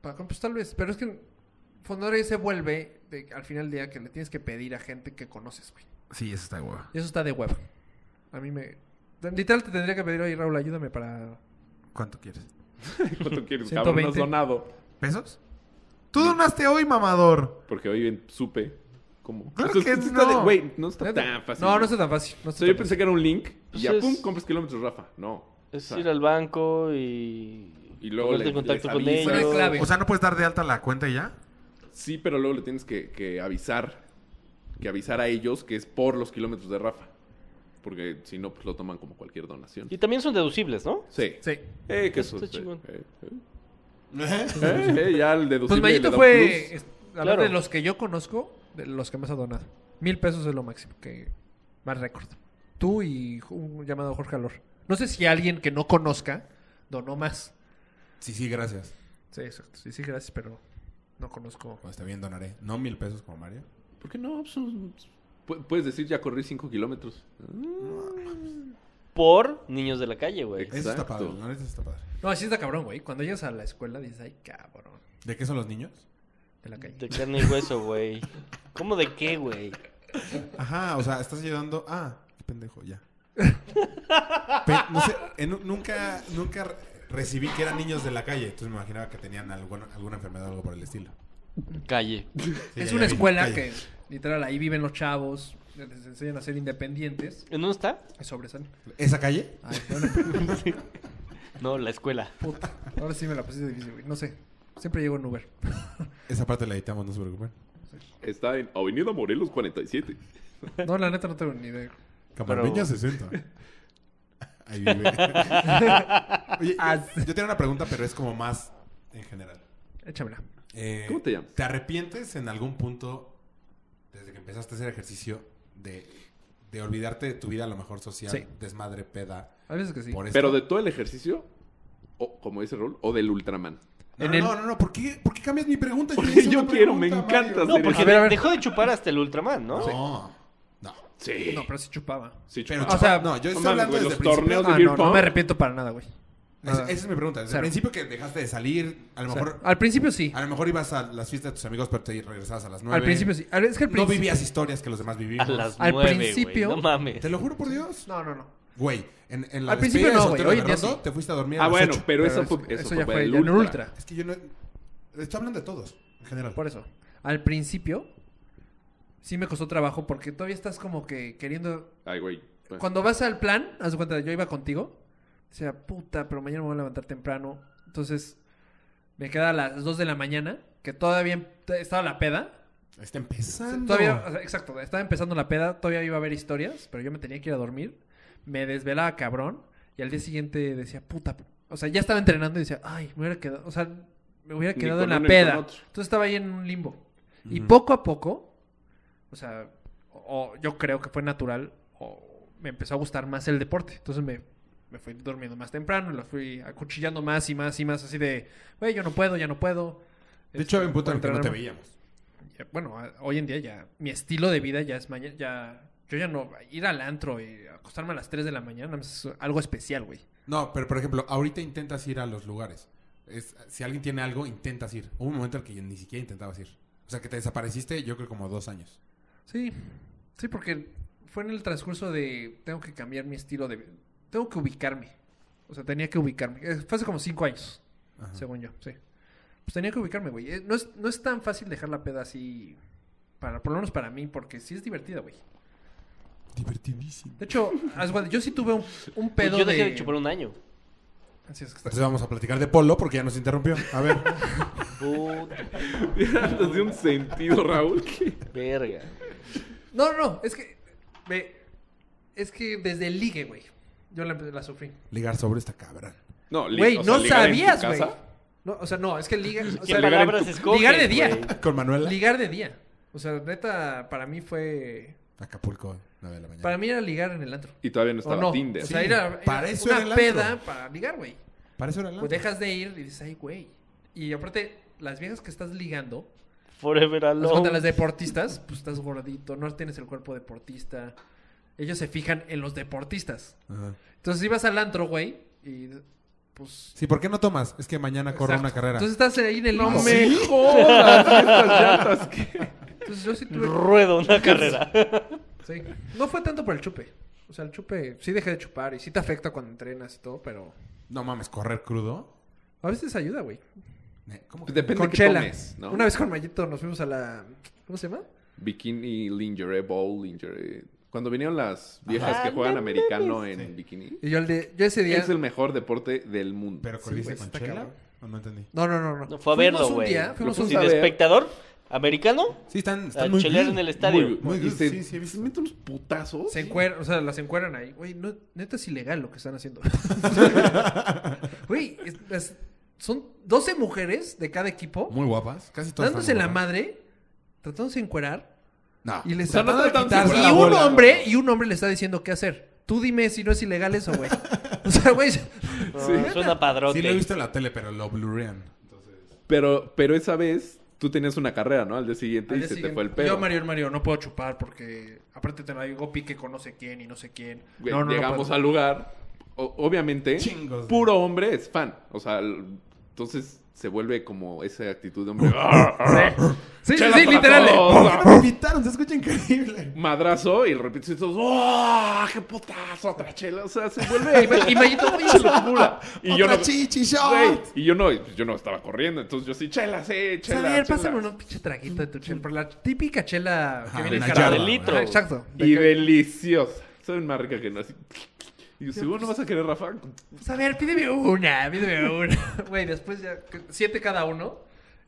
[SPEAKER 3] Para- pues tal vez, pero es que Fondadora se vuelve de- al final del día que le tienes que pedir a gente que conoces, güey.
[SPEAKER 5] Sí, eso está de hueva.
[SPEAKER 3] Y eso está de hueva. A mí me. Literal te tendría que pedir, oye Raúl, ayúdame para.
[SPEAKER 5] ¿Cuánto quieres?
[SPEAKER 4] ¿Cuánto quieres? Cabrón, no has
[SPEAKER 3] 120.
[SPEAKER 4] donado.
[SPEAKER 5] ¿Pesos? Tú donaste hoy, mamador.
[SPEAKER 4] Porque hoy bien supe cómo.
[SPEAKER 5] Claro
[SPEAKER 4] O sea,
[SPEAKER 5] que
[SPEAKER 4] es está de-
[SPEAKER 5] no.
[SPEAKER 4] Güey, no está tan fácil.
[SPEAKER 3] No, no está tan fácil. No
[SPEAKER 4] O
[SPEAKER 3] está
[SPEAKER 4] sea, yo
[SPEAKER 3] tan
[SPEAKER 4] pensé que era un link y
[SPEAKER 2] Pues
[SPEAKER 4] ya
[SPEAKER 2] es-
[SPEAKER 4] pum, compras kilómetros, Rafa. No.
[SPEAKER 2] Es
[SPEAKER 4] O sea,
[SPEAKER 2] ir al banco y...
[SPEAKER 4] Y luego
[SPEAKER 2] ponerte
[SPEAKER 4] le-
[SPEAKER 2] en contacto
[SPEAKER 4] les
[SPEAKER 2] con
[SPEAKER 4] avisas.
[SPEAKER 2] ellos.
[SPEAKER 3] Poner clave.
[SPEAKER 5] O sea, ¿no puedes dar de alta la cuenta y ya?
[SPEAKER 4] Sí, pero luego le tienes que, que avisar. Que avisar a ellos que es por los kilómetros de Rafa. Porque si no, pues lo toman como cualquier donación.
[SPEAKER 2] Y también son deducibles, ¿no?
[SPEAKER 4] Sí.
[SPEAKER 3] fácil. Sí.
[SPEAKER 4] Eh, qué
[SPEAKER 2] Está
[SPEAKER 4] susto.
[SPEAKER 2] chingón.
[SPEAKER 4] Eh, eh. Eh, eh, ya el
[SPEAKER 3] Pues
[SPEAKER 4] deducible. le
[SPEAKER 3] Mayito
[SPEAKER 4] da un
[SPEAKER 3] fue.
[SPEAKER 4] plus.
[SPEAKER 3] es- hablar de
[SPEAKER 2] Claro.
[SPEAKER 3] los que yo conozco, de los que más ha donado. Mil pesos es lo máximo que. Más récord. Tú y un llamado Jorge Alor. No sé si alguien que no conozca donó más.
[SPEAKER 5] Sí, sí, gracias.
[SPEAKER 3] Sí, exacto. Sí, sí, gracias, pero no conozco.
[SPEAKER 5] Pues está bien, donaré. No mil pesos como Mario.
[SPEAKER 4] ¿Por qué no? Pues, un- pu- Puedes decir, ya corrí 5 kilómetros. Ah,
[SPEAKER 2] Por niños de la calle, güey.
[SPEAKER 4] Ex-
[SPEAKER 5] Eso está
[SPEAKER 4] Exacto.
[SPEAKER 5] padre. La neta está padre.
[SPEAKER 3] No, así está cabrón, güey. Cuando llegas a la escuela dices, ay, cabrón,
[SPEAKER 5] ¿De qué son los niños?
[SPEAKER 3] de la calle.
[SPEAKER 2] De carne y hueso, güey. ¿Cómo de qué, güey?
[SPEAKER 5] Ajá, o sea, estás ayudando. Ah, qué pendejo, ya. Pe- no sé, en- nunca, nunca re- recibí que eran niños de la calle. Entonces me imaginaba que tenían algún- alguna enfermedad o algo por el estilo.
[SPEAKER 2] Calle.
[SPEAKER 5] Sí,
[SPEAKER 3] es
[SPEAKER 5] ya
[SPEAKER 3] una
[SPEAKER 5] vi,
[SPEAKER 3] escuela
[SPEAKER 5] calle.
[SPEAKER 3] que, literal, ahí viven los chavos, les enseñan a ser independientes
[SPEAKER 2] ¿En dónde está?
[SPEAKER 3] y sobresalen.
[SPEAKER 5] ¿Esa calle?
[SPEAKER 3] Ay, bueno,
[SPEAKER 2] No, la escuela.
[SPEAKER 3] puta. Ahora sí me la pusiste difícil, güey. No sé. Siempre llego en Uber.
[SPEAKER 5] Esa parte la editamos, no se preocupen.
[SPEAKER 4] Está en Avenida Morelos 47.
[SPEAKER 3] No, la neta no tengo ni idea.
[SPEAKER 5] Camarbeña
[SPEAKER 2] Pero-
[SPEAKER 5] 60. Ahí vive. Oye, yo, yo tengo una pregunta, pero es como más en general.
[SPEAKER 3] Échamela.
[SPEAKER 5] Eh,
[SPEAKER 4] ¿Cómo te llamas?
[SPEAKER 5] ¿Te arrepientes en algún punto, desde que empezaste a hacer ejercicio, de, de olvidarte de tu vida a lo mejor social,
[SPEAKER 3] Sí.
[SPEAKER 5] desmadre, peda?
[SPEAKER 3] A veces que sí.
[SPEAKER 5] Por esto?
[SPEAKER 4] Pero de todo el ejercicio, o como dice Raúl, o del Ultraman.
[SPEAKER 5] No,
[SPEAKER 3] en
[SPEAKER 5] no,
[SPEAKER 3] el-
[SPEAKER 5] no, no, no, ¿por qué, por qué cambias mi pregunta?
[SPEAKER 4] Porque
[SPEAKER 5] te hice
[SPEAKER 4] yo
[SPEAKER 5] una
[SPEAKER 4] quiero, me
[SPEAKER 5] pregunta,
[SPEAKER 4] encanta
[SPEAKER 5] Mario.
[SPEAKER 4] hacer-
[SPEAKER 2] No, porque
[SPEAKER 3] A ver, a ver.
[SPEAKER 2] dejó de chupar hasta el Ultraman, ¿no?
[SPEAKER 5] No, no.
[SPEAKER 4] Sí.
[SPEAKER 3] No, pero sí chupaba.
[SPEAKER 4] Sí,
[SPEAKER 5] Pero,
[SPEAKER 4] chupa.
[SPEAKER 3] O sea,
[SPEAKER 5] no, yo
[SPEAKER 4] no
[SPEAKER 5] estoy
[SPEAKER 4] mames,
[SPEAKER 5] hablando desde
[SPEAKER 4] güey, los
[SPEAKER 5] el principio. Ah,
[SPEAKER 4] torneos de
[SPEAKER 3] Ah,
[SPEAKER 4] beer
[SPEAKER 3] no, no
[SPEAKER 4] pong.
[SPEAKER 3] me arrepiento para nada, güey.
[SPEAKER 5] Esa-
[SPEAKER 3] Nada.
[SPEAKER 5] esa es mi pregunta. Desde
[SPEAKER 3] Cero.
[SPEAKER 5] el principio que dejaste de salir, a lo
[SPEAKER 3] O sea,
[SPEAKER 5] mejor...
[SPEAKER 3] al principio sí.
[SPEAKER 5] A lo mejor ibas a las fiestas de tus amigos, pero te regresabas a las nueve.
[SPEAKER 3] Al principio sí. A ver, Es que al
[SPEAKER 5] No
[SPEAKER 3] principio...
[SPEAKER 5] vivías historias que los demás vivimos.
[SPEAKER 2] A las
[SPEAKER 3] Al
[SPEAKER 2] nueve,
[SPEAKER 3] principio-
[SPEAKER 2] güey. No mames.
[SPEAKER 5] Te lo juro por Dios.
[SPEAKER 3] No, no, no.
[SPEAKER 5] Güey, en, en la
[SPEAKER 3] Al principio
[SPEAKER 5] despedida
[SPEAKER 3] no,
[SPEAKER 5] de
[SPEAKER 3] güey.
[SPEAKER 5] soltero
[SPEAKER 3] Hoy
[SPEAKER 5] de
[SPEAKER 3] en día
[SPEAKER 5] Redondo,
[SPEAKER 3] sí.
[SPEAKER 5] te fuiste a dormir a
[SPEAKER 4] Ah,
[SPEAKER 5] las
[SPEAKER 4] bueno,
[SPEAKER 5] ocho.
[SPEAKER 4] pero,
[SPEAKER 3] Pero
[SPEAKER 4] esa
[SPEAKER 3] eso,
[SPEAKER 4] fue, eso
[SPEAKER 3] eso
[SPEAKER 4] fue
[SPEAKER 3] ya
[SPEAKER 4] para
[SPEAKER 3] fue
[SPEAKER 4] el
[SPEAKER 3] ya en
[SPEAKER 4] ultra.
[SPEAKER 3] ultra.
[SPEAKER 5] Es que yo no... Estoy hablando de todos, en general.
[SPEAKER 3] Por eso. Al principio sí me costó trabajo porque todavía estás como que queriendo
[SPEAKER 4] Ay, güey.
[SPEAKER 5] Pues.
[SPEAKER 4] Bueno.
[SPEAKER 3] Cuando vas al plan, haz de cuenta, yo iba contigo. Decía, puta, pero mañana me voy a levantar temprano. Entonces, me quedaba a las 2 de la mañana, que todavía em, estaba la peda.
[SPEAKER 5] Está empezando.
[SPEAKER 3] Todavía, o sea, exacto, estaba empezando la peda, todavía iba a ver historias, pero yo me tenía que ir a dormir. Me desvelaba cabrón. Y al día siguiente decía, puta. O sea, ya estaba entrenando y decía, ay, me hubiera quedado. O sea, me hubiera
[SPEAKER 4] Ni
[SPEAKER 3] quedado
[SPEAKER 4] con
[SPEAKER 3] en la
[SPEAKER 4] uno ni con
[SPEAKER 3] peda.
[SPEAKER 4] otro.
[SPEAKER 3] Entonces estaba ahí en un limbo. Y poco a poco, o sea, o, o yo creo que fue natural, o me empezó a gustar más el deporte. Entonces me, me fui durmiendo más temprano, lo fui acuchillando más y más y más, así de, güey, yo no puedo, ya no puedo.
[SPEAKER 5] De hecho, había un punto en el
[SPEAKER 3] Este,
[SPEAKER 5] que no te
[SPEAKER 3] entrenarme.
[SPEAKER 5] veíamos.
[SPEAKER 3] Ya, bueno, a- hoy en día ya mi estilo de vida ya es mañana, ya yo ya no ir al antro y acostarme a las 3 de la mañana es algo especial, güey.
[SPEAKER 5] No, pero por ejemplo, ahorita intentas ir a los lugares. Es- si alguien tiene algo, intentas ir. Hubo un momento en el que ni siquiera intentabas ir. O sea, que te desapareciste, yo creo, como dos años.
[SPEAKER 3] Sí. Sí, porque fue en el transcurso de tengo que cambiar mi estilo de tengo que ubicarme. O sea, tenía que ubicarme. Eh, Fue hace como 5 años,
[SPEAKER 5] Ajá.
[SPEAKER 3] según yo, sí. Pues tenía que ubicarme, güey. Eh, No es, no es tan fácil dejar la peda así para por lo menos para mí porque sí es divertida, güey.
[SPEAKER 5] Divertidísimo.
[SPEAKER 3] De hecho, haz cuenta, yo sí tuve un, un pedo
[SPEAKER 2] yo dejé de...
[SPEAKER 3] de
[SPEAKER 2] chupar un año.
[SPEAKER 3] Así es que está-
[SPEAKER 5] Entonces vamos a platicar de polo porque ya nos interrumpió. A ver.
[SPEAKER 2] Puta
[SPEAKER 4] Andas de un sentido, Raúl. que-
[SPEAKER 2] verga.
[SPEAKER 3] No, no, no, es que. me- es que desde el ligue, güey. Yo la, la sufrí.
[SPEAKER 5] Ligar sobre esta cabra.
[SPEAKER 4] No, li-
[SPEAKER 3] Güey,
[SPEAKER 4] o sea,
[SPEAKER 3] no
[SPEAKER 4] ligar en tu
[SPEAKER 3] sabías, güey.
[SPEAKER 4] casa.
[SPEAKER 3] No, o sea, no, es que liga. O
[SPEAKER 2] ¿Qué
[SPEAKER 3] sea,
[SPEAKER 4] ligar en
[SPEAKER 2] palabras
[SPEAKER 4] tu-
[SPEAKER 2] escoges,
[SPEAKER 3] ligar de día.
[SPEAKER 2] güey?
[SPEAKER 5] Con Manuela.
[SPEAKER 3] ligar de día. O sea, neta, para mí fue.
[SPEAKER 5] Acapulco. 9 de la mañana.
[SPEAKER 3] Para mí era ligar en el antro.
[SPEAKER 4] Y todavía no
[SPEAKER 3] O
[SPEAKER 4] estaba
[SPEAKER 3] no.
[SPEAKER 4] Tinder.
[SPEAKER 3] O sea,
[SPEAKER 5] Sí,
[SPEAKER 3] era, era
[SPEAKER 5] para eso
[SPEAKER 3] una
[SPEAKER 5] era el antro.
[SPEAKER 3] peda para ligar, güey.
[SPEAKER 5] Para eso era el
[SPEAKER 3] Pues
[SPEAKER 5] antro.
[SPEAKER 3] dejas de ir y dices, ay, güey. Y aparte, las viejas que estás ligando,
[SPEAKER 2] Forever
[SPEAKER 3] haz de cuenta,
[SPEAKER 2] alone.
[SPEAKER 3] las deportistas, pues estás gordito, no tienes el cuerpo deportista. Ellos se fijan en los deportistas.
[SPEAKER 5] Ajá.
[SPEAKER 3] Entonces ibas al antro, güey, y pues...
[SPEAKER 5] Sí, ¿por qué no tomas? Es que mañana corro una
[SPEAKER 3] Exacto.
[SPEAKER 5] carrera.
[SPEAKER 3] Entonces estás ahí en el
[SPEAKER 4] No
[SPEAKER 3] limbo.
[SPEAKER 4] me jodas estas llantas que-
[SPEAKER 3] Entonces yo sí tuve...
[SPEAKER 2] Ruedo una carrera.
[SPEAKER 3] Sí. No fue tanto por el chupe. O sea, el chupe sí dejé de chupar y sí te afecta cuando entrenas y todo, pero
[SPEAKER 5] No mames, correr crudo.
[SPEAKER 3] a veces ayuda, güey.
[SPEAKER 5] Eh, ¿Cómo que?
[SPEAKER 4] Depende
[SPEAKER 3] Con
[SPEAKER 4] qué
[SPEAKER 3] chela.
[SPEAKER 4] tomes, ¿no?
[SPEAKER 3] Una vez con Mayito nos fuimos a la... ¿Cómo se llama?
[SPEAKER 4] Bikini, lingerie, bowl, lingerie. Cuando vinieron las viejas que juegan americano en
[SPEAKER 5] Sí.
[SPEAKER 4] bikini.
[SPEAKER 3] Y yo, el de- yo ese día...
[SPEAKER 4] Es el mejor deporte del mundo.
[SPEAKER 5] ¿Pero
[SPEAKER 3] Sí,
[SPEAKER 5] corriste
[SPEAKER 3] güey,
[SPEAKER 5] con
[SPEAKER 3] está
[SPEAKER 5] chela?
[SPEAKER 3] cabrón.
[SPEAKER 5] ¿O no entendí?
[SPEAKER 3] No, no, no, no.
[SPEAKER 2] No, fue a
[SPEAKER 3] Fuimos
[SPEAKER 2] verlo,
[SPEAKER 3] un
[SPEAKER 2] güey.
[SPEAKER 3] día, fuimos
[SPEAKER 4] Lo
[SPEAKER 3] un
[SPEAKER 2] Y
[SPEAKER 4] fuimos a
[SPEAKER 2] de
[SPEAKER 4] ver.
[SPEAKER 2] espectador americano,
[SPEAKER 5] Sí, están, están
[SPEAKER 2] a
[SPEAKER 5] muy
[SPEAKER 2] chelear
[SPEAKER 5] bien.
[SPEAKER 2] en el
[SPEAKER 4] Muy-
[SPEAKER 2] estadio.
[SPEAKER 5] Muy
[SPEAKER 4] y
[SPEAKER 5] good,
[SPEAKER 4] se,
[SPEAKER 5] sí, sí he visto.
[SPEAKER 4] se meten unos putazos.
[SPEAKER 3] Se encuer- o sea, las encueran ahí. Güey, no, neta es ilegal lo que están haciendo. Güey, es- las- son 12 mujeres de cada equipo
[SPEAKER 5] Muy guapas. Casi todas.
[SPEAKER 3] dándose
[SPEAKER 5] están
[SPEAKER 3] la
[SPEAKER 5] guapas.
[SPEAKER 3] madre, tratándose de encuerar.
[SPEAKER 5] No.
[SPEAKER 3] Y les
[SPEAKER 4] O sea, no
[SPEAKER 3] tratan de
[SPEAKER 4] tratan de
[SPEAKER 3] quitar-
[SPEAKER 4] encuerar
[SPEAKER 3] Y
[SPEAKER 4] la
[SPEAKER 3] un
[SPEAKER 4] bola.
[SPEAKER 3] hombre, y un hombre le está diciendo qué hacer. Tú dime si no es ilegal eso, güey. O sea, güey.
[SPEAKER 2] No, Ah, Suena padrote.
[SPEAKER 5] Sí, lo he visto en la tele, pero lo blurrean.
[SPEAKER 4] Pero, pero esa vez tú tenías una carrera, ¿no? Al día siguiente
[SPEAKER 3] al
[SPEAKER 4] y
[SPEAKER 3] día
[SPEAKER 4] se te
[SPEAKER 3] siguiente,
[SPEAKER 4] fue el pedo.
[SPEAKER 3] Yo, Mario, Mario, no puedo chupar porque aparte te la digo pique con no sé quién y no sé quién.
[SPEAKER 4] Güey,
[SPEAKER 3] No, no, no
[SPEAKER 4] llegamos
[SPEAKER 3] puedo.
[SPEAKER 4] al lugar. o- obviamente,
[SPEAKER 5] Chingos, güey.
[SPEAKER 4] puro hombre es fan. O sea, el- entonces se vuelve como esa actitud de hombre. ¡Ah, ah!
[SPEAKER 3] Sí, sí,
[SPEAKER 4] Chela
[SPEAKER 3] sí,
[SPEAKER 4] para
[SPEAKER 3] literal.
[SPEAKER 4] todos.
[SPEAKER 5] ¿Por qué no me invitaron? Se escucha increíble.
[SPEAKER 4] Madrazo y repito, y todos, ¡oh! ¡Qué putazo! Otra chela. O sea, se
[SPEAKER 3] Y
[SPEAKER 4] vuelve
[SPEAKER 3] Ma- Y Mayito, oye,
[SPEAKER 4] una locura. Y yo
[SPEAKER 5] Otra
[SPEAKER 4] no.
[SPEAKER 5] chichi
[SPEAKER 4] güey,
[SPEAKER 5] shot.
[SPEAKER 4] y yo no, yo no estaba corriendo. Entonces yo sí, chela, sí,
[SPEAKER 3] A
[SPEAKER 4] chela.
[SPEAKER 3] ver,
[SPEAKER 4] chela".
[SPEAKER 3] pásame un pinche traguito de tu chela. Por la típica chela que
[SPEAKER 5] Ajá,
[SPEAKER 3] viene en
[SPEAKER 5] la
[SPEAKER 3] jarra.
[SPEAKER 5] jarra,
[SPEAKER 2] de
[SPEAKER 5] güey.
[SPEAKER 2] litro.
[SPEAKER 3] Ajá, Exacto.
[SPEAKER 4] Y deliciosa. Saben más rica que no. Así. Y yo, seguro no vas a querer, Rafa.
[SPEAKER 3] Pues, a ver, pídeme una, pídeme una. Güey, después ya, que- siete cada uno.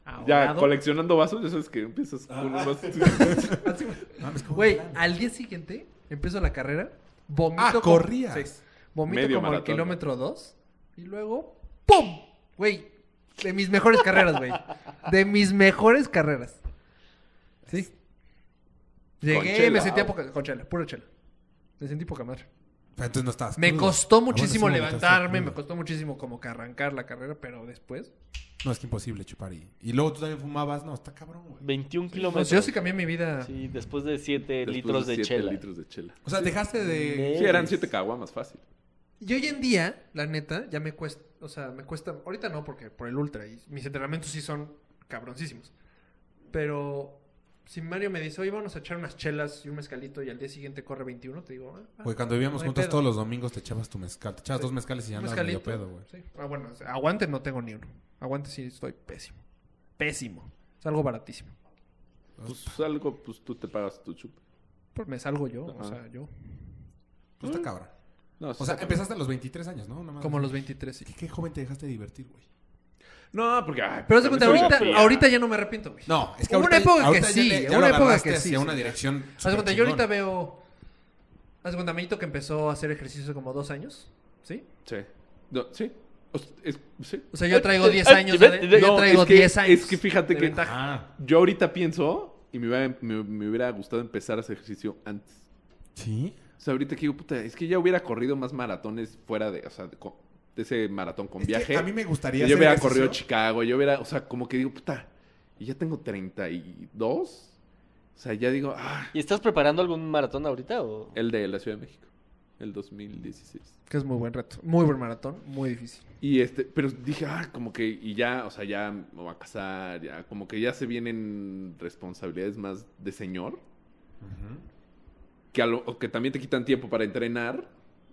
[SPEAKER 4] Ya
[SPEAKER 3] Ahogado.
[SPEAKER 4] coleccionando vasos, ya sabes que empiezas con unos vasos.
[SPEAKER 3] Así, güey.
[SPEAKER 5] Mames, ¿cómo
[SPEAKER 3] Güey,
[SPEAKER 5] plan?
[SPEAKER 3] al día siguiente empiezo la carrera. Vomito.
[SPEAKER 5] Ah,
[SPEAKER 3] como-
[SPEAKER 5] corrías.
[SPEAKER 3] Sí. Vomito
[SPEAKER 4] Medio
[SPEAKER 3] como al
[SPEAKER 4] maratón, güey.
[SPEAKER 3] kilómetro dos. Y luego, ¡pum! Güey, de mis mejores carreras, güey. De mis mejores carreras. Sí. Llegué,
[SPEAKER 4] chela,
[SPEAKER 3] me sentía
[SPEAKER 4] ah.
[SPEAKER 3] poca. Con chela, pura chela. Me sentí poca madre.
[SPEAKER 5] Pero entonces no estabas
[SPEAKER 3] Me
[SPEAKER 5] crudo.
[SPEAKER 3] costó
[SPEAKER 5] Ah, bueno,
[SPEAKER 3] muchísimo
[SPEAKER 5] sí me levantaste
[SPEAKER 3] levantarme, me
[SPEAKER 5] crudo.
[SPEAKER 3] costó muchísimo como que arrancar la carrera, pero después. pues,
[SPEAKER 5] No, es que imposible chupar y... Y luego tú también fumabas. No, está cabrón, güey.
[SPEAKER 2] 21
[SPEAKER 3] Pues
[SPEAKER 2] kilómetros.
[SPEAKER 3] yo sí cambié mi vida.
[SPEAKER 2] Sí, después de 7
[SPEAKER 4] Después
[SPEAKER 2] litros de,
[SPEAKER 4] siete
[SPEAKER 2] chela.
[SPEAKER 4] litros de chela.
[SPEAKER 5] O sea, dejaste de...
[SPEAKER 4] Sí, eran siete caguamas, fácil.
[SPEAKER 3] Y hoy en día, la neta, ya me cuesta, o sea, me cuesta, ahorita no, porque por el ultra, y mis entrenamientos sí son cabroncísimos. Pero si Mario me dice, oye, vamos a echar unas chelas y un mezcalito y al día siguiente corre 21, te digo, ah, ah,
[SPEAKER 5] Güey, cuando vivíamos
[SPEAKER 3] no hay
[SPEAKER 5] juntos
[SPEAKER 3] pedo.
[SPEAKER 5] todos los domingos te echabas tu mezcal. Te echabas dos mezcales y ya
[SPEAKER 3] un
[SPEAKER 5] andabas medio pedo, güey.
[SPEAKER 3] sí. Ah, bueno, o sea, aguante no tengo ni uno. Aguante sí estoy pésimo. Pésimo. Es algo baratísimo.
[SPEAKER 4] Pues algo, pues tú te pagas tu chupa.
[SPEAKER 3] Pues me salgo yo, o
[SPEAKER 4] Ajá.
[SPEAKER 3] sea, yo.
[SPEAKER 5] Pues
[SPEAKER 3] Mm.
[SPEAKER 5] está cabrón.
[SPEAKER 4] No,
[SPEAKER 5] O sea, empezaste a los 23 años, ¿no? Una madre
[SPEAKER 3] Como
[SPEAKER 5] así.
[SPEAKER 3] los 23, sí.
[SPEAKER 5] ¿Qué, qué joven te dejaste de divertir, güey?
[SPEAKER 4] No, porque. ay,
[SPEAKER 3] Pero
[SPEAKER 4] pues,
[SPEAKER 3] se
[SPEAKER 4] con
[SPEAKER 3] cuenta,
[SPEAKER 4] esa
[SPEAKER 3] ahorita,
[SPEAKER 4] biografía.
[SPEAKER 3] ahorita ya no me arrepiento, güey.
[SPEAKER 5] No, es que
[SPEAKER 3] Hubo una
[SPEAKER 5] ahorita,
[SPEAKER 3] época que
[SPEAKER 5] ahorita
[SPEAKER 3] sí,
[SPEAKER 5] ya, le- ya
[SPEAKER 3] hubo
[SPEAKER 5] lo
[SPEAKER 3] una época
[SPEAKER 5] agarraste
[SPEAKER 3] que sí,
[SPEAKER 5] hacia una
[SPEAKER 3] sí.
[SPEAKER 5] dirección
[SPEAKER 3] Haz de cuenta,
[SPEAKER 5] superchingona.
[SPEAKER 3] yo ahorita veo. Haz de cuenta, Mayito que empezó a hacer ejercicio hace como dos años. ¿Sí?
[SPEAKER 4] Sí. No, sí. O sea, es- sí.
[SPEAKER 3] O sea, yo traigo
[SPEAKER 2] eh,
[SPEAKER 3] 10
[SPEAKER 2] eh,
[SPEAKER 3] años. de-
[SPEAKER 2] eh,
[SPEAKER 3] yo
[SPEAKER 4] no,
[SPEAKER 3] traigo
[SPEAKER 4] es que-
[SPEAKER 3] 10 años.
[SPEAKER 4] es que fíjate
[SPEAKER 3] de
[SPEAKER 4] que-
[SPEAKER 3] ventaja.
[SPEAKER 5] Ah,
[SPEAKER 4] Yo ahorita pienso y me hubiera, me- me hubiera gustado empezar a hacer ejercicio antes.
[SPEAKER 5] ¿sí?
[SPEAKER 4] O sea, ahorita que digo, puta, es que ya hubiera corrido más maratones fuera de, o sea, de, co- de ese maratón con
[SPEAKER 5] Es que
[SPEAKER 4] viaje.
[SPEAKER 5] a mí me gustaría
[SPEAKER 4] Yo
[SPEAKER 5] hacer
[SPEAKER 4] hubiera
[SPEAKER 5] ejercicio.
[SPEAKER 4] corrido Chicago, yo hubiera, o sea, como que digo, puta, y ya tengo 32. O sea, ya digo, ah,
[SPEAKER 2] ¿Y estás preparando algún maratón ahorita o...?
[SPEAKER 4] el de la Ciudad de México, el 2016.
[SPEAKER 3] Que es muy buen reto. Muy buen maratón. Muy difícil.
[SPEAKER 4] Y este, pero dije, ah, como que, y ya, o sea, ya me voy a casar, ya, como que ya se vienen responsabilidades más de señor. que, a lo- o que también te quitan tiempo para entrenar.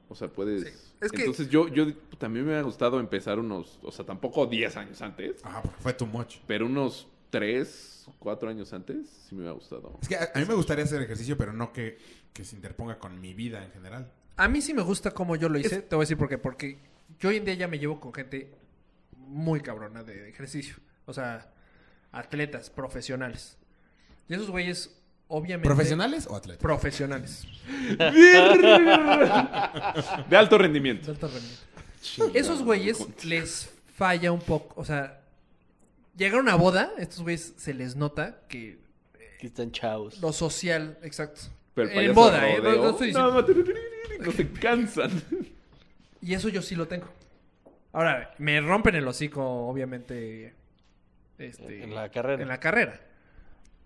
[SPEAKER 4] O sea, puedes...
[SPEAKER 3] Sí. Es que-
[SPEAKER 4] Entonces yo, yo también me hubiera gustado empezar unos, o sea, tampoco 10 años antes,
[SPEAKER 5] Ah, porque fue tu much.
[SPEAKER 4] pero unos 3, 4 años antes, sí me hubiera gustado.
[SPEAKER 5] Es que a, a mí me gustaría hacer ejercicio, pero no que, que se interponga con mi vida en general.
[SPEAKER 3] A mí sí me gusta como yo lo hice. Te voy a decir por qué. Porque yo hoy en día ya me llevo con gente muy cabrona de, de ejercicio. O sea, atletas profesionales. Y esos güeyes, obviamente.
[SPEAKER 5] ¿Profesionales o atletas?
[SPEAKER 3] Profesionales.
[SPEAKER 4] De alto rendimiento.
[SPEAKER 3] de alto rendimiento. Esos güeyes les falla un poco. O sea, llegar a una boda, estos güeyes se les nota que
[SPEAKER 2] Que están chavos.
[SPEAKER 3] lo social, exacto,
[SPEAKER 4] Pero
[SPEAKER 3] En
[SPEAKER 4] el payaso
[SPEAKER 3] boda, ¿eh?
[SPEAKER 4] rodeo,
[SPEAKER 3] No, no estoy diciendo-
[SPEAKER 4] no, no se cansan.
[SPEAKER 3] Y eso yo sí lo tengo. Ahora, me rompen el hocico, obviamente. este,
[SPEAKER 2] En la carrera.
[SPEAKER 3] En la carrera.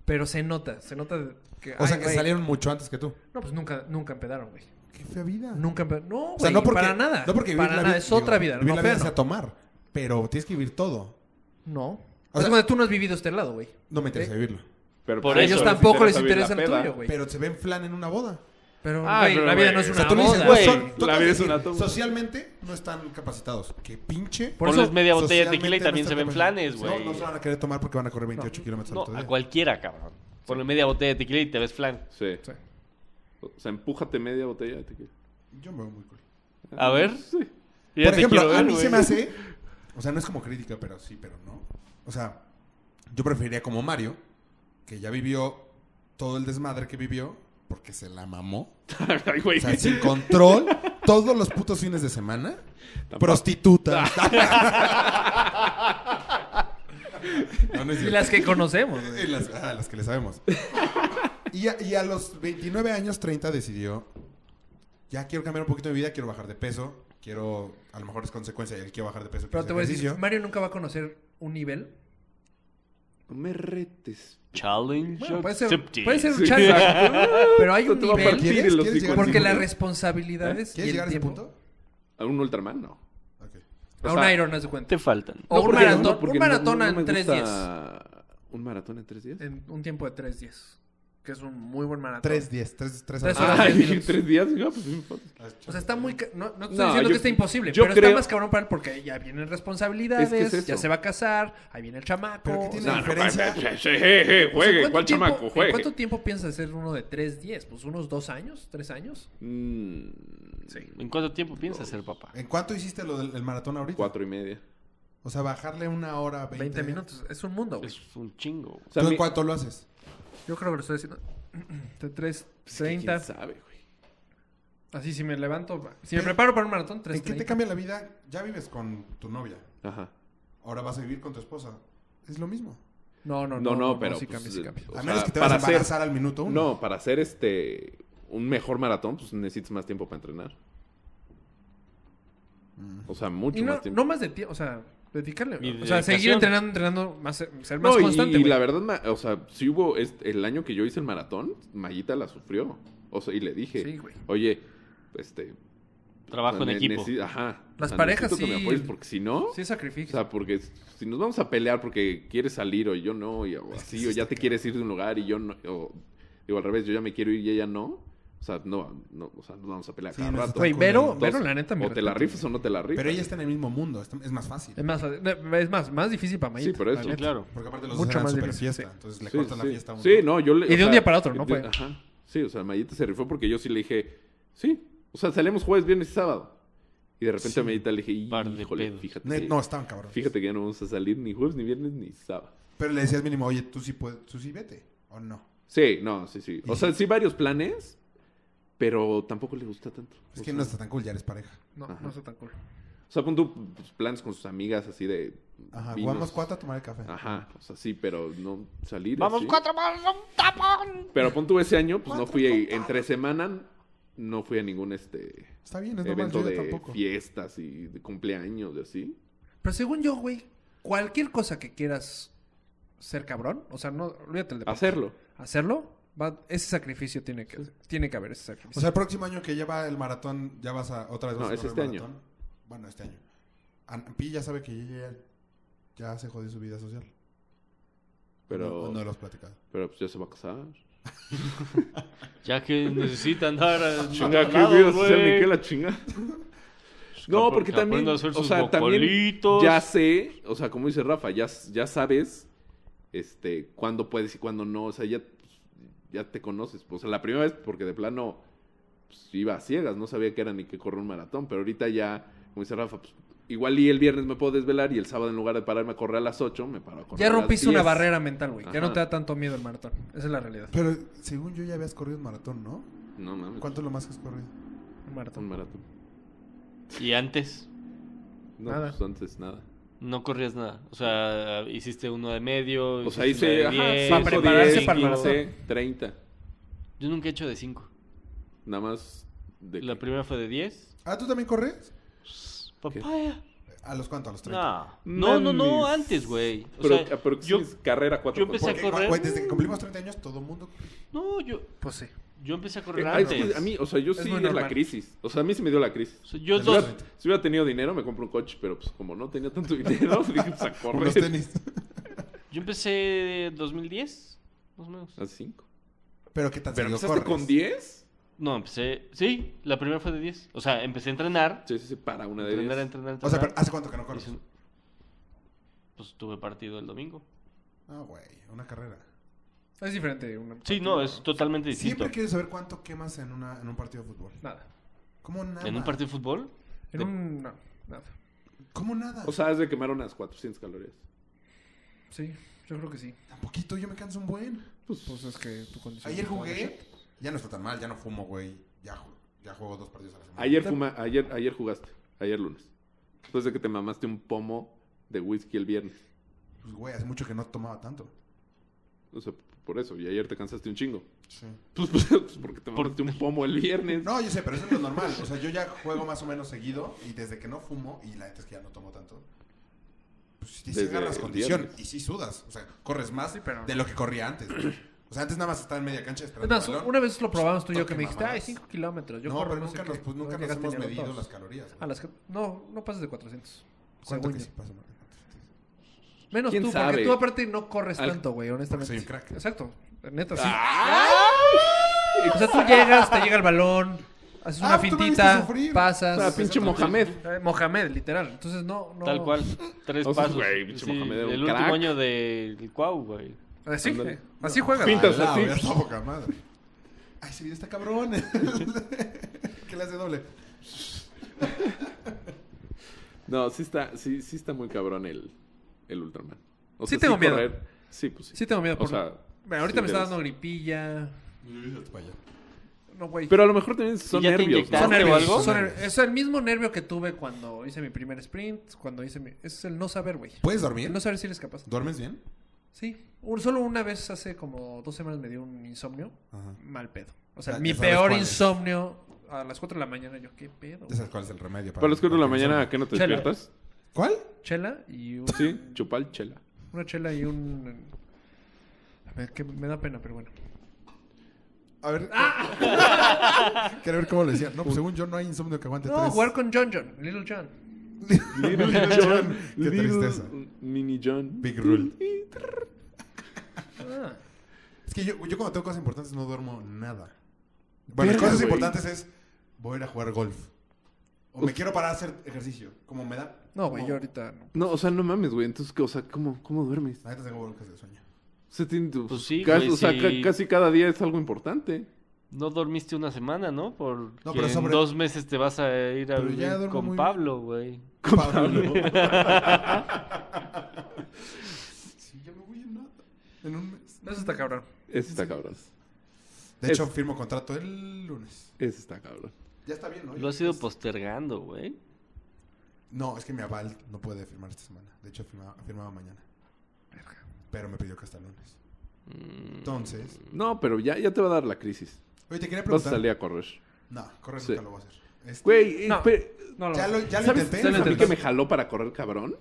[SPEAKER 3] Pero se nota, se nota que.
[SPEAKER 5] O sea,
[SPEAKER 3] ay,
[SPEAKER 5] que
[SPEAKER 3] güey.
[SPEAKER 5] salieron mucho antes que tú.
[SPEAKER 3] No, pues nunca, nunca empedaron, güey.
[SPEAKER 5] Qué fea vida.
[SPEAKER 3] Nunca empedaron. No, güey.
[SPEAKER 5] O sea, no porque,
[SPEAKER 3] para nada.
[SPEAKER 5] No porque vivir
[SPEAKER 3] para
[SPEAKER 5] la
[SPEAKER 3] nada,
[SPEAKER 5] vida-
[SPEAKER 3] es otra
[SPEAKER 5] digo,
[SPEAKER 3] vida.
[SPEAKER 5] Vivir
[SPEAKER 3] No,
[SPEAKER 5] la
[SPEAKER 3] fea,
[SPEAKER 5] vida es
[SPEAKER 3] no.
[SPEAKER 5] a tomar. Pero tienes que vivir todo.
[SPEAKER 3] No.
[SPEAKER 5] O
[SPEAKER 3] es
[SPEAKER 5] sea-
[SPEAKER 3] como tú no has vivido este lado, güey.
[SPEAKER 5] No me interesa vivirlo.
[SPEAKER 4] Pero
[SPEAKER 2] Por
[SPEAKER 3] A
[SPEAKER 2] eso
[SPEAKER 3] ellos
[SPEAKER 2] les
[SPEAKER 3] tampoco les interesa
[SPEAKER 4] interesa
[SPEAKER 3] el
[SPEAKER 4] vivir la peda.
[SPEAKER 3] tuyo, güey. Pero,
[SPEAKER 5] Pero se ven flan en una boda.
[SPEAKER 4] Ah,
[SPEAKER 3] güey,
[SPEAKER 4] pero,
[SPEAKER 3] la vida
[SPEAKER 4] güey.
[SPEAKER 3] no es
[SPEAKER 4] O
[SPEAKER 3] una
[SPEAKER 5] O sea, tú le dices,
[SPEAKER 3] boda.
[SPEAKER 5] güey,
[SPEAKER 2] güey.
[SPEAKER 5] son- tú
[SPEAKER 4] La
[SPEAKER 5] acabas
[SPEAKER 4] vida
[SPEAKER 5] de
[SPEAKER 4] es una
[SPEAKER 5] decir,
[SPEAKER 4] tumba.
[SPEAKER 5] Socialmente no están capacitados. Qué pinche.
[SPEAKER 3] Por
[SPEAKER 2] Ponles
[SPEAKER 3] eso,
[SPEAKER 2] media botella de tequila y
[SPEAKER 5] socialmente
[SPEAKER 2] también
[SPEAKER 5] no
[SPEAKER 2] se ven
[SPEAKER 5] están
[SPEAKER 2] flanes,
[SPEAKER 5] capacitados.
[SPEAKER 2] güey.
[SPEAKER 5] No, eh. no se van a querer tomar porque van a correr 28 kilómetros al
[SPEAKER 2] No,
[SPEAKER 5] otro
[SPEAKER 2] a
[SPEAKER 5] día.
[SPEAKER 2] cualquiera, cabrón. Ponle media botella de tequila y te ves flan.
[SPEAKER 4] Sí.
[SPEAKER 3] Sí.
[SPEAKER 4] O sea, empújate media botella de tequila.
[SPEAKER 5] Yo me veo muy cool.
[SPEAKER 2] A ver. Ya
[SPEAKER 5] Por
[SPEAKER 2] te
[SPEAKER 5] ejemplo,
[SPEAKER 2] quiero ver,
[SPEAKER 5] a mí
[SPEAKER 2] güey.
[SPEAKER 5] se me hace. O sea, no es como crítica, pero sí, pero no. O sea, yo preferiría como Mario, que ya vivió todo el desmadre que vivió, porque se la mamó.
[SPEAKER 4] Ay, güey.
[SPEAKER 5] O sea, sin control, todos los putos fines de semana. Prostituta. No, no es
[SPEAKER 3] Y
[SPEAKER 5] cierto.
[SPEAKER 3] las que conocemos, güey.
[SPEAKER 5] Y las, ah, las que le sabemos. Y a, y a los 29 años, 30, decidió, ya quiero cambiar un poquito de vida, quiero bajar de peso, quiero, a lo mejor es consecuencia, y él quiero bajar de peso.
[SPEAKER 3] Pero
[SPEAKER 5] quiero
[SPEAKER 3] te voy a
[SPEAKER 5] hacer
[SPEAKER 3] decir,
[SPEAKER 5] ejercicio.
[SPEAKER 3] Mario nunca va a conocer un nivel.
[SPEAKER 4] No me retes.
[SPEAKER 2] Challenge.
[SPEAKER 3] Bueno, puede ser,
[SPEAKER 2] accepted.
[SPEAKER 3] puede ser un challenge, pero hay un
[SPEAKER 4] Esto te va a
[SPEAKER 3] nivel
[SPEAKER 4] partir el
[SPEAKER 5] ¿Quieres? ¿Quieres
[SPEAKER 4] hocico
[SPEAKER 5] llegar
[SPEAKER 4] al
[SPEAKER 5] a ese
[SPEAKER 3] porque las
[SPEAKER 5] punto?
[SPEAKER 3] responsabilidades y
[SPEAKER 5] ¿Quieres
[SPEAKER 3] el
[SPEAKER 5] llegar a ese
[SPEAKER 3] tiempo-
[SPEAKER 5] punto?
[SPEAKER 4] A un Ultraman, no.
[SPEAKER 5] Ok.
[SPEAKER 4] O
[SPEAKER 3] a un
[SPEAKER 4] sea,
[SPEAKER 3] Iron, haz de cuenta.
[SPEAKER 2] Te faltan.
[SPEAKER 3] O un
[SPEAKER 4] porque-
[SPEAKER 3] maratón,
[SPEAKER 4] porque
[SPEAKER 3] un maratón
[SPEAKER 4] no- no
[SPEAKER 3] en
[SPEAKER 4] me
[SPEAKER 3] tres
[SPEAKER 4] gusta
[SPEAKER 3] días.
[SPEAKER 4] ¿Un maratón en tres días?
[SPEAKER 3] En un tiempo de 3 días. Que es un muy buen maratón.
[SPEAKER 5] 3, 10, 3, 3
[SPEAKER 3] Tres
[SPEAKER 5] horas. Ah,
[SPEAKER 3] horas.
[SPEAKER 4] Ah,
[SPEAKER 3] tres
[SPEAKER 4] dije,
[SPEAKER 3] minutos.
[SPEAKER 4] tres días, no, pues, no importa.
[SPEAKER 3] O sea, está muy... ca- No, no estoy
[SPEAKER 4] No,
[SPEAKER 3] diciendo
[SPEAKER 4] yo-
[SPEAKER 3] que está imposible,
[SPEAKER 4] yo
[SPEAKER 3] pero
[SPEAKER 4] creo-
[SPEAKER 3] está más cabrón para él porque ya vienen responsabilidades,
[SPEAKER 4] Es que es
[SPEAKER 3] ya
[SPEAKER 4] eso.
[SPEAKER 3] se va a casar, ahí viene el chamaco.
[SPEAKER 5] Pero ¿qué
[SPEAKER 3] o
[SPEAKER 5] tiene
[SPEAKER 3] sea,
[SPEAKER 5] de
[SPEAKER 4] No, no,
[SPEAKER 5] diferencia-
[SPEAKER 4] eh, eh, eh, eh,
[SPEAKER 3] ¿en
[SPEAKER 4] Juegue,
[SPEAKER 3] cuánto
[SPEAKER 4] ¿cuál
[SPEAKER 3] tiempo-
[SPEAKER 4] chamaco?
[SPEAKER 3] ¿En
[SPEAKER 4] Juegue.
[SPEAKER 3] cuánto tiempo piensas hacer uno de 3, 10? Pues unos 2 años, 3 años.
[SPEAKER 4] Mm,
[SPEAKER 3] Sí.
[SPEAKER 2] ¿En cuánto tiempo piensas ser papá?
[SPEAKER 4] Eh,
[SPEAKER 5] ¿En cuánto hiciste lo del el maratón ahorita?
[SPEAKER 4] Cuatro y media.
[SPEAKER 5] O sea, bajarle una hora, 20,
[SPEAKER 3] 20 minutos. Es un mundo, güey.
[SPEAKER 2] Es un chingo.
[SPEAKER 4] O
[SPEAKER 5] ¿Tú
[SPEAKER 4] sea,
[SPEAKER 5] en
[SPEAKER 4] mi-
[SPEAKER 5] cuánto lo haces?
[SPEAKER 3] Yo creo que lo estoy diciendo. De 3,
[SPEAKER 4] Pues es que quién
[SPEAKER 3] 30.
[SPEAKER 4] sabe, güey.
[SPEAKER 3] Así, si me levanto. Si me preparo para un maratón,
[SPEAKER 5] ¿En qué
[SPEAKER 3] 3.30.
[SPEAKER 5] te cambia la vida? Ya vives con tu novia,
[SPEAKER 4] Ajá.
[SPEAKER 5] ahora vas a vivir con tu esposa. Es lo mismo.
[SPEAKER 3] No, no,
[SPEAKER 4] No,
[SPEAKER 3] no.
[SPEAKER 4] no, pero.
[SPEAKER 3] sí
[SPEAKER 4] pues,
[SPEAKER 3] cambia, sí cambia.
[SPEAKER 4] o
[SPEAKER 5] A menos
[SPEAKER 4] sea,
[SPEAKER 5] que te vas a
[SPEAKER 4] para hacer-
[SPEAKER 5] embarazar al minuto uno.
[SPEAKER 4] No, para hacer este un mejor maratón, pues necesitas más tiempo para entrenar. O sea, mucho
[SPEAKER 3] Y no,
[SPEAKER 4] más tiempo.
[SPEAKER 3] no más de tiempo, o sea, dedicarle.
[SPEAKER 2] Mi
[SPEAKER 3] o sea, seguir
[SPEAKER 2] dedicación.
[SPEAKER 3] entrenando, entrenando, más, eh, ser
[SPEAKER 4] No,
[SPEAKER 3] más
[SPEAKER 4] y-
[SPEAKER 3] constante.
[SPEAKER 4] y,
[SPEAKER 3] güey.
[SPEAKER 4] la verdad, ma- o sea, si hubo est- el año que yo hice el maratón, Mayita la sufrió. O sea, y le dije,
[SPEAKER 3] Sí, güey.
[SPEAKER 4] oye, este,
[SPEAKER 2] Trabajo en
[SPEAKER 4] ne-
[SPEAKER 2] equipo.
[SPEAKER 4] necesi- Ajá.
[SPEAKER 3] Las
[SPEAKER 4] O sea,
[SPEAKER 3] parejas
[SPEAKER 4] necesito que me
[SPEAKER 3] sí-
[SPEAKER 4] apoyes porque si no,
[SPEAKER 3] Sí,
[SPEAKER 4] o
[SPEAKER 3] sacrificio.
[SPEAKER 4] sea, porque si nos vamos a pelear porque quieres salir o yo no, y, o así, o ya te quieres ir de un lugar y yo no, o digo al revés, yo ya me quiero ir y ella no, o sea, no, no o sea, nos vamos a pelear
[SPEAKER 5] Sí,
[SPEAKER 4] cada
[SPEAKER 5] no es
[SPEAKER 4] rato.
[SPEAKER 3] Güey,
[SPEAKER 5] con
[SPEAKER 3] Vero,
[SPEAKER 5] el-
[SPEAKER 4] Entonces,
[SPEAKER 3] Vero, la neta, mi
[SPEAKER 4] O te la
[SPEAKER 3] respeto.
[SPEAKER 4] rifas o no te la rifas.
[SPEAKER 5] Pero ella está en el mismo mundo, está- es más fácil.
[SPEAKER 3] Es más, es más, más difícil para mí.
[SPEAKER 4] Sí, por eso,
[SPEAKER 2] Sí, claro.
[SPEAKER 5] Porque aparte los
[SPEAKER 3] Mucho
[SPEAKER 5] dos eran
[SPEAKER 3] más
[SPEAKER 5] super
[SPEAKER 3] difícil,
[SPEAKER 5] fiesta,
[SPEAKER 3] sí.
[SPEAKER 5] entonces le
[SPEAKER 4] Sí,
[SPEAKER 5] cortan
[SPEAKER 4] sí.
[SPEAKER 5] la fiesta a uno.
[SPEAKER 4] Sí, no, yo le,
[SPEAKER 3] Y de un día para otro, ¿no?
[SPEAKER 4] de-
[SPEAKER 3] Fue-
[SPEAKER 4] Ajá. Sí, o sea, Mayita se rifó porque yo sí le dije, sí, o sea, salíamos jueves, viernes y sábado. Y de repente a Mayita le dije,
[SPEAKER 2] Par de
[SPEAKER 4] híjole,
[SPEAKER 2] pedos.
[SPEAKER 4] fíjate.
[SPEAKER 5] Ne-
[SPEAKER 4] que-
[SPEAKER 5] No, estaban cabrones.
[SPEAKER 4] Fíjate que ya no vamos a salir ni jueves, ni viernes, ni sábado.
[SPEAKER 5] Pero le decías mínimo, oye, tú sí puedes, tú sí vete, o no.
[SPEAKER 4] Sí, no, sí, sí. O sea, sí varios planes, pero tampoco le gusta tanto.
[SPEAKER 5] Es
[SPEAKER 4] O
[SPEAKER 5] que
[SPEAKER 4] sea,
[SPEAKER 5] no está tan cool, ya eres pareja.
[SPEAKER 3] No, no está tan cool.
[SPEAKER 4] O sea, pon tú pues, planes con sus amigas así de
[SPEAKER 5] Ajá,
[SPEAKER 4] vinos.
[SPEAKER 5] vamos cuatro a tomar el café.
[SPEAKER 4] Ajá, o sea, sí, pero no salir
[SPEAKER 2] Vamos
[SPEAKER 4] así.
[SPEAKER 2] cuatro más un tapón.
[SPEAKER 4] Pero pon tú ese año, pues no fui, a- entre semana no fui a ningún este
[SPEAKER 5] Está bien, es normal,
[SPEAKER 4] evento
[SPEAKER 5] yo ya
[SPEAKER 4] de
[SPEAKER 5] tampoco.
[SPEAKER 4] fiestas y de cumpleaños y así.
[SPEAKER 3] Pero según yo, güey, cualquier cosa que quieras ser cabrón, o sea, no, olvídate el de
[SPEAKER 4] Hacerlo.
[SPEAKER 3] hacerlo, va- ese sacrificio tiene que, tiene que haber ese sacrificio.
[SPEAKER 5] O sea, el próximo año que lleva el maratón, ya vas a otra vez.
[SPEAKER 4] No,
[SPEAKER 5] vas a
[SPEAKER 4] es
[SPEAKER 5] correr
[SPEAKER 4] este
[SPEAKER 5] maratón. Bueno, este año. An- Pi ya sabe que ya, ya se jodió su vida social.
[SPEAKER 4] Pero,
[SPEAKER 5] No, no lo has platicado.
[SPEAKER 4] pero pues ya se va a casar.
[SPEAKER 2] Ya que necesita andar a
[SPEAKER 4] Chinga,
[SPEAKER 2] a
[SPEAKER 4] qué
[SPEAKER 2] lados,
[SPEAKER 4] vida social,
[SPEAKER 2] güey.
[SPEAKER 4] ni qué la chinga. No,
[SPEAKER 2] Capaz-
[SPEAKER 4] porque
[SPEAKER 2] capaz
[SPEAKER 4] también,
[SPEAKER 2] de hacer
[SPEAKER 4] o
[SPEAKER 2] sus
[SPEAKER 4] sea, también
[SPEAKER 2] bocolitos.
[SPEAKER 4] ya sé, o sea, como dice Rafa, ya, ya sabes este cuándo puedes y cuándo no, o sea, ya, ya te conoces. O sea, la primera vez porque de plano pues, iba a ciegas, no sabía que era ni que correr un maratón, pero ahorita ya, como dice Rafa, pues, igual y el viernes me puedo desvelar y el sábado en lugar de pararme a correr a las 8, me paro a correr
[SPEAKER 3] ya
[SPEAKER 4] a las
[SPEAKER 3] rompiste una
[SPEAKER 4] 10.
[SPEAKER 3] barrera mental, güey. Ya no
[SPEAKER 4] Ajá.
[SPEAKER 3] te da tanto miedo el maratón. Esa es la realidad.
[SPEAKER 5] Pero según yo ya habías corrido un maratón, ¿no?
[SPEAKER 4] No mames,
[SPEAKER 5] ¿Cuánto es lo más que has corrido?
[SPEAKER 3] El maratón.
[SPEAKER 4] un maratón.
[SPEAKER 2] Y antes
[SPEAKER 4] No,
[SPEAKER 3] Nada.
[SPEAKER 4] pues antes nada.
[SPEAKER 2] no corrías nada. O sea, hiciste uno de medio.
[SPEAKER 4] O sea,
[SPEAKER 2] hiciste
[SPEAKER 4] hice
[SPEAKER 2] uno de
[SPEAKER 4] ajá,
[SPEAKER 2] diez,
[SPEAKER 4] cinco,
[SPEAKER 3] Para prepararse
[SPEAKER 4] diez,
[SPEAKER 3] para el
[SPEAKER 4] 15, 30.
[SPEAKER 2] Yo nunca he hecho de 5.
[SPEAKER 4] Nada más de...
[SPEAKER 2] La
[SPEAKER 4] que-
[SPEAKER 2] primera fue de 10.
[SPEAKER 5] Ah, ¿tú también corres?
[SPEAKER 3] Ah,
[SPEAKER 2] Papaya.
[SPEAKER 5] ¿A los cuántos? ¿A los 30?
[SPEAKER 2] No. No, no, no,
[SPEAKER 4] Mames.
[SPEAKER 2] antes, güey. O
[SPEAKER 4] Pero,
[SPEAKER 2] sea,
[SPEAKER 4] aproximis-
[SPEAKER 2] yo,
[SPEAKER 4] carrera 4
[SPEAKER 2] yo empecé a
[SPEAKER 5] Porque,
[SPEAKER 2] correr.
[SPEAKER 5] güey, desde que cumplimos 30 años, todo mundo...
[SPEAKER 2] no, yo,
[SPEAKER 3] Pues sí.
[SPEAKER 2] yo empecé a
[SPEAKER 4] Eh,
[SPEAKER 2] correr
[SPEAKER 4] ah, es que
[SPEAKER 2] antes.
[SPEAKER 4] a mí, o sea, yo
[SPEAKER 3] Es
[SPEAKER 4] sí
[SPEAKER 3] muy
[SPEAKER 4] era la
[SPEAKER 3] normal.
[SPEAKER 4] crisis. O sea, a mí sí me dio la crisis.
[SPEAKER 2] O sea, yo
[SPEAKER 5] Del
[SPEAKER 2] dos,
[SPEAKER 5] otro.
[SPEAKER 4] Si hubiera tenido dinero, me compro un coche, pero pues como no tenía tanto dinero, dije, pues a correr.
[SPEAKER 5] Los tenis.
[SPEAKER 2] yo empecé en 2010, más o menos.
[SPEAKER 4] A 5.
[SPEAKER 5] Pero ¿qué tan
[SPEAKER 4] ¿Pero
[SPEAKER 5] seguido
[SPEAKER 4] empezaste
[SPEAKER 5] corres?
[SPEAKER 4] con 10?
[SPEAKER 2] No, empecé, sí, la primera fue de 10. O sea, empecé a entrenar,
[SPEAKER 4] Sí, sí, sí, para una de
[SPEAKER 2] entrenar,
[SPEAKER 4] 10.
[SPEAKER 2] entrenar, entrenar.
[SPEAKER 5] O sea,
[SPEAKER 4] ah,
[SPEAKER 5] pero ¿hace cuánto que no corres?
[SPEAKER 2] Hice un- Pues tuve partido el domingo.
[SPEAKER 5] Ah, güey, una carrera.
[SPEAKER 3] Es diferente. una-
[SPEAKER 2] Sí, no, es totalmente distinto.
[SPEAKER 5] Siempre quieres saber cuánto quemas en, una, en un partido de fútbol.
[SPEAKER 3] Nada.
[SPEAKER 5] ¿Cómo nada?
[SPEAKER 2] ¿En un partido de fútbol?
[SPEAKER 3] En
[SPEAKER 2] De-
[SPEAKER 3] un... No, nada.
[SPEAKER 5] ¿Cómo nada?
[SPEAKER 4] O sea, has de quemar unas 400 calorías.
[SPEAKER 3] Sí, yo creo que sí.
[SPEAKER 5] Tan poquito, yo me canso un buen.
[SPEAKER 3] Pues es que tu condición...
[SPEAKER 5] Ayer jugué, ya no está tan mal, ya no fumo, güey. Ya, ju- ya juego dos partidos a la semana.
[SPEAKER 4] Ayer, fuma, ayer, ayer jugaste, ayer lunes. Después de que te mamaste un pomo de whisky el viernes.
[SPEAKER 5] Pues, güey, hace mucho que no tomaba tanto.
[SPEAKER 4] O sea, por eso. Y ayer te cansaste un chingo.
[SPEAKER 5] Sí.
[SPEAKER 4] Pues, pues, pues, porque te mamaste un pomo el viernes.
[SPEAKER 5] No, yo sé, pero eso es lo normal. O sea, yo ya juego más o menos seguido y desde que no fumo, y la neta es que ya no tomo tanto, pues sí, sí
[SPEAKER 4] Desde
[SPEAKER 5] agarras
[SPEAKER 4] el
[SPEAKER 5] condición
[SPEAKER 4] viernes.
[SPEAKER 5] y sí sudas. O sea, corres más
[SPEAKER 3] Sí, pero-
[SPEAKER 5] de lo que corría antes. güey. O sea, antes nada más estaba en media cancha
[SPEAKER 3] Es
[SPEAKER 5] esperando
[SPEAKER 3] más,
[SPEAKER 5] el balón.
[SPEAKER 3] una vez lo probamos tú y yo
[SPEAKER 5] Toque
[SPEAKER 3] que me dijiste,
[SPEAKER 5] mamadas.
[SPEAKER 3] ay, 5 kilómetros. Yo
[SPEAKER 5] no,
[SPEAKER 3] corro
[SPEAKER 5] pero
[SPEAKER 3] sé
[SPEAKER 5] nunca,
[SPEAKER 3] qué".
[SPEAKER 5] nos, pues, nunca
[SPEAKER 3] No
[SPEAKER 5] nos
[SPEAKER 3] llegaste
[SPEAKER 5] hemos
[SPEAKER 3] ni a los
[SPEAKER 5] medido
[SPEAKER 3] dos.
[SPEAKER 5] las calorías. güey.
[SPEAKER 3] A las que- No, no pasas de 400.
[SPEAKER 5] ¿Cuánto
[SPEAKER 3] Según
[SPEAKER 5] que
[SPEAKER 3] yo.
[SPEAKER 5] sí pasa, Marco?
[SPEAKER 3] Menos
[SPEAKER 4] ¿Quién
[SPEAKER 3] tú,
[SPEAKER 4] sabe?
[SPEAKER 3] porque tú aparte no corres
[SPEAKER 4] Al-
[SPEAKER 3] tanto, güey, honestamente.
[SPEAKER 5] Soy un crack.
[SPEAKER 3] Exacto, neta, sí. O sea, tú llegas, te llega el balón, haces
[SPEAKER 5] Ah,
[SPEAKER 3] una
[SPEAKER 5] tú me viste
[SPEAKER 3] fintita,
[SPEAKER 5] sufrir.
[SPEAKER 4] O sea,
[SPEAKER 3] pasas.
[SPEAKER 4] pinche Mohamed.
[SPEAKER 3] Eh, Mohamed, literal. Entonces, no, no.
[SPEAKER 2] Tal cual, tres
[SPEAKER 4] O sea,
[SPEAKER 2] pasos.
[SPEAKER 4] güey, pinche
[SPEAKER 2] Sí,
[SPEAKER 4] Mohamed era un
[SPEAKER 2] el
[SPEAKER 4] crack.
[SPEAKER 2] último año del Cuau, güey.
[SPEAKER 3] Así,
[SPEAKER 4] Ándale.
[SPEAKER 3] eh, así juegas.
[SPEAKER 4] Pintas
[SPEAKER 5] Ala,
[SPEAKER 4] así.
[SPEAKER 5] güey, está poca madre. Ay, ese video está cabrón. ¿Qué le hace doble?
[SPEAKER 4] No, sí está, sí, sí está muy cabrón el, el Ultraman. O
[SPEAKER 3] Sí tengo miedo.
[SPEAKER 4] sí, pues sí.
[SPEAKER 3] Sí tengo miedo.
[SPEAKER 4] O
[SPEAKER 3] por-
[SPEAKER 4] sea,
[SPEAKER 3] Mira, ahorita
[SPEAKER 4] sí
[SPEAKER 3] me está
[SPEAKER 4] debes.
[SPEAKER 3] dando gripilla. No, güey.
[SPEAKER 4] Pero a lo mejor también son
[SPEAKER 2] ya te
[SPEAKER 4] nervios. ¿no?
[SPEAKER 3] Son
[SPEAKER 2] ¿Te
[SPEAKER 3] nervios.
[SPEAKER 2] o algo?
[SPEAKER 3] son nervios. es el mismo nervio que tuve cuando hice mi primer sprint, cuando hice mi... Es el no saber, güey.
[SPEAKER 5] ¿Puedes
[SPEAKER 3] El
[SPEAKER 5] dormir?
[SPEAKER 3] no saber si eres capaz.
[SPEAKER 5] ¿Duermes bien?
[SPEAKER 3] Sí. Un- solo una vez hace como dos semanas me dio un insomnio.
[SPEAKER 5] Ajá.
[SPEAKER 3] Mal pedo. O sea,
[SPEAKER 5] Ya-
[SPEAKER 3] mi
[SPEAKER 5] ya sabes
[SPEAKER 3] peor
[SPEAKER 5] cuál es.
[SPEAKER 3] insomnio a las 4 de la mañana. Yo, ¿qué pedo?
[SPEAKER 5] Ya sabes cuál es el remedio.
[SPEAKER 4] Para las 4 de la
[SPEAKER 5] para que
[SPEAKER 4] mañana,
[SPEAKER 5] no
[SPEAKER 4] ¿a qué no te
[SPEAKER 3] Chela.
[SPEAKER 4] despiertas?
[SPEAKER 5] salga. ¿Cuál?
[SPEAKER 3] Chela y un-
[SPEAKER 4] Sí, chupal chela.
[SPEAKER 3] una chela y un... Me, que me da pena, pero bueno.
[SPEAKER 5] A ver. Quiero Ah. ver cómo lo decía. No, pues según yo no hay insomnio que aguante
[SPEAKER 3] No,
[SPEAKER 5] tres.
[SPEAKER 3] jugar con John John, Little John.
[SPEAKER 4] Little John.
[SPEAKER 5] Qué tristeza.
[SPEAKER 4] Mini John.
[SPEAKER 5] Big Rule.
[SPEAKER 3] Ah,
[SPEAKER 5] Es que yo, yo cuando tengo cosas importantes no duermo nada. Bueno,
[SPEAKER 4] Verga,
[SPEAKER 5] cosas
[SPEAKER 4] güey.
[SPEAKER 5] importantes es voy a ir a jugar golf. O me quiero parar a hacer ejercicio. Como me da.
[SPEAKER 3] No, güey,
[SPEAKER 5] como-
[SPEAKER 3] yo ahorita no.
[SPEAKER 4] No, o sea, no mames, güey. Entonces, ¿qué? o sea, ¿cómo, cómo duermes?
[SPEAKER 5] La neta tengo broncas de sueño.
[SPEAKER 4] O sea, tiene tu-
[SPEAKER 2] Pues sí,
[SPEAKER 4] casi,
[SPEAKER 2] güey,
[SPEAKER 4] o sea,
[SPEAKER 2] sí.
[SPEAKER 4] ca- casi cada día es algo importante.
[SPEAKER 2] No dormiste una semana, ¿no? Porque
[SPEAKER 5] No, pero
[SPEAKER 2] en
[SPEAKER 5] sobre-
[SPEAKER 2] dos meses te vas a ir a
[SPEAKER 5] Pero ya
[SPEAKER 2] vivir
[SPEAKER 5] duermo
[SPEAKER 2] con
[SPEAKER 5] muy-
[SPEAKER 2] Pablo, güey.
[SPEAKER 5] Pablo. sí, ya me voy en nada. En un mes.
[SPEAKER 3] Eso está cabrón.
[SPEAKER 4] Ese está cabrón.
[SPEAKER 5] De hecho,
[SPEAKER 4] Es-
[SPEAKER 5] firmo contrato el lunes.
[SPEAKER 4] Ese está cabrón.
[SPEAKER 5] Ya está bien, ¿no?
[SPEAKER 2] Lo has ido postergando, güey.
[SPEAKER 5] No, es que mi aval no puede firmar esta semana. De hecho, firma- firmaba, mañana. Pero me pidió que hasta el lunes.
[SPEAKER 2] Mm.
[SPEAKER 5] Entonces,
[SPEAKER 4] No, pero ya, ya te va a dar la crisis.
[SPEAKER 5] oye, te quería
[SPEAKER 4] Vas a
[SPEAKER 5] preguntar.
[SPEAKER 4] salir a correr.
[SPEAKER 5] No, correr
[SPEAKER 4] Sí.
[SPEAKER 5] nunca lo voy a hacer. Este,
[SPEAKER 4] Güey, eh,
[SPEAKER 3] No.
[SPEAKER 4] pero-
[SPEAKER 3] No lo
[SPEAKER 5] ya lo, ya lo
[SPEAKER 4] ¿sabes,
[SPEAKER 5] intenté.
[SPEAKER 4] ¿sabes a mí
[SPEAKER 5] jamás.
[SPEAKER 4] que me jaló para correr, cabrón?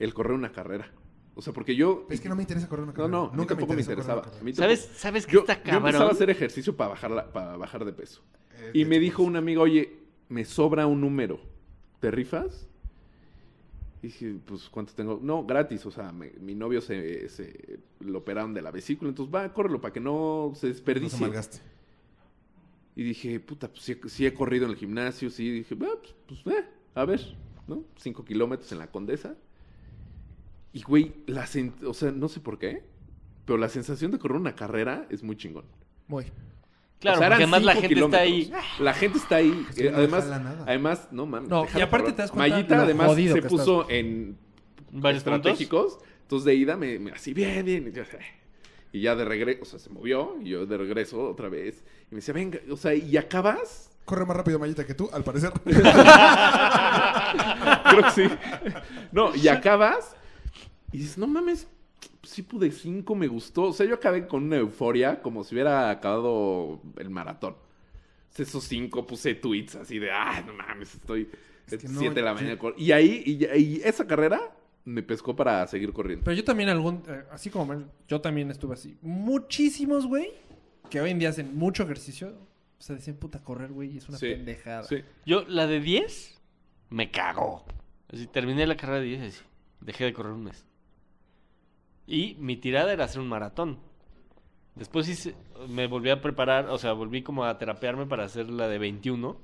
[SPEAKER 4] El correr una carrera. O sea, porque yo...
[SPEAKER 5] Es que no me interesa correr una
[SPEAKER 4] No,
[SPEAKER 5] carrera.
[SPEAKER 4] no, nunca tampoco me
[SPEAKER 5] interesó correr una
[SPEAKER 4] interesaba. A mí
[SPEAKER 2] ¿Sabes,
[SPEAKER 4] tampoco.
[SPEAKER 2] ¿sabes qué
[SPEAKER 4] Yo,
[SPEAKER 2] está
[SPEAKER 4] yo empezaba a
[SPEAKER 2] cabrón?
[SPEAKER 4] hacer ejercicio para bajar, la- para bajar de peso.
[SPEAKER 5] carrera. Eh, de
[SPEAKER 4] Y me
[SPEAKER 5] hecho,
[SPEAKER 4] dijo una amiga, oye, me sobra un número. ¿Te rifas? Y dije, pues, ¿cuánto tengo? No, gratis. O sea, me- mi novio se, se lo operaron de la vesícula. Entonces, va, córrelo para que no
[SPEAKER 5] No
[SPEAKER 4] se
[SPEAKER 5] se
[SPEAKER 4] desperdicie.
[SPEAKER 5] malgaste.
[SPEAKER 4] y dije, puta, pues sí, he- sí he corrido en el gimnasio. Sí, dije, va, pues, pues, eh, a ver, ¿no? Cinco kilómetros en la Condesa. Y, güey, la sen- o sea, no sé por qué, pero la sensación de correr una carrera es muy chingón.
[SPEAKER 3] Muy.
[SPEAKER 2] Claro,
[SPEAKER 4] O sea, eran
[SPEAKER 2] porque además la
[SPEAKER 4] cinco
[SPEAKER 2] gente está ahí.
[SPEAKER 4] kilómetros. La gente está ahí.
[SPEAKER 5] Es que
[SPEAKER 4] Eh,
[SPEAKER 5] no
[SPEAKER 4] además,
[SPEAKER 5] jala nada.
[SPEAKER 4] además, no mames.
[SPEAKER 3] No,
[SPEAKER 4] déjalo,
[SPEAKER 3] y aparte
[SPEAKER 4] cabrón.
[SPEAKER 3] te das cuenta
[SPEAKER 4] Mayita,
[SPEAKER 3] lo
[SPEAKER 4] además,
[SPEAKER 3] jodido
[SPEAKER 4] se
[SPEAKER 3] que
[SPEAKER 4] puso en
[SPEAKER 2] Varios puntos.
[SPEAKER 4] estratégicos. Entonces, de ida, me, me- así, bien, bien. y yo, eh. Y ya de regreso, o sea, se movió. Y yo de regreso otra vez. Y me decía, venga, o sea, ¿y acabas?
[SPEAKER 5] Corre más rápido Mayita que tú, al parecer.
[SPEAKER 4] Creo que sí. No, y acabas. Y dices, no mames, sí pude cinco, me gustó. O sea, yo acabé con una euforia como si hubiera acabado el maratón. Entonces, Esos cinco puse tweets así de, ah, no mames, estoy
[SPEAKER 5] Es que no,
[SPEAKER 4] siete de la
[SPEAKER 5] yo-
[SPEAKER 4] mañana. cor-". Y ahí, y, y esa carrera me pescó para seguir corriendo.
[SPEAKER 3] Pero yo también algún, eh, así como Mel, yo también estuve así. Muchísimos, güey, que hoy en día hacen mucho ejercicio. O sea, decían, puta, correr, güey, es una
[SPEAKER 4] Sí,
[SPEAKER 3] pendejada.
[SPEAKER 4] Sí.
[SPEAKER 2] Yo, la de 10, me cagó. Así, terminé la carrera de 10 y así, dejé de correr un mes. Y mi tirada era hacer un maratón. Después hice- me volví a preparar, o sea, volví como a terapearme para hacer la de 21.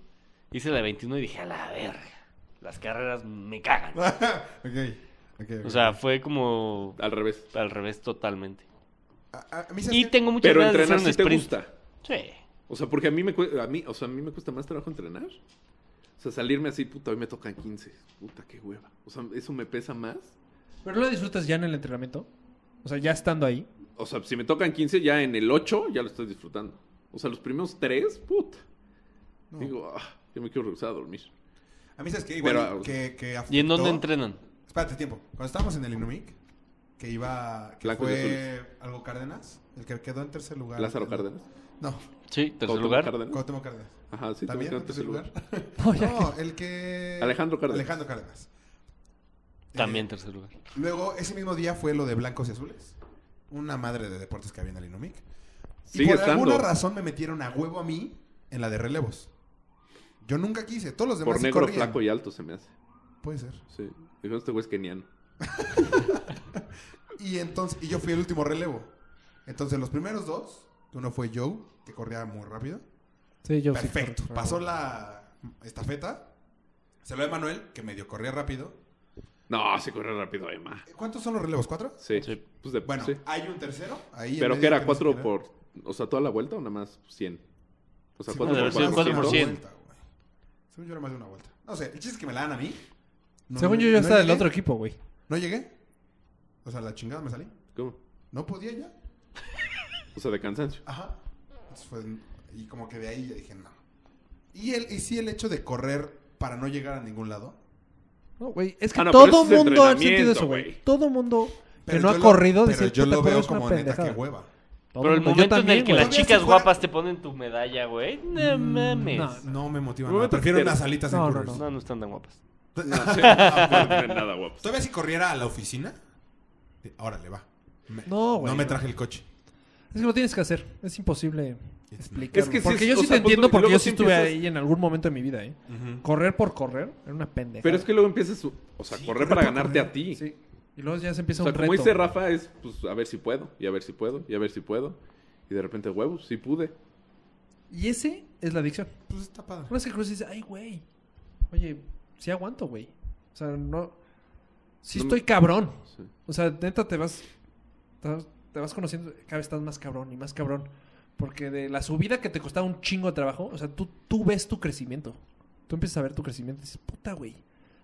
[SPEAKER 2] Hice la de 21 y dije, a la verga, las carreras me cagan.
[SPEAKER 5] ok, ok.
[SPEAKER 2] O sea, fue como
[SPEAKER 4] Al revés.
[SPEAKER 2] al revés totalmente.
[SPEAKER 5] a, a mí se
[SPEAKER 2] Y
[SPEAKER 5] hace-
[SPEAKER 2] tengo muchas
[SPEAKER 4] Pero
[SPEAKER 2] ganas de hacer
[SPEAKER 4] entrenar
[SPEAKER 2] un
[SPEAKER 4] sí te
[SPEAKER 2] sprint.
[SPEAKER 4] gusta.
[SPEAKER 2] Sí.
[SPEAKER 4] O sea, porque a mí me cu- a mí, o sea, a mí me cuesta más trabajo entrenar. O sea, salirme así, puta, hoy me tocan 15. Puta, qué hueva. O sea, eso me pesa más.
[SPEAKER 3] Pero lo disfrutas ya en el entrenamiento. O sea, ya estando ahí.
[SPEAKER 4] O sea, si me tocan 15, ya en el 8 ya lo estoy disfrutando. O sea, los primeros 3, puta.
[SPEAKER 5] No.
[SPEAKER 4] Digo, ah, yo me quiero regresar a dormir.
[SPEAKER 5] A mí sabes que igual
[SPEAKER 4] Pero-
[SPEAKER 5] que, que
[SPEAKER 2] ¿Y en dónde
[SPEAKER 5] afectó-
[SPEAKER 2] entrenan?
[SPEAKER 5] Espérate, tiempo. Cuando estábamos en el Inumic, que iba... Que
[SPEAKER 4] Blancos y
[SPEAKER 5] fue algo Cárdenas, el que quedó en tercer lugar.
[SPEAKER 4] Lázaro Cárdenas.
[SPEAKER 5] No,
[SPEAKER 2] Sí, tercer
[SPEAKER 4] Cuauhtémoc
[SPEAKER 2] lugar.
[SPEAKER 4] Cárdenas.
[SPEAKER 5] Cuauhtémoc Cárdenas.
[SPEAKER 4] Ajá, sí,
[SPEAKER 5] ¿También
[SPEAKER 4] tengo
[SPEAKER 5] en tercer lugar?
[SPEAKER 3] No, ya
[SPEAKER 5] No, el que...
[SPEAKER 4] Oh, Alejandro Cárdenas.
[SPEAKER 5] Alejandro Cárdenas.
[SPEAKER 2] También
[SPEAKER 5] Eh,
[SPEAKER 2] tercer lugar.
[SPEAKER 5] Luego, ese mismo día fue lo de Blancos y Azules. Una madre de deportes que había en el Inumic. Y
[SPEAKER 4] Sigue
[SPEAKER 5] por
[SPEAKER 4] estando.
[SPEAKER 5] alguna razón me metieron a huevo a mí en la de relevos. Yo nunca quise. Todos los demás
[SPEAKER 4] Por
[SPEAKER 5] sí
[SPEAKER 4] negro,
[SPEAKER 5] corrían.
[SPEAKER 4] flaco y alto se me hace.
[SPEAKER 5] Puede ser.
[SPEAKER 4] Sí. Dijo, este güey es keniano.
[SPEAKER 5] Y entonces, y yo fui el último relevo. Entonces, los primeros dos, que uno fue Joe, que corría muy rápido.
[SPEAKER 3] Sí, yo sí,
[SPEAKER 5] Perfecto.
[SPEAKER 3] corro.
[SPEAKER 5] Pasó la estafeta. Se lo de Manuel, que medio corría rápido.
[SPEAKER 4] No, se corre rápido, Emma.
[SPEAKER 5] ¿Cuántos son los relevos? ¿Cuatro?
[SPEAKER 4] Sí.
[SPEAKER 2] Sí.
[SPEAKER 4] Pues de,
[SPEAKER 5] Bueno,
[SPEAKER 4] sí.
[SPEAKER 5] hay un tercero. Ahí en
[SPEAKER 4] Pero
[SPEAKER 5] medio
[SPEAKER 4] que era
[SPEAKER 5] no sé
[SPEAKER 4] 4
[SPEAKER 5] quién era.
[SPEAKER 4] por. O sea, toda la vuelta o nada más 100. O sea,
[SPEAKER 5] Sí,
[SPEAKER 4] 4
[SPEAKER 2] debe
[SPEAKER 4] por
[SPEAKER 2] haber sido
[SPEAKER 4] 4.
[SPEAKER 5] cuatro por
[SPEAKER 2] 4%.
[SPEAKER 5] una vuelta, güey. Según yo era más de una vuelta. No sé, el chiste es que me la dan a mí. No,
[SPEAKER 3] Según
[SPEAKER 5] no,
[SPEAKER 3] yo, yo
[SPEAKER 5] no
[SPEAKER 3] estaba del
[SPEAKER 5] llegué.
[SPEAKER 3] otro equipo, güey.
[SPEAKER 5] No llegué. O sea, la chingada me salí.
[SPEAKER 4] ¿Cómo?
[SPEAKER 5] No podía ya.
[SPEAKER 4] O sea, de cansancio.
[SPEAKER 5] Ajá. Entonces fue- y como que de ahí ya dije, no. Y, el, y sí el hecho de correr para no llegar a ningún lado.
[SPEAKER 3] No, güey. Es que
[SPEAKER 4] Ah, no, pero
[SPEAKER 3] todo
[SPEAKER 4] ese es
[SPEAKER 3] mundo ha sentido
[SPEAKER 4] entrenamiento,
[SPEAKER 3] eso, güey.
[SPEAKER 4] güey.
[SPEAKER 3] Todo mundo que
[SPEAKER 5] Pero
[SPEAKER 3] no
[SPEAKER 5] yo
[SPEAKER 3] ha
[SPEAKER 5] lo-
[SPEAKER 3] corrido
[SPEAKER 5] Pero
[SPEAKER 3] decir,
[SPEAKER 5] yo
[SPEAKER 3] "Puta,
[SPEAKER 5] lo
[SPEAKER 3] correr
[SPEAKER 5] veo
[SPEAKER 3] es una
[SPEAKER 5] como neta que
[SPEAKER 3] pendejada".
[SPEAKER 5] hueva.
[SPEAKER 3] Todo
[SPEAKER 2] Pero el
[SPEAKER 3] mundo- yo
[SPEAKER 2] momento en el
[SPEAKER 3] también,
[SPEAKER 2] que
[SPEAKER 3] güey. Mm,
[SPEAKER 2] las
[SPEAKER 5] Todavía
[SPEAKER 2] chicas
[SPEAKER 5] si fuera-
[SPEAKER 2] guapas te ponen tu medalla, güey. No mames.
[SPEAKER 3] no,
[SPEAKER 2] No,
[SPEAKER 5] No me motiva
[SPEAKER 4] Un
[SPEAKER 5] nada.
[SPEAKER 4] momento
[SPEAKER 5] Prefiero
[SPEAKER 4] que te-
[SPEAKER 5] unas alitas
[SPEAKER 3] No,
[SPEAKER 5] en
[SPEAKER 3] no,
[SPEAKER 5] Currys.
[SPEAKER 2] no, están tan guapas.
[SPEAKER 4] No, sí, no, no tiene nada guapo.
[SPEAKER 5] Todavía si corriera a la oficina. eh, Órale, va. Me-
[SPEAKER 3] No, güey.
[SPEAKER 5] No me traje el coche.
[SPEAKER 3] Es que lo tienes que hacer. Es imposible
[SPEAKER 5] It's-
[SPEAKER 3] explicarlo.
[SPEAKER 4] Es que sí
[SPEAKER 3] porque
[SPEAKER 4] es-
[SPEAKER 3] yo
[SPEAKER 4] o
[SPEAKER 3] sí
[SPEAKER 4] sea,
[SPEAKER 3] te entiendo
[SPEAKER 4] punto- y
[SPEAKER 3] porque
[SPEAKER 4] luego
[SPEAKER 3] yo sí
[SPEAKER 4] sí
[SPEAKER 3] estuve
[SPEAKER 4] empiezas-
[SPEAKER 3] ahí en algún momento de mi vida, ¿eh? Correr por correr era una pendeja.
[SPEAKER 4] Pero es que luego empiezas, o sea,
[SPEAKER 5] Sí,
[SPEAKER 4] correr
[SPEAKER 5] correr
[SPEAKER 4] para
[SPEAKER 5] para
[SPEAKER 4] ganarte
[SPEAKER 5] correr,
[SPEAKER 4] a ti.
[SPEAKER 3] Sí. Y luego ya se empieza
[SPEAKER 4] O sea,
[SPEAKER 3] un
[SPEAKER 4] como
[SPEAKER 3] reto.
[SPEAKER 4] dice Rafa, es pues a ver si puedo, y a ver si puedo, y a ver si puedo. Y de repente, huevos, sí pude.
[SPEAKER 3] Y ese es la adicción.
[SPEAKER 5] Pues está padre.
[SPEAKER 3] Una vez que cruzas dices, ay, güey. Oye, sí aguanto, güey. O sea, no... Sí
[SPEAKER 4] No me-
[SPEAKER 3] estoy cabrón.
[SPEAKER 4] Sí.
[SPEAKER 3] O sea, neta te vas... Te vas, te vas conociendo, cada vez estás más cabrón y más cabrón. Porque de la subida que te costaba un chingo de trabajo, o sea, tú, tú ves tu crecimiento. Tú empiezas a ver tu crecimiento y dices, puta, güey.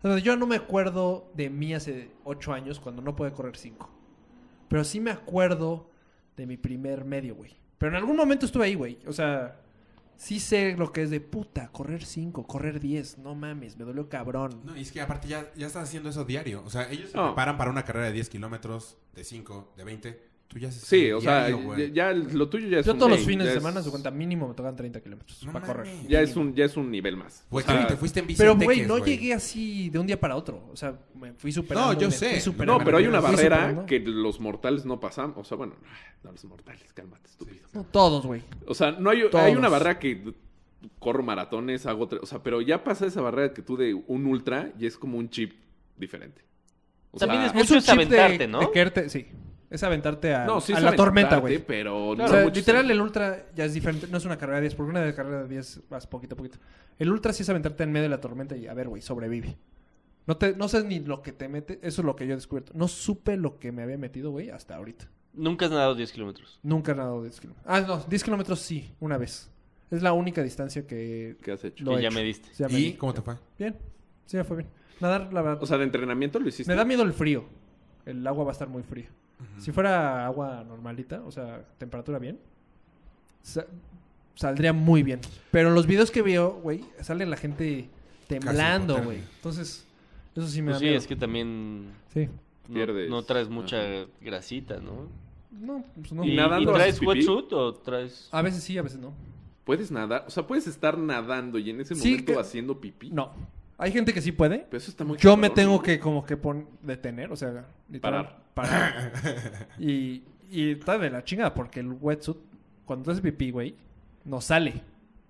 [SPEAKER 3] O sea, yo no me acuerdo de mí hace ocho años cuando no podía correr cinco. Pero sí me acuerdo de mi primer medio, güey. Pero en algún momento estuve ahí, güey. O sea, sí sé lo que es de puta, correr 5, correr 10. No mames, me dolió cabrón.
[SPEAKER 5] No, y es que aparte ya, ya estás haciendo eso diario. O sea, ellos se
[SPEAKER 4] No.
[SPEAKER 5] preparan para una carrera de 10 kilómetros, de 5, de 20. Tú ya haces
[SPEAKER 4] Sí,
[SPEAKER 5] eso
[SPEAKER 4] o sea,
[SPEAKER 5] diario, güey.
[SPEAKER 4] ya, ya el- lo tuyo ya es
[SPEAKER 3] Yo
[SPEAKER 4] un
[SPEAKER 3] todos los
[SPEAKER 4] game,
[SPEAKER 3] fines
[SPEAKER 4] ya
[SPEAKER 3] de
[SPEAKER 4] es-
[SPEAKER 3] semana, su cuenta mínimo, me tocan 30 kilómetros
[SPEAKER 5] No
[SPEAKER 3] para
[SPEAKER 5] mames.
[SPEAKER 3] correr.
[SPEAKER 4] Ya es un, ya es un nivel más.
[SPEAKER 5] Güey,
[SPEAKER 4] O sea,
[SPEAKER 5] claro, te fuiste en bici
[SPEAKER 3] Pero,
[SPEAKER 5] en
[SPEAKER 3] güey,
[SPEAKER 5] Teques,
[SPEAKER 3] no llegué así de un día para otro. O sea, me fui superando.
[SPEAKER 5] No, yo
[SPEAKER 3] me
[SPEAKER 5] sé.
[SPEAKER 3] fui
[SPEAKER 5] No,
[SPEAKER 4] no,
[SPEAKER 3] superando,
[SPEAKER 4] pero hay una
[SPEAKER 3] me fui
[SPEAKER 4] barrera
[SPEAKER 3] superando.
[SPEAKER 4] que los mortales no pasamos. O sea, bueno, no los mortales, cálmate, estúpido.
[SPEAKER 3] No, todos, güey.
[SPEAKER 4] O sea, no hay, hay
[SPEAKER 3] Todos.
[SPEAKER 4] una barrera que corro maratones, hago tres. O sea, pero ya pasa esa barrera que tú de un ultra y es como un chip diferente. O
[SPEAKER 2] También
[SPEAKER 4] sea,
[SPEAKER 2] es Mucho Ah, es
[SPEAKER 3] chip
[SPEAKER 2] aventarte,
[SPEAKER 3] de,
[SPEAKER 2] ¿no?
[SPEAKER 3] de quererte- sí. Es aventarte a,
[SPEAKER 4] no, sí
[SPEAKER 3] a
[SPEAKER 4] es
[SPEAKER 3] la tormenta,
[SPEAKER 4] aventarte,
[SPEAKER 3] güey.
[SPEAKER 4] Pero
[SPEAKER 3] O
[SPEAKER 4] no
[SPEAKER 3] sea,
[SPEAKER 4] mucho-
[SPEAKER 3] literal, el ultra ya es diferente. No es una carrera de 10, porque una de carrera de 10 vas poquito a poquito. El ultra sí es aventarte en medio de la tormenta y a ver, güey, sobrevive. No, te, no sabes ni lo que te mete. Eso es lo que yo he descubierto. No supe lo que me había metido, güey, hasta ahorita.
[SPEAKER 2] Nunca has nadado 10 kilómetros.
[SPEAKER 3] Nunca he nadado 10 kilómetros. Ah, no, 10 kilómetros sí, una vez. Es la única distancia que.
[SPEAKER 4] ¿Qué has hecho?
[SPEAKER 3] lo he
[SPEAKER 2] Que ya
[SPEAKER 3] hecho.
[SPEAKER 2] me diste.
[SPEAKER 3] Sí, ya me
[SPEAKER 5] ¿Y
[SPEAKER 3] di.
[SPEAKER 5] cómo te fue?
[SPEAKER 3] Bien, sí, ya fue bien. Nadar, la verdad.
[SPEAKER 4] O sea, de entrenamiento lo hiciste.
[SPEAKER 3] me da miedo el frío. El agua va a estar muy fría. Si fuera agua normalita, o sea, temperatura bien, sa- saldría muy bien. Pero en los videos que veo, güey, sale la gente temblando,
[SPEAKER 5] hipotermia.
[SPEAKER 3] güey. Entonces, eso sí me
[SPEAKER 2] Pues
[SPEAKER 3] da
[SPEAKER 2] sí,
[SPEAKER 3] miedo.
[SPEAKER 2] es que también.
[SPEAKER 3] Sí.
[SPEAKER 2] No-
[SPEAKER 4] Pierdes.
[SPEAKER 2] No, traes mucha grasita, ¿no?
[SPEAKER 3] No, pues no.
[SPEAKER 2] ¿Y, y
[SPEAKER 4] nadando
[SPEAKER 2] traes
[SPEAKER 4] haces pipí?
[SPEAKER 2] wetsuit o traes...?
[SPEAKER 3] A veces sí, a veces no.
[SPEAKER 4] Puedes nadar, o sea, puedes estar nadando y en ese
[SPEAKER 3] Sí,
[SPEAKER 4] momento
[SPEAKER 3] que-
[SPEAKER 4] haciendo pipí.
[SPEAKER 3] No. Hay gente que sí puede.
[SPEAKER 4] Pero eso está muy
[SPEAKER 3] Yo me
[SPEAKER 4] cabrón,
[SPEAKER 3] tengo
[SPEAKER 4] ¿no?
[SPEAKER 3] que como que pon- detener, o sea, literal, parar. Y, y está de la chingada, porque el wetsuit, cuando haces pipí, güey, no sale.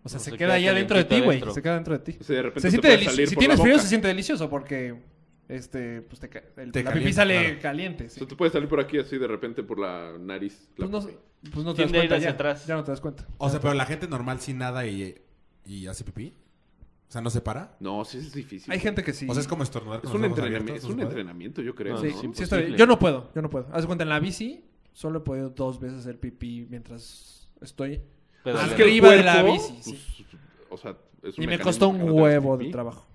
[SPEAKER 3] O sea,
[SPEAKER 2] No,
[SPEAKER 3] se,
[SPEAKER 2] se
[SPEAKER 3] queda
[SPEAKER 2] queda
[SPEAKER 3] ahí adentro de ti,
[SPEAKER 2] calientito
[SPEAKER 3] güey.
[SPEAKER 2] adentro.
[SPEAKER 3] Se queda dentro de ti.
[SPEAKER 4] O sea, de repente
[SPEAKER 3] Se
[SPEAKER 4] te
[SPEAKER 3] siente
[SPEAKER 4] puede
[SPEAKER 3] delici-
[SPEAKER 4] salir
[SPEAKER 3] Si
[SPEAKER 4] por la
[SPEAKER 3] tienes frío,
[SPEAKER 4] boca.
[SPEAKER 3] se siente delicioso porque este, pues te ca- el-
[SPEAKER 5] Te
[SPEAKER 3] la
[SPEAKER 5] calienta,
[SPEAKER 3] pipí sale
[SPEAKER 5] claro.
[SPEAKER 3] caliente.
[SPEAKER 4] O
[SPEAKER 3] sí.
[SPEAKER 4] sea, tú puedes salir por aquí así de repente por la nariz. la
[SPEAKER 3] Pues no,
[SPEAKER 4] pipí.
[SPEAKER 3] pues no te das
[SPEAKER 2] Tiende a ir
[SPEAKER 3] cuenta.
[SPEAKER 2] hacia
[SPEAKER 3] Ya,
[SPEAKER 2] atrás.
[SPEAKER 3] ya no te das cuenta.
[SPEAKER 5] O sea, pero la gente normal sin nada y, y hace pipí. O sea, no se para.
[SPEAKER 4] No, sí es difícil.
[SPEAKER 3] Hay gente que sí.
[SPEAKER 5] O sea, es como estornudar con
[SPEAKER 4] Es
[SPEAKER 5] los
[SPEAKER 4] un,
[SPEAKER 5] ojos
[SPEAKER 4] entrenamiento,
[SPEAKER 5] abiertos,
[SPEAKER 4] es
[SPEAKER 5] ¿no
[SPEAKER 4] un
[SPEAKER 5] se puede?
[SPEAKER 4] entrenamiento, yo creo.
[SPEAKER 2] No,
[SPEAKER 4] ¿no?
[SPEAKER 3] Sí,
[SPEAKER 2] es
[SPEAKER 3] sí está bien.
[SPEAKER 2] imposible.
[SPEAKER 3] Yo no puedo, yo no puedo. Haz de cuenta, en la bici solo he podido dos veces hacer pipí mientras estoy.
[SPEAKER 2] Pero-
[SPEAKER 3] Ah,
[SPEAKER 4] Es
[SPEAKER 3] Al
[SPEAKER 4] que el
[SPEAKER 3] arriba de la
[SPEAKER 4] cuerpo,
[SPEAKER 3] bici, sí.
[SPEAKER 4] pues, o sea, es
[SPEAKER 3] Y me
[SPEAKER 4] mecanismo
[SPEAKER 3] costó
[SPEAKER 4] que
[SPEAKER 3] un
[SPEAKER 4] no te
[SPEAKER 3] huevo
[SPEAKER 4] hace
[SPEAKER 3] de
[SPEAKER 4] pipí.
[SPEAKER 3] trabajo.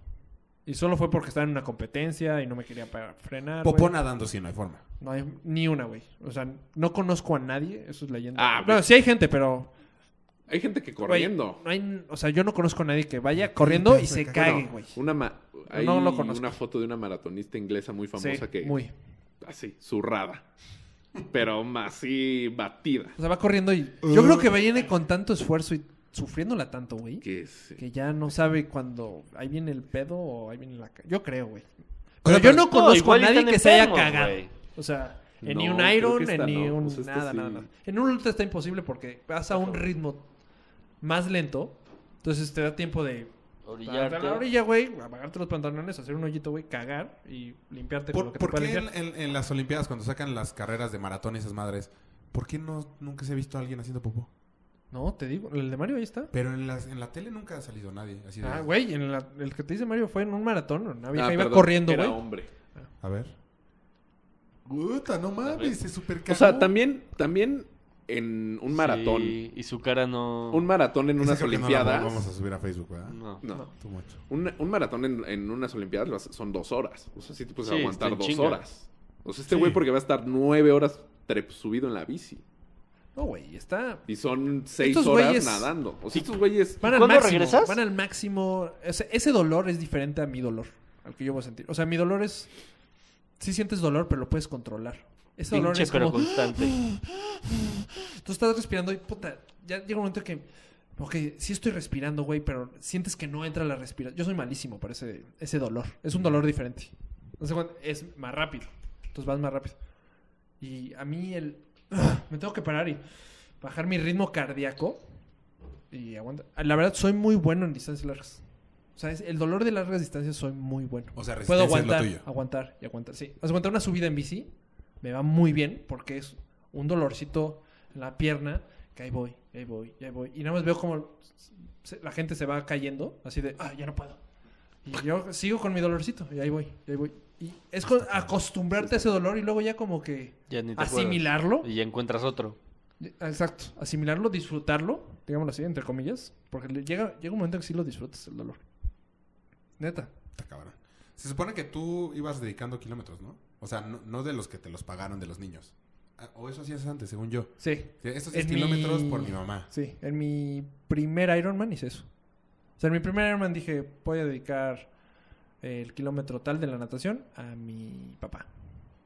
[SPEAKER 3] Y solo fue porque estaba en una competencia y no me quería para frenar. güey.
[SPEAKER 5] Popó nadando sí, no hay forma.
[SPEAKER 3] No hay ni una, güey. O sea, no conozco a nadie. Eso es leyenda.
[SPEAKER 4] Ah,
[SPEAKER 3] no,
[SPEAKER 4] güey.
[SPEAKER 3] sí hay gente, pero.
[SPEAKER 4] Hay gente que
[SPEAKER 3] güey,
[SPEAKER 4] corriendo.
[SPEAKER 3] no hay, o sea, yo no conozco a nadie que vaya corriendo y
[SPEAKER 5] Sí,
[SPEAKER 3] se
[SPEAKER 5] claro.
[SPEAKER 3] cague,
[SPEAKER 4] Bueno,
[SPEAKER 3] güey.
[SPEAKER 4] Una ma- hay
[SPEAKER 3] No lo conozco.
[SPEAKER 4] una foto de una maratonista inglesa muy
[SPEAKER 3] Sí,
[SPEAKER 4] famosa que
[SPEAKER 3] muy.
[SPEAKER 4] así, zurrada. Pero más así batida.
[SPEAKER 3] O sea, va corriendo y. Yo creo que viene con tanto esfuerzo y sufriéndola tanto, güey.
[SPEAKER 4] Que eh, sí.
[SPEAKER 3] Que ya no sabe cuando ahí viene el pedo o ahí viene la... ca- Yo creo, güey.
[SPEAKER 5] O
[SPEAKER 3] Pero
[SPEAKER 5] sea,
[SPEAKER 3] yo
[SPEAKER 5] pero-
[SPEAKER 3] no
[SPEAKER 2] No,
[SPEAKER 3] conozco a
[SPEAKER 2] igual y
[SPEAKER 3] nadie
[SPEAKER 2] están
[SPEAKER 3] que se haya
[SPEAKER 2] enfermos,
[SPEAKER 3] cagado.
[SPEAKER 2] güey.
[SPEAKER 3] O sea, en ni
[SPEAKER 4] No,
[SPEAKER 3] un
[SPEAKER 4] creo
[SPEAKER 3] Iron,
[SPEAKER 4] que esta
[SPEAKER 3] en ni
[SPEAKER 4] no.
[SPEAKER 3] un...
[SPEAKER 4] Pues esta
[SPEAKER 3] nada, nada,
[SPEAKER 4] sí.
[SPEAKER 3] nada. En un ultra está imposible porque vas a un ritmo más lento. Entonces te da tiempo de... pararte a la
[SPEAKER 2] Orillarte.
[SPEAKER 3] orilla, güey, apagarte los pantalones, hacer un hoyito, güey, cagar y limpiarte con
[SPEAKER 5] ¿Por,
[SPEAKER 3] lo que te
[SPEAKER 5] por
[SPEAKER 3] pueda
[SPEAKER 5] qué en,
[SPEAKER 3] limpiar.
[SPEAKER 5] en- en las Olimpiadas, cuando sacan las carreras de maratón y esas madres, por qué no, nunca se ha visto a alguien haciendo popó?
[SPEAKER 3] No, te digo, el de Mario ahí está.
[SPEAKER 5] Pero en, las, en la tele nunca ha salido nadie. Así de,
[SPEAKER 3] Ah, güey, en la- el que te dice Mario fue en un maratón. Una vieja
[SPEAKER 4] Ah,
[SPEAKER 3] iba
[SPEAKER 4] perdón,
[SPEAKER 3] corriendo,
[SPEAKER 4] era
[SPEAKER 3] güey.
[SPEAKER 4] hombre.
[SPEAKER 5] A ver. Puta, no mames, se super
[SPEAKER 4] O sea, también, también en un maratón.
[SPEAKER 2] Sí, y su cara no...
[SPEAKER 4] Un maratón en unas Olimpiadas.
[SPEAKER 5] vamos a subir a Facebook, ¿verdad?
[SPEAKER 3] Ah.
[SPEAKER 2] No.
[SPEAKER 4] No.
[SPEAKER 5] Too much.
[SPEAKER 4] Un, un maratón en, en unas Olimpiadas lo hace- son dos horas. O sea, sí te puedes
[SPEAKER 2] Sí, está
[SPEAKER 4] aguantar
[SPEAKER 2] en
[SPEAKER 4] dos
[SPEAKER 2] chinga.
[SPEAKER 4] horas. O sea, este
[SPEAKER 5] Sí.
[SPEAKER 4] güey porque va a estar nueve horas trep- subido en la bici.
[SPEAKER 3] No, güey, está...
[SPEAKER 4] Y son seis
[SPEAKER 3] Estos
[SPEAKER 4] horas
[SPEAKER 3] güeyes-
[SPEAKER 4] nadando. O sea, estos güeyes...
[SPEAKER 3] Van al
[SPEAKER 2] ¿Cuándo
[SPEAKER 3] máximo,
[SPEAKER 2] regresas?
[SPEAKER 3] Van al máximo. O sea, ese dolor es diferente a mi dolor, al que yo voy a sentir. O sea, mi dolor es. Sí sientes dolor, pero lo puedes controlar. Ese dolor
[SPEAKER 2] Pinche
[SPEAKER 3] es
[SPEAKER 2] pero
[SPEAKER 3] como.
[SPEAKER 2] constante.
[SPEAKER 3] Tú estás respirando y puta. Ya llega un momento que. Ok, sí estoy respirando, güey, pero sientes que no entra la respiración. Yo soy malísimo para ese, ese dolor. Es un dolor diferente. No sé cuándo- es más rápido. Entonces vas más rápido. Y a mí el. me tengo que parar y bajar mi ritmo cardíaco. Y aguanta. La verdad, soy muy bueno en distancias largas. O sea, es- el dolor de largas distancias soy muy bueno.
[SPEAKER 5] O sea,
[SPEAKER 3] Puedo
[SPEAKER 5] resistencia es lo
[SPEAKER 3] aguantar,
[SPEAKER 5] tuyo.
[SPEAKER 3] aguantar y aguantar. Sí. Haz de cuenta, una subida en bici me va muy bien porque es un dolorcito en la pierna que ahí voy, ahí voy, ahí voy. Y nada más veo como se- la gente se va cayendo, así de, ah, ya no puedo. Y yo sigo con mi dolorcito y ahí voy, y ahí voy. Y es con- acostumbrarte a ese dolor y luego ya como que
[SPEAKER 2] Ya ni te acuerdas.
[SPEAKER 3] asimilarlo.
[SPEAKER 2] Y ya encuentras otro.
[SPEAKER 3] Exacto, asimilarlo, disfrutarlo, digámoslo así, entre comillas, porque le llega, llega un momento en que sí lo disfrutas el dolor. Neta.
[SPEAKER 5] Está cabrón. Se supone que tú ibas dedicando kilómetros, ¿no? O sea, no, no de los que te los pagaron de los niños. Ah, O eso hacías antes, según yo.
[SPEAKER 3] Sí.
[SPEAKER 5] Estos 10
[SPEAKER 3] En
[SPEAKER 5] kilómetros
[SPEAKER 3] mi-
[SPEAKER 5] por mi mamá.
[SPEAKER 3] Sí, en mi primer Ironman hice eso. O sea, en mi primer Ironman dije, voy a dedicar el kilómetro tal de la natación a mi papá.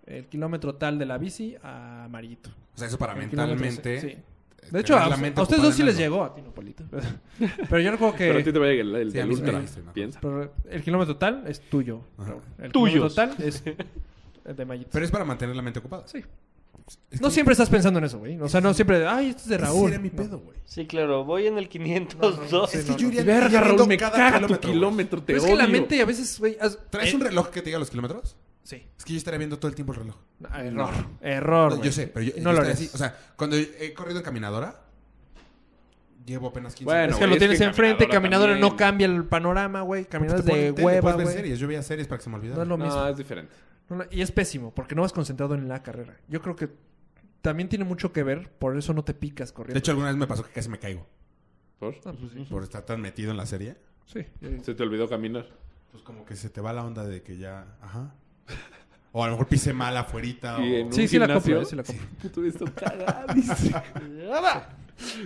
[SPEAKER 3] El kilómetro tal de la bici a Marito.
[SPEAKER 5] O sea, eso para
[SPEAKER 3] El kilómetro-
[SPEAKER 5] mentalmente.
[SPEAKER 3] sí.
[SPEAKER 5] eh,
[SPEAKER 3] De hecho,
[SPEAKER 5] tener
[SPEAKER 3] a,
[SPEAKER 5] la mente
[SPEAKER 3] a ustedes
[SPEAKER 5] ocupada
[SPEAKER 3] dos sí
[SPEAKER 5] en
[SPEAKER 3] les
[SPEAKER 5] algo.
[SPEAKER 3] llegó, a ti no, Polito. Pero yo recuerdo
[SPEAKER 4] Pero a ti
[SPEAKER 3] que
[SPEAKER 4] te va a llegar el, el
[SPEAKER 5] Sí, a
[SPEAKER 4] del
[SPEAKER 5] mí sí me
[SPEAKER 4] ultra.
[SPEAKER 5] llegó, sí, me acuerdo.
[SPEAKER 4] Piensa.
[SPEAKER 3] pero el kilómetro tal es tuyo.
[SPEAKER 5] Ajá.
[SPEAKER 3] El
[SPEAKER 2] Tuyos.
[SPEAKER 3] kilómetro tal es de Mayito.
[SPEAKER 5] Pero es para mantener la mente ocupada.
[SPEAKER 3] Sí.
[SPEAKER 5] Es
[SPEAKER 3] No
[SPEAKER 5] que-
[SPEAKER 3] siempre estás pensando en eso, güey. O sea, no siempre, ay, esto es de
[SPEAKER 5] Ese
[SPEAKER 3] Raúl.
[SPEAKER 5] era mi
[SPEAKER 3] No.
[SPEAKER 5] pedo, güey.
[SPEAKER 2] Sí, claro, voy en el 502.
[SPEAKER 3] Sí,
[SPEAKER 5] Es que
[SPEAKER 3] no,
[SPEAKER 5] yo
[SPEAKER 3] no.
[SPEAKER 5] iría
[SPEAKER 4] Verga,
[SPEAKER 5] midiendo
[SPEAKER 4] Raúl, me
[SPEAKER 5] cada
[SPEAKER 4] caga
[SPEAKER 5] kilómetro,
[SPEAKER 4] tu
[SPEAKER 5] güey.
[SPEAKER 4] kilómetro, te
[SPEAKER 3] Pero es que la
[SPEAKER 4] odio.
[SPEAKER 3] mente a veces, güey. haz-
[SPEAKER 5] ¿Traes
[SPEAKER 3] eh,
[SPEAKER 5] un reloj que te diga los kilómetros?
[SPEAKER 3] Sí.
[SPEAKER 5] Es que yo estaría viendo todo el tiempo el reloj.
[SPEAKER 3] No, Error. Error.
[SPEAKER 5] No,
[SPEAKER 3] güey.
[SPEAKER 5] yo sé, pero yo,
[SPEAKER 3] no
[SPEAKER 5] yo
[SPEAKER 3] lo
[SPEAKER 5] estaría
[SPEAKER 3] harías.
[SPEAKER 5] así. O sea, cuando he corrido en caminadora, llevo apenas 15
[SPEAKER 4] Bueno,
[SPEAKER 5] minutos.
[SPEAKER 3] es que
[SPEAKER 4] güey,
[SPEAKER 3] lo
[SPEAKER 4] es
[SPEAKER 3] tienes
[SPEAKER 4] que
[SPEAKER 3] enfrente,
[SPEAKER 4] caminadora
[SPEAKER 3] caminadora no
[SPEAKER 4] también.
[SPEAKER 3] cambia el panorama, güey.
[SPEAKER 5] Pues Te
[SPEAKER 3] Caminadas de
[SPEAKER 5] ponen tele,
[SPEAKER 3] hueva,
[SPEAKER 5] puedes ver
[SPEAKER 3] güey.
[SPEAKER 5] series. Yo veía series para que se me olvidara.
[SPEAKER 3] No es lo mismo.
[SPEAKER 4] No, Ah, es diferente.
[SPEAKER 3] No, no, y es pésimo, porque no vas concentrado en la carrera. Yo creo que también tiene mucho que ver, por eso no te picas corriendo.
[SPEAKER 5] De hecho, alguna vez me pasó que casi me caigo
[SPEAKER 4] ¿Por?
[SPEAKER 3] Ah, pues sí.
[SPEAKER 5] por estar tan metido en la serie.
[SPEAKER 3] Sí. eh,
[SPEAKER 4] Se te olvidó caminar.
[SPEAKER 5] Pues como que se te va la onda de que ya... Ajá. O a lo mejor pisé mal afuerita.
[SPEAKER 4] Y
[SPEAKER 5] O...
[SPEAKER 4] en-
[SPEAKER 3] Sí,
[SPEAKER 4] ¿Un
[SPEAKER 3] sí la
[SPEAKER 4] gimnasio?
[SPEAKER 3] compro, eh, sí la compro.
[SPEAKER 4] Puto esto, cagadísimo.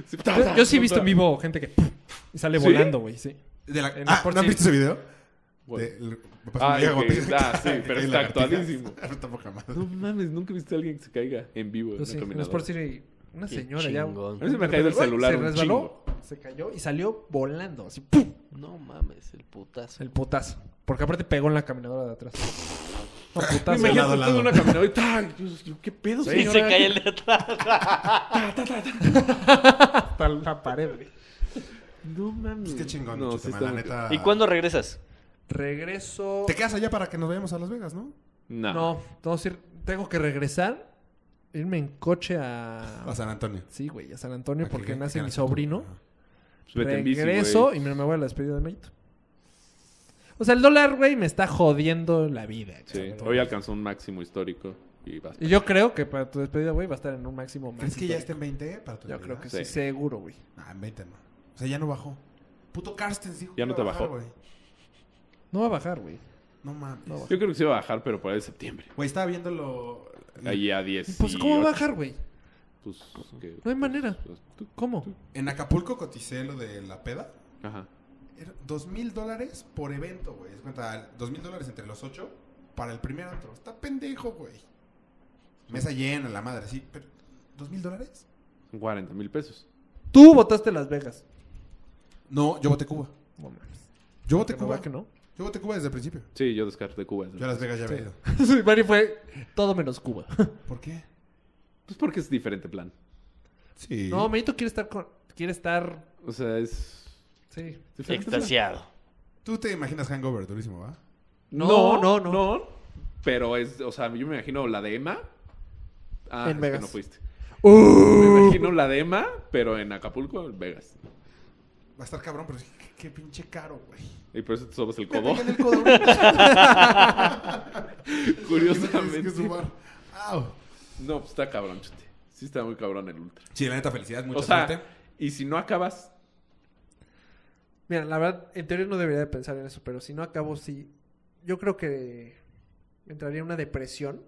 [SPEAKER 4] Sí,
[SPEAKER 3] Yo, yo sí he visto en vivo gente que y sale
[SPEAKER 4] ¿Sí?
[SPEAKER 3] volando, güey, sí.
[SPEAKER 5] De la...
[SPEAKER 3] En
[SPEAKER 5] Ah,
[SPEAKER 3] Sport
[SPEAKER 5] ¿no has
[SPEAKER 3] City.
[SPEAKER 5] visto ese video?
[SPEAKER 4] Güey.
[SPEAKER 5] De- el- me pasa
[SPEAKER 4] Ay,
[SPEAKER 5] una vieja guapísima
[SPEAKER 4] que- ah,
[SPEAKER 5] que
[SPEAKER 4] sí,
[SPEAKER 5] se
[SPEAKER 4] pero
[SPEAKER 5] cae
[SPEAKER 4] está
[SPEAKER 5] lagartijas.
[SPEAKER 4] actualísimo.
[SPEAKER 5] Está poca madre.
[SPEAKER 4] No mames, nunca viste a alguien que se caiga en vivo en
[SPEAKER 3] Pues sí,
[SPEAKER 4] una
[SPEAKER 3] en
[SPEAKER 4] caminadora.
[SPEAKER 3] Sport City, una
[SPEAKER 2] Qué
[SPEAKER 3] señora ya.
[SPEAKER 2] chingón.
[SPEAKER 4] A mí se me ha caído el celular
[SPEAKER 3] Se
[SPEAKER 4] un
[SPEAKER 3] resbaló,
[SPEAKER 4] chingo.
[SPEAKER 3] se cayó y salió volando. Así, ¡pum!
[SPEAKER 2] No mames, el putazo.
[SPEAKER 3] El putazo. Porque aparte pegó en la caminadora de atrás. No, putazo.
[SPEAKER 5] Lado a
[SPEAKER 4] Imagínate tú en
[SPEAKER 5] lado.
[SPEAKER 4] una caminadora y ¡tac! Yo, ¿Qué pedo,
[SPEAKER 2] Y
[SPEAKER 4] señora?
[SPEAKER 2] se cae el de atrás.
[SPEAKER 3] Hasta la pared. güey.
[SPEAKER 4] No mames.
[SPEAKER 5] Pues qué chingón,
[SPEAKER 4] No,
[SPEAKER 5] no,
[SPEAKER 4] sí está
[SPEAKER 5] la
[SPEAKER 4] muy-
[SPEAKER 5] neta.
[SPEAKER 2] ¿Y cuándo regresas?
[SPEAKER 3] Regreso.
[SPEAKER 5] Te quedas allá para que nos vayamos a Las Vegas, ¿no?
[SPEAKER 4] No.
[SPEAKER 3] No, tengo que ir- tengo que regresar, irme en coche a.
[SPEAKER 4] Ah.
[SPEAKER 5] A San Antonio.
[SPEAKER 3] Sí, güey, a San Antonio
[SPEAKER 5] Para que-
[SPEAKER 3] porque
[SPEAKER 5] que
[SPEAKER 3] nace mi
[SPEAKER 5] ganes tu-
[SPEAKER 3] sobrino.
[SPEAKER 5] Ajá.
[SPEAKER 4] Pues vete en bici,
[SPEAKER 3] Regreso
[SPEAKER 4] güey.
[SPEAKER 3] y me me voy a la despedida de Mayito. O sea, el dólar, güey, me está jodiendo la vida.
[SPEAKER 4] Sí,
[SPEAKER 3] cabrón.
[SPEAKER 4] hoy alcanzó un máximo histórico y basta.
[SPEAKER 3] Y yo creo que para tu despedida, güey, va a estar en un máximo más.
[SPEAKER 5] ¿Crees que ya
[SPEAKER 3] histórico.
[SPEAKER 5] está en 20 para tu
[SPEAKER 3] Yo
[SPEAKER 5] Navidad?
[SPEAKER 3] creo que
[SPEAKER 4] Sí.
[SPEAKER 3] sí, seguro, güey.
[SPEAKER 5] Ah, en 20 no. O sea, ya no bajó. Puto Carstens dijo.
[SPEAKER 4] ¿Ya no
[SPEAKER 5] que iba a
[SPEAKER 4] te
[SPEAKER 5] bajar,
[SPEAKER 4] bajó?
[SPEAKER 5] güey.
[SPEAKER 3] No va a bajar, güey.
[SPEAKER 5] No mames.
[SPEAKER 3] No
[SPEAKER 5] Güey,
[SPEAKER 3] bajó.
[SPEAKER 4] Yo creo que se iba a bajar, pero por ahí de septiembre.
[SPEAKER 5] estaba viendo lo...
[SPEAKER 4] Ahí a 10.
[SPEAKER 3] Pues, ¿cómo va a bajar, güey?
[SPEAKER 4] Pues, que-
[SPEAKER 3] No hay manera.
[SPEAKER 4] pues, tú-
[SPEAKER 3] ¿Cómo?
[SPEAKER 5] En Acapulco coticé lo de la peda.
[SPEAKER 4] Ajá.
[SPEAKER 5] Era dos mil dólares por evento, güey. Es cuenta, dos mil dólares entre los ocho para el primer antro. Está pendejo, güey. Mesa llena, la madre, sí. Pero, ¿dos mil dólares?
[SPEAKER 4] Son 40 mil pesos.
[SPEAKER 3] Tú votaste Las Vegas.
[SPEAKER 5] No, yo voté Cuba.
[SPEAKER 3] No mames.
[SPEAKER 5] Yo voté
[SPEAKER 3] ¿Que no va,
[SPEAKER 5] Cuba.
[SPEAKER 3] que no?
[SPEAKER 5] Yo voté Cuba desde el principio.
[SPEAKER 4] Sí, yo descarté Cuba.
[SPEAKER 5] Yo a Las Vegas ya había ido.
[SPEAKER 3] Sí, Mari fue todo menos Cuba.
[SPEAKER 5] ¿Por qué?
[SPEAKER 4] Pues porque es diferente plan.
[SPEAKER 5] Sí.
[SPEAKER 3] No, Mayito quiere estar con... Quiere estar...
[SPEAKER 4] O sea, es...
[SPEAKER 3] Sí.
[SPEAKER 4] diferente plan.
[SPEAKER 2] Extasiado.
[SPEAKER 5] Tú te imaginas Hangover durísimo, ¿va?
[SPEAKER 3] No, no, no.
[SPEAKER 4] Pero es, o sea, yo me imagino la de Emma. Ah,
[SPEAKER 3] En
[SPEAKER 4] es que
[SPEAKER 3] Vegas.
[SPEAKER 4] no fuiste. Me
[SPEAKER 3] Uh.
[SPEAKER 4] imagino la de Emma, pero en Acapulco, en Vegas.
[SPEAKER 5] Va a estar cabrón, pero es que- qué, qué pinche caro, güey.
[SPEAKER 4] Y por eso te sobas el
[SPEAKER 5] Me
[SPEAKER 4] codo.
[SPEAKER 5] pegué en el codo. güey.
[SPEAKER 4] Curiosamente.
[SPEAKER 5] Tienes que sumar. Au.
[SPEAKER 4] No, pues está cabrón, chute. Sí está muy cabrón el ultra.
[SPEAKER 5] Sí, la neta, felicidades, mucha
[SPEAKER 4] o sea,
[SPEAKER 5] suerte.
[SPEAKER 4] y si no acabas,
[SPEAKER 3] Mira, la verdad, en teoría no debería de pensar en eso, pero si no acabo, sí. Yo creo que entraría en una depresión.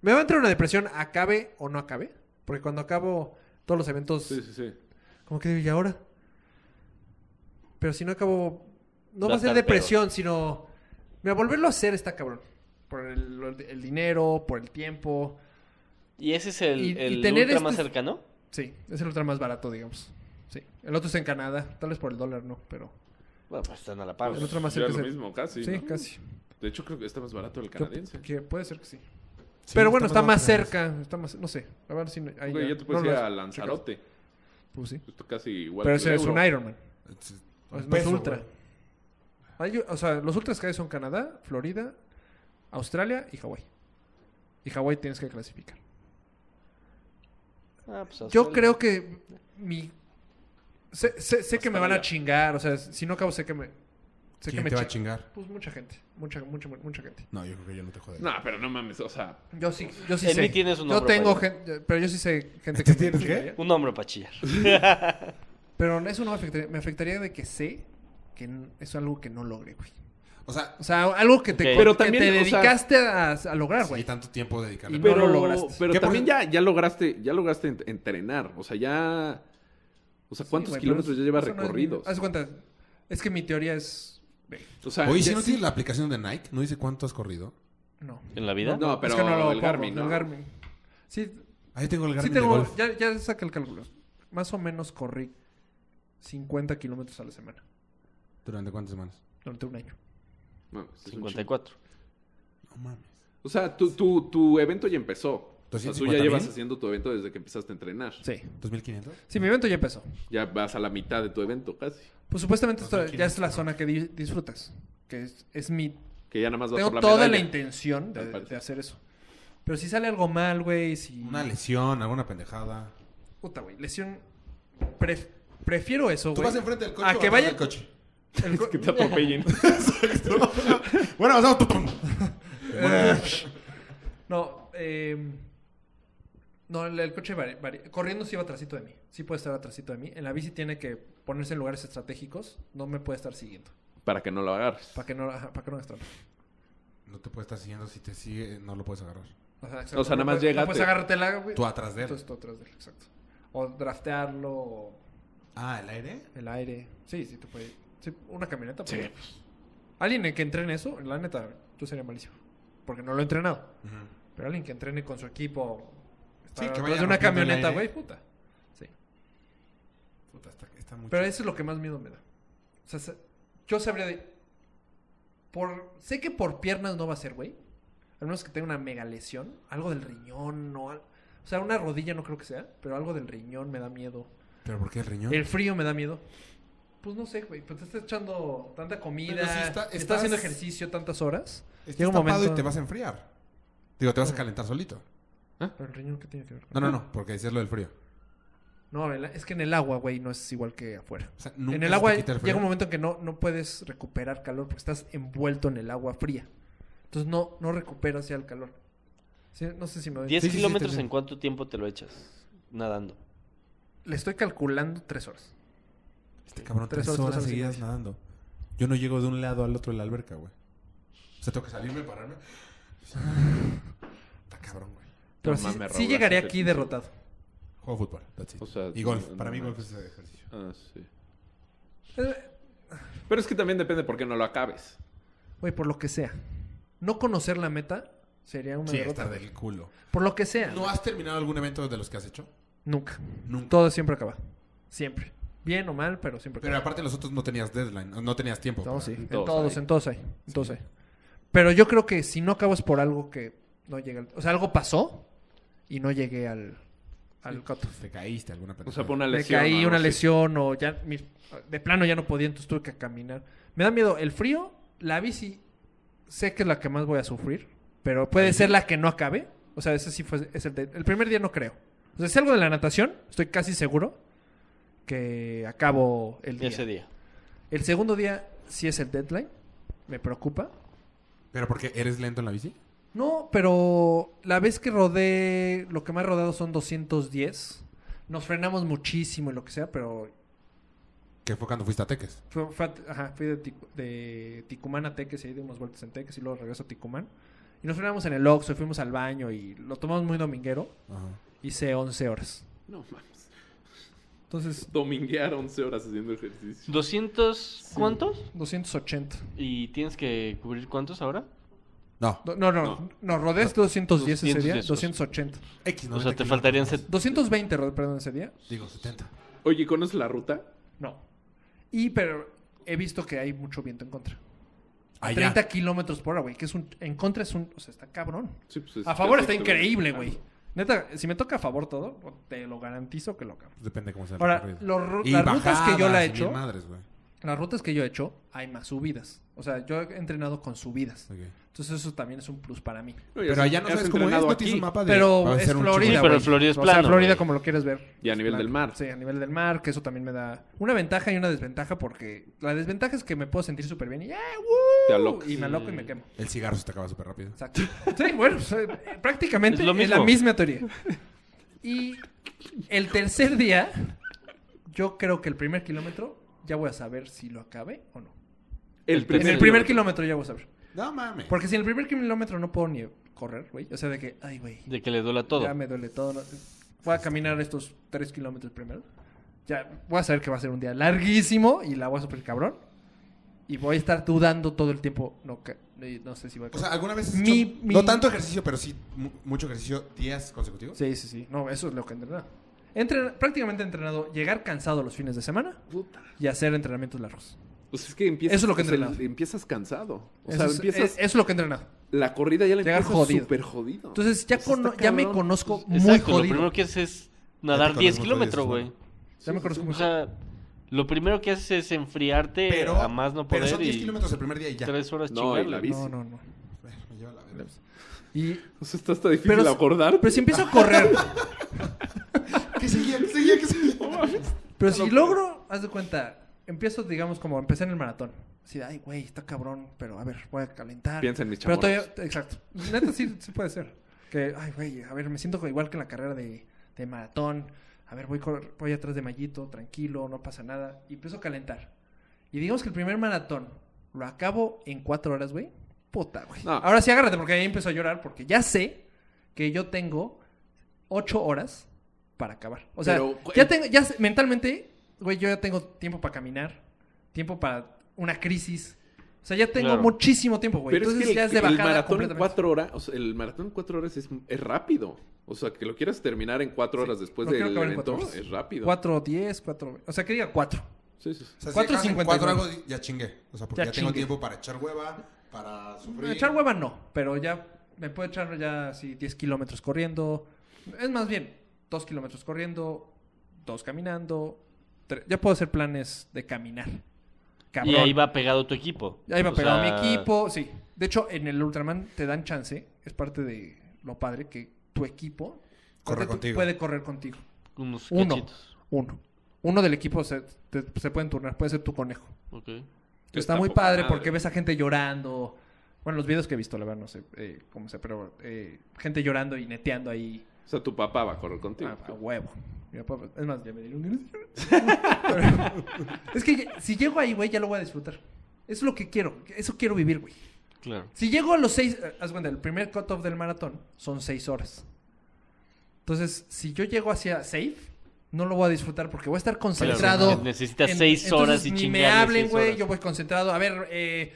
[SPEAKER 3] Me va a entrar una depresión, acabe o no acabe. Porque cuando acabo todos los eventos,
[SPEAKER 4] sí, sí, sí.
[SPEAKER 3] como que digo, ¿y ahora? Pero si no acabo, no
[SPEAKER 2] Va
[SPEAKER 3] va
[SPEAKER 2] a
[SPEAKER 3] a ser
[SPEAKER 2] estar
[SPEAKER 3] depresión, sino... Mira, volverlo a hacer está cabrón. Por el, el dinero, por el tiempo.
[SPEAKER 2] ¿Y ese es el,
[SPEAKER 3] Y- y
[SPEAKER 2] el
[SPEAKER 3] tener
[SPEAKER 2] ultra más
[SPEAKER 3] estos-
[SPEAKER 2] cercano?
[SPEAKER 3] Sí, es el otro más barato, digamos. Sí. El otro es en Canadá, tal vez por el dólar, no, pero...
[SPEAKER 2] Bueno, pues están a la par.
[SPEAKER 3] El otro más
[SPEAKER 4] Era
[SPEAKER 3] cerca
[SPEAKER 4] lo
[SPEAKER 3] es el-
[SPEAKER 4] mismo, casi.
[SPEAKER 3] sí,
[SPEAKER 4] ¿no?
[SPEAKER 3] casi.
[SPEAKER 4] De hecho, creo que está más barato el
[SPEAKER 3] Yo-
[SPEAKER 4] canadiense.
[SPEAKER 3] que puede ser que sí.
[SPEAKER 5] Sí,
[SPEAKER 3] Pero bueno, está
[SPEAKER 5] estamos
[SPEAKER 3] más
[SPEAKER 5] vacaciones.
[SPEAKER 3] cerca. Está más, no sé. La verdad, sí, no- ahí
[SPEAKER 4] Güey,
[SPEAKER 3] ya-
[SPEAKER 4] ya te puedes
[SPEAKER 3] no
[SPEAKER 4] ir
[SPEAKER 3] lo
[SPEAKER 4] a
[SPEAKER 3] has-
[SPEAKER 4] Lanzarote.
[SPEAKER 3] checas. Pues sí.
[SPEAKER 4] Pues tú casi igual.
[SPEAKER 3] Pero
[SPEAKER 4] que el
[SPEAKER 3] ese es
[SPEAKER 4] euro.
[SPEAKER 3] un Ironman. O es
[SPEAKER 5] Es- es un
[SPEAKER 3] más
[SPEAKER 5] peso,
[SPEAKER 3] Pues ultra.
[SPEAKER 5] güey.
[SPEAKER 3] Hay- o sea, los ultras que hay son Canadá, Florida, Australia y Hawái. Y Hawái tienes que clasificar.
[SPEAKER 2] Ah, pues,
[SPEAKER 3] Yo
[SPEAKER 2] Australia.
[SPEAKER 3] creo que mi... Sé, sé- sé que me van a
[SPEAKER 2] Australia.
[SPEAKER 3] chingar. O sea, si no acabo, sé que me... Sé que
[SPEAKER 5] ¿Quién
[SPEAKER 3] me
[SPEAKER 5] te va a
[SPEAKER 3] chi-
[SPEAKER 5] chingar?
[SPEAKER 3] Pues mucha gente. Mucha, mucha, mucha gente.
[SPEAKER 5] No, yo creo que yo no te jodería.
[SPEAKER 4] No, pero no mames, o sea.
[SPEAKER 3] Yo sí, yo sí
[SPEAKER 2] En
[SPEAKER 3] sé.
[SPEAKER 2] mí tienes un
[SPEAKER 3] yo
[SPEAKER 2] nombre,
[SPEAKER 3] tengo
[SPEAKER 2] vaya.
[SPEAKER 3] gente, pero yo sí sé gente que
[SPEAKER 5] ¿Tú
[SPEAKER 3] me
[SPEAKER 5] ¿Este tienes
[SPEAKER 3] chingaría.
[SPEAKER 5] qué?
[SPEAKER 2] Un hombre para chillar.
[SPEAKER 3] Pero eso no me afectaría. Me afectaría de que sé que n- es algo que no logré, güey.
[SPEAKER 5] O sea,
[SPEAKER 3] O sea, algo que te,
[SPEAKER 2] Ok.
[SPEAKER 3] que
[SPEAKER 4] Pero
[SPEAKER 3] te
[SPEAKER 4] también, o sea-
[SPEAKER 3] dedicaste a- a, lograr,
[SPEAKER 5] sí,
[SPEAKER 3] Ah, güey.
[SPEAKER 5] tanto tiempo dedicarle.
[SPEAKER 3] Y no
[SPEAKER 5] a-
[SPEAKER 4] Pero,
[SPEAKER 3] lo lograste.
[SPEAKER 4] pero
[SPEAKER 5] ¿Qué por
[SPEAKER 4] también
[SPEAKER 5] qué?
[SPEAKER 4] ya, ya lograste, ya lograste ent- entrenar. O sea, ya. O sea, ¿cuántos
[SPEAKER 3] Sí, güey,
[SPEAKER 4] kilómetros
[SPEAKER 3] pero
[SPEAKER 4] ya lleva
[SPEAKER 3] eso no es
[SPEAKER 4] recorridos?
[SPEAKER 3] ni- haz cuenta. Es que mi teoría es... ve,
[SPEAKER 4] o sea,
[SPEAKER 5] Oye,
[SPEAKER 4] ya-
[SPEAKER 5] si no tienes la aplicación de Nike, no dice cuánto has corrido.
[SPEAKER 3] No.
[SPEAKER 2] ¿En la vida?
[SPEAKER 4] No, pero
[SPEAKER 3] es que no lo
[SPEAKER 4] el
[SPEAKER 3] pongo,
[SPEAKER 4] Garmin, ¿no?
[SPEAKER 3] el Garmin. Sí,
[SPEAKER 5] Ahí tengo el
[SPEAKER 3] sí
[SPEAKER 5] Garmin de
[SPEAKER 3] tengo...
[SPEAKER 5] golf.
[SPEAKER 3] Ya, ya saqué el cálculo. Más o menos corrí 50 kilómetros a la semana
[SPEAKER 5] ¿Durante cuántas semanas?
[SPEAKER 3] durante un año.
[SPEAKER 4] Mames, es un chingo.
[SPEAKER 2] 54.
[SPEAKER 5] No mames.
[SPEAKER 4] O sea, tu, tu, tu evento ya empezó. O sea, tú ya
[SPEAKER 5] 250,000.
[SPEAKER 4] llevas haciendo tu evento desde que empezaste a entrenar.
[SPEAKER 3] Sí.
[SPEAKER 5] ¿2500?
[SPEAKER 3] Sí, mi evento ya empezó.
[SPEAKER 4] Ya vas a la mitad de tu evento casi.
[SPEAKER 3] Pues supuestamente esto
[SPEAKER 5] 2.500,
[SPEAKER 3] ya es la zona que di- disfrutas. Que es, es mi
[SPEAKER 4] Que ya nada más vas
[SPEAKER 3] Tengo
[SPEAKER 4] por la
[SPEAKER 3] toda la
[SPEAKER 4] medalla.
[SPEAKER 3] intención de,
[SPEAKER 4] Al parecer.
[SPEAKER 3] de hacer eso. Pero si sale algo mal, güey, si...
[SPEAKER 5] Una lesión, alguna pendejada.
[SPEAKER 3] Puta, güey, lesión... Pref- Prefiero eso, güey.
[SPEAKER 5] ¿Tú vas enfrente del coche
[SPEAKER 3] A
[SPEAKER 5] o
[SPEAKER 3] que
[SPEAKER 5] atrás
[SPEAKER 3] vaya...
[SPEAKER 5] del coche?
[SPEAKER 3] el co-
[SPEAKER 4] Que te atropellen.
[SPEAKER 5] Bueno, pasamos. tum, tum.
[SPEAKER 3] Eh, no, eh... No, el, el coche vari- vari- corriendo sí va atrasito de mí. Sí puede estar atrasito de mí. En la bici tiene que ponerse en lugares estratégicos. No me puede estar siguiendo.
[SPEAKER 4] Para que no lo agarres.
[SPEAKER 3] Para que no, ajá, para que no me estorbe.
[SPEAKER 5] No te puede estar siguiendo. Si te sigue, no lo puedes agarrar.
[SPEAKER 3] Ajá, exacto.
[SPEAKER 4] O sea,
[SPEAKER 3] No
[SPEAKER 4] nada más
[SPEAKER 3] puede-
[SPEAKER 4] llega,
[SPEAKER 3] No puedes
[SPEAKER 4] te-
[SPEAKER 3] agarrártela, güey.
[SPEAKER 5] Tú atrás de él.
[SPEAKER 3] Entonces tú atrás de él, exacto. O draftearlo, o...
[SPEAKER 5] Ah, ¿el aire?
[SPEAKER 3] El aire. Sí, sí, te puede. sí, una camioneta. pues, Alguien en que entrene eso, la neta, yo sería malísimo. Porque no lo he entrenado. Pero alguien que entrene con su equipo.
[SPEAKER 5] Sí,
[SPEAKER 3] estar
[SPEAKER 5] que
[SPEAKER 3] atrás
[SPEAKER 5] vaya
[SPEAKER 3] de una
[SPEAKER 5] rompiendo el
[SPEAKER 3] camioneta,
[SPEAKER 5] aire.
[SPEAKER 3] güey, puta. Sí.
[SPEAKER 5] Puta, está, está muy
[SPEAKER 3] Pero
[SPEAKER 5] chido.
[SPEAKER 3] eso es lo que más miedo me da. O sea, sa- yo sabría de. Por, sé que por piernas no va a ser, güey. A menos que tenga una mega lesión. Algo del riñón o al- O sea, una rodilla no creo que sea, pero algo del riñón me da miedo.
[SPEAKER 5] ¿Pero por qué el riñón?
[SPEAKER 3] El frío me da miedo. Pues no sé, güey. Pues te estás echando tanta comida.
[SPEAKER 5] Pero si está-
[SPEAKER 3] estás...
[SPEAKER 5] estás-
[SPEAKER 3] haciendo ejercicio tantas horas.
[SPEAKER 5] Estás
[SPEAKER 3] Llega un
[SPEAKER 5] tapado
[SPEAKER 3] momento-
[SPEAKER 5] y te vas a enfriar. Digo, te vas a calentar solito.
[SPEAKER 3] Pero el riñón, ¿qué tiene que ver con
[SPEAKER 5] No, no, no, porque decías lo del frío.
[SPEAKER 3] No, el- es que en el agua, güey, no es igual que afuera.
[SPEAKER 5] O sea, nunca
[SPEAKER 3] en
[SPEAKER 5] se
[SPEAKER 3] el
[SPEAKER 5] te
[SPEAKER 3] agua
[SPEAKER 5] quita el frío.
[SPEAKER 3] llega un momento en que no, no puedes recuperar calor porque estás envuelto en el agua fría. Entonces no, no recuperas ya el calor. Sí, no sé si me doy.
[SPEAKER 2] 10
[SPEAKER 5] Sí, sí, sí,
[SPEAKER 2] kilómetros
[SPEAKER 5] te-
[SPEAKER 2] en cuánto tiempo te lo echas nadando.
[SPEAKER 3] Le estoy calculando tres horas.
[SPEAKER 5] Este cabrón,
[SPEAKER 3] Tres horas,
[SPEAKER 5] tres, horas,
[SPEAKER 3] tres horas y
[SPEAKER 5] seguidas
[SPEAKER 3] media.
[SPEAKER 5] nadando. Yo no llego de un lado al otro de la alberca, güey. O sea, tengo que salirme, pararme. Está cabrón, güey.
[SPEAKER 3] Pero
[SPEAKER 4] No
[SPEAKER 3] sí,
[SPEAKER 4] mames,
[SPEAKER 3] sí
[SPEAKER 4] Raúl,
[SPEAKER 3] llegaría
[SPEAKER 4] haces
[SPEAKER 3] aquí
[SPEAKER 4] ejercicio.
[SPEAKER 3] derrotado.
[SPEAKER 5] Juego fútbol, that's it.
[SPEAKER 4] O sea,
[SPEAKER 5] y golf.
[SPEAKER 4] no
[SPEAKER 5] Para mí
[SPEAKER 4] mames.
[SPEAKER 5] golf es ejercicio.
[SPEAKER 4] Ah, sí.
[SPEAKER 3] Eh,
[SPEAKER 4] Pero es que también depende por qué no lo acabes.
[SPEAKER 3] Güey, por lo que sea. No conocer la meta sería una
[SPEAKER 5] Sí,
[SPEAKER 3] derrota.
[SPEAKER 5] está del culo.
[SPEAKER 3] Por lo que sea.
[SPEAKER 5] ¿No has terminado algún evento de los que has hecho?
[SPEAKER 3] Nunca.
[SPEAKER 5] Nunca.
[SPEAKER 3] Todo siempre acaba. Siempre. Bien o mal, pero siempre
[SPEAKER 5] Pero
[SPEAKER 3] acaba.
[SPEAKER 5] aparte los otros no tenías deadline, no tenías tiempo.
[SPEAKER 3] No,
[SPEAKER 5] para-
[SPEAKER 3] sí. En
[SPEAKER 4] todos
[SPEAKER 3] todos,
[SPEAKER 4] hay.
[SPEAKER 3] en todos hay. En todos hay. Pero yo creo que si no acabo es por algo que no llega. al- O sea, algo pasó y no llegué al, al cutoff.
[SPEAKER 5] Te caíste alguna
[SPEAKER 4] O
[SPEAKER 5] pendejada.
[SPEAKER 4] sea, por una
[SPEAKER 3] Me
[SPEAKER 4] lesión.
[SPEAKER 3] caí
[SPEAKER 4] o algo
[SPEAKER 3] una
[SPEAKER 4] así.
[SPEAKER 3] lesión o ya mis- de plano ya no podía, entonces tuve que caminar. Me da miedo el frío, la bici. Sé que es la que más voy a sufrir, pero puede ser la que no acabe. O sea, ese sí fue es el, de- el primer día no creo. O sea, si algo de la natación, estoy casi seguro que acabo el día.
[SPEAKER 2] Ese día.
[SPEAKER 3] El segundo día sí es el deadline. Me preocupa.
[SPEAKER 5] ¿Pero porque eres lento en la bici?
[SPEAKER 3] No, pero la vez que rodé, lo que más he rodado son 210. Nos frenamos muchísimo y lo que sea, pero
[SPEAKER 5] Que fue cuando fuiste a Teques.
[SPEAKER 3] fue, fue a- ajá, fui de, Ticu- de Ticumán a Teques y ahí di unas vueltas en Teques y luego regreso a Ticumán. Y nos frenamos en el Oxxo y fuimos al baño y lo tomamos muy dominguero.
[SPEAKER 5] Ajá.
[SPEAKER 3] Hice 11 horas.
[SPEAKER 4] No mames.
[SPEAKER 3] Entonces,
[SPEAKER 4] Dominguear 11 horas haciendo ejercicio.
[SPEAKER 2] 200 cuántos?
[SPEAKER 3] 280.
[SPEAKER 2] ¿Y tienes que cubrir cuántos ahora?
[SPEAKER 5] No.
[SPEAKER 3] Do- No, no, no,
[SPEAKER 4] No.
[SPEAKER 3] rodé 210 ese día.
[SPEAKER 2] 210.
[SPEAKER 3] 280.
[SPEAKER 5] X, no.
[SPEAKER 2] o sea, te
[SPEAKER 5] ahorita que-
[SPEAKER 2] faltarían... set-
[SPEAKER 3] 220 rodé, perdón, ese día.
[SPEAKER 5] Digo, 70.
[SPEAKER 4] Oye, ¿conoces la ruta?
[SPEAKER 3] No. Y pero he visto que hay mucho viento en contra. A
[SPEAKER 5] Allá.
[SPEAKER 3] 30 kilómetros por hora, güey. Que es un. En contra es un. O sea, está cabrón.
[SPEAKER 4] Sí, pues, es-
[SPEAKER 3] A favor está
[SPEAKER 4] perfecto,
[SPEAKER 3] increíble, güey.
[SPEAKER 4] Ah,
[SPEAKER 3] Neta, si me toca a favor todo, te lo garantizo que lo acabo.
[SPEAKER 5] Depende cómo sea el
[SPEAKER 3] Ahora,
[SPEAKER 5] recorrido.
[SPEAKER 3] los ru-
[SPEAKER 5] Y
[SPEAKER 3] las rutas que yo la he
[SPEAKER 5] bajadas y
[SPEAKER 3] hecho,
[SPEAKER 5] mil madres, güey.
[SPEAKER 3] las rutas que yo he hecho, hay más subidas. O sea, yo he entrenado con subidas.
[SPEAKER 5] Ok.
[SPEAKER 3] Entonces eso también es un plus para mí.
[SPEAKER 4] no, y
[SPEAKER 5] Pero
[SPEAKER 4] has-
[SPEAKER 5] allá no
[SPEAKER 4] has
[SPEAKER 5] sabes cómo es,
[SPEAKER 4] entrenado
[SPEAKER 5] no
[SPEAKER 4] aquí.
[SPEAKER 5] tienes un mapa de... va
[SPEAKER 3] Pero
[SPEAKER 5] a
[SPEAKER 3] es
[SPEAKER 5] ser un
[SPEAKER 3] Florida,
[SPEAKER 5] chingo.
[SPEAKER 2] Sí, pero
[SPEAKER 3] güey.
[SPEAKER 2] Florida es
[SPEAKER 3] O sea,
[SPEAKER 2] plano,
[SPEAKER 3] Florida
[SPEAKER 2] güey.
[SPEAKER 3] como lo quieres ver.
[SPEAKER 4] Y a nivel del mar.
[SPEAKER 3] Sí, a nivel del mar, que eso también me da una ventaja y una desventaja porque la desventaja es que me puedo sentir súper bien y ya,
[SPEAKER 4] Te alocas.
[SPEAKER 3] Y me aloco y me quemo.
[SPEAKER 5] El cigarro se te acaba súper rápido.
[SPEAKER 3] Exacto. Sí, bueno, o sea, prácticamente
[SPEAKER 2] Es
[SPEAKER 3] es,
[SPEAKER 2] lo
[SPEAKER 3] la
[SPEAKER 2] mismo.
[SPEAKER 3] misma teoría. Y el tercer día, yo creo que el primer kilómetro ya voy a saber si lo acabé o no.
[SPEAKER 4] El
[SPEAKER 3] En
[SPEAKER 4] primer,
[SPEAKER 3] el primer kilómetro ya voy a saber.
[SPEAKER 5] No mames.
[SPEAKER 3] Porque si en el primer kilómetro no puedo ni correr, güey. O sea, de que, ay, güey,
[SPEAKER 2] De que le duela todo.
[SPEAKER 3] ya me duele todo. no- Voy a caminar estos tres kilómetros primero. Ya voy a saber que va a ser un día larguísimo y la voy a super cabrón. Y voy a estar dudando todo el tiempo. No, ca- no sé si voy a
[SPEAKER 5] O sea,
[SPEAKER 3] acabar.
[SPEAKER 5] ¿alguna vez has
[SPEAKER 3] Mi-
[SPEAKER 5] hecho-
[SPEAKER 3] mi-
[SPEAKER 5] No tanto ejercicio, pero sí mu- mucho ejercicio días consecutivos?
[SPEAKER 3] Sí, sí, sí. No, eso es lo que he entrenado. Entren- prácticamente he entrenado llegar cansado los fines de semana
[SPEAKER 4] Puta.
[SPEAKER 3] y hacer entrenamientos largos.
[SPEAKER 4] Pues es que empiezas,
[SPEAKER 3] Eso es lo que
[SPEAKER 4] o sea,
[SPEAKER 3] entrenas.
[SPEAKER 4] empiezas cansado. O
[SPEAKER 3] Eso,
[SPEAKER 4] sea,
[SPEAKER 3] es,
[SPEAKER 4] empiezas
[SPEAKER 3] es- eso es lo que he entrenado.
[SPEAKER 4] la corrida ya la
[SPEAKER 3] llegar
[SPEAKER 4] empiezas
[SPEAKER 3] jodido.
[SPEAKER 4] súper jodido.
[SPEAKER 3] Entonces ya,
[SPEAKER 4] O sea,
[SPEAKER 3] cono-
[SPEAKER 4] está
[SPEAKER 3] ya me
[SPEAKER 4] cabrón.
[SPEAKER 3] conozco
[SPEAKER 2] Exacto,
[SPEAKER 3] muy
[SPEAKER 2] Lo primero
[SPEAKER 3] jodido.
[SPEAKER 2] que haces es nadar
[SPEAKER 5] conozco
[SPEAKER 2] 10
[SPEAKER 5] muy
[SPEAKER 2] kilómetros,
[SPEAKER 5] jodido,
[SPEAKER 2] güey.
[SPEAKER 5] ¿no?
[SPEAKER 3] Ya me conozco
[SPEAKER 2] O
[SPEAKER 3] muy
[SPEAKER 2] sea, lo primero que haces es enfriarte
[SPEAKER 5] Pero,
[SPEAKER 2] a más no poder
[SPEAKER 5] pero son 10
[SPEAKER 2] y
[SPEAKER 5] kilómetros el primer día y ya.
[SPEAKER 2] tres horas
[SPEAKER 4] No, y
[SPEAKER 2] chingarle.
[SPEAKER 4] la
[SPEAKER 2] ¿no?
[SPEAKER 4] bici.
[SPEAKER 3] No, no, no.
[SPEAKER 5] Ay, Me lleva la verga.
[SPEAKER 3] Y,
[SPEAKER 4] O sea, está hasta difícil
[SPEAKER 3] Pero-
[SPEAKER 4] acordar.
[SPEAKER 3] pero si empiezo a correr,
[SPEAKER 5] ¿Qué seguía? ¿Qué seguía? ¿Qué seguía?
[SPEAKER 3] pero si logro, haz de cuenta, empiezo, digamos, como empecé en el maratón. Así, de, ay, güey, está cabrón, pero a ver, voy a calentar.
[SPEAKER 4] Piensa en mis
[SPEAKER 3] Pero
[SPEAKER 4] chamorros.
[SPEAKER 3] todavía, exacto. Neta, sí, sí puede ser. Que, ay, güey, a ver, me siento igual que en la carrera de, de maratón. A ver, voy, cor- voy atrás de Mallito, tranquilo, no pasa nada. Y empiezo a calentar. Y digamos que el primer maratón lo acabo en cuatro horas, güey. Puta, güey.
[SPEAKER 4] No.
[SPEAKER 3] Ahora sí, agárrate, porque ahí empiezo a llorar, porque ya sé que yo tengo ocho horas para acabar. O sea,
[SPEAKER 4] Pero,
[SPEAKER 3] ya
[SPEAKER 4] eh,
[SPEAKER 3] tengo, ya sé- mentalmente, güey, yo ya tengo tiempo para caminar, tiempo para una crisis, O sea, ya tengo
[SPEAKER 2] Claro.
[SPEAKER 3] muchísimo tiempo, güey.
[SPEAKER 4] Pero
[SPEAKER 3] Entonces
[SPEAKER 4] es que
[SPEAKER 3] ya
[SPEAKER 4] el,
[SPEAKER 3] es de
[SPEAKER 4] el
[SPEAKER 3] bajada
[SPEAKER 4] maratón en
[SPEAKER 3] completamente.
[SPEAKER 4] cuatro horas, o sea, el maratón en cuatro horas es, es rápido. O sea, que lo quieras terminar en cuatro
[SPEAKER 3] Sí,
[SPEAKER 4] horas después
[SPEAKER 3] lo quiero
[SPEAKER 4] del
[SPEAKER 3] acabar en cuatro
[SPEAKER 4] evento
[SPEAKER 3] horas.
[SPEAKER 4] es rápido.
[SPEAKER 3] 4, 10, 4. O sea, que diga 4.
[SPEAKER 4] Sí, sí, sí.
[SPEAKER 5] O sea, si
[SPEAKER 3] Cuatro
[SPEAKER 5] acabas en
[SPEAKER 3] cincuenta y
[SPEAKER 5] cuatro
[SPEAKER 3] nueve.
[SPEAKER 5] algo, ya chingué. O sea, porque
[SPEAKER 3] Ya
[SPEAKER 5] ya, tengo
[SPEAKER 3] chingué.
[SPEAKER 5] tiempo para echar hueva, para sufrir.
[SPEAKER 3] Echar hueva no, pero ya me puedo echar ya así 10 kilómetros corriendo. Es más bien, 2 kilómetros corriendo, 2 caminando. tre- Ya puedo hacer planes de caminar. Cabrón.
[SPEAKER 2] Y ahí va pegado tu equipo.
[SPEAKER 3] Ahí va
[SPEAKER 2] O
[SPEAKER 3] pegado
[SPEAKER 2] sea,
[SPEAKER 3] mi equipo, sí. De hecho, en el Ultraman te dan chance, es parte de lo padre, que tu equipo
[SPEAKER 5] Corre
[SPEAKER 3] ponte tú,
[SPEAKER 5] contigo.
[SPEAKER 3] puede correr contigo.
[SPEAKER 2] Unos
[SPEAKER 3] Uno.
[SPEAKER 2] cachitos.
[SPEAKER 3] Uno. Uno del equipo se, te- se pueden turnar, puede ser tu conejo.
[SPEAKER 2] Ok.
[SPEAKER 3] Está, muy padre porque ves a gente llorando. Bueno, los videos que he visto, la verdad, no sé eh, cómo sea, pero eh, gente llorando y neteando ahí
[SPEAKER 4] O sea, tu papá va a correr contigo.
[SPEAKER 3] a, a huevo. Mi papá- es más, ya me dieron ganas de llorar. Pero- Es que ya- si llego ahí, güey, ya lo voy a disfrutar. Eso es lo que quiero. Eso quiero vivir, güey.
[SPEAKER 2] Claro.
[SPEAKER 3] Si llego a los seis, eh, haz cuenta, el primer cutoff del maratón son seis horas. Entonces, si yo llego hacia safe, no lo voy a disfrutar porque voy a estar concentrado.
[SPEAKER 2] Claro, necesitas seis horas y
[SPEAKER 3] ni me
[SPEAKER 2] chingarle
[SPEAKER 3] hablen,
[SPEAKER 2] seis
[SPEAKER 3] güey,
[SPEAKER 2] horas.
[SPEAKER 3] yo voy concentrado. A ver, eh,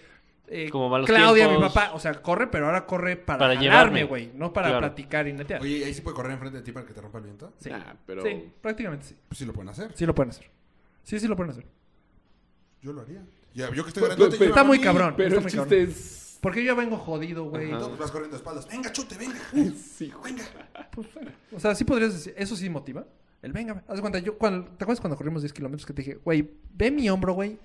[SPEAKER 3] eh,
[SPEAKER 2] Como van los
[SPEAKER 3] Claudia, mi
[SPEAKER 2] tiempos.
[SPEAKER 3] papá, o sea, corre, pero ahora corre para,
[SPEAKER 2] Para
[SPEAKER 3] jalarme,
[SPEAKER 2] llevarme.
[SPEAKER 3] güey, no para
[SPEAKER 2] Claro.
[SPEAKER 3] platicar y netear.
[SPEAKER 5] Oye, ¿y ahí sí puede correr enfrente de ti para que te rompa el viento?
[SPEAKER 3] sí.
[SPEAKER 4] Ah, pero-
[SPEAKER 3] Sí, prácticamente sí.
[SPEAKER 5] Pues sí lo pueden hacer.
[SPEAKER 3] Sí lo pueden hacer. Sí, sí lo pueden hacer.
[SPEAKER 5] Yo lo haría. Ya, yo que estoy
[SPEAKER 4] Pe-
[SPEAKER 5] grandote,
[SPEAKER 4] pe-
[SPEAKER 5] yo
[SPEAKER 4] pe-
[SPEAKER 5] me
[SPEAKER 3] Está muy
[SPEAKER 5] morí.
[SPEAKER 3] cabrón.
[SPEAKER 4] Pero
[SPEAKER 3] está
[SPEAKER 4] el
[SPEAKER 3] muy
[SPEAKER 4] chiste
[SPEAKER 3] cabrón.
[SPEAKER 4] es...
[SPEAKER 3] Porque yo ya vengo jodido, güey.
[SPEAKER 4] Ajá.
[SPEAKER 5] Entonces vas corriendo de espaldas. Venga, chute, venga. Uf,
[SPEAKER 4] Sí, güey.
[SPEAKER 5] venga.
[SPEAKER 3] O sea, sí podrías decir, eso sí motiva. El venga, güey. haz de cuenta, yo, cuando, ¿te acuerdas cuando corrimos 10 kilómetros que te dije, güey, ve mi hombro, güey,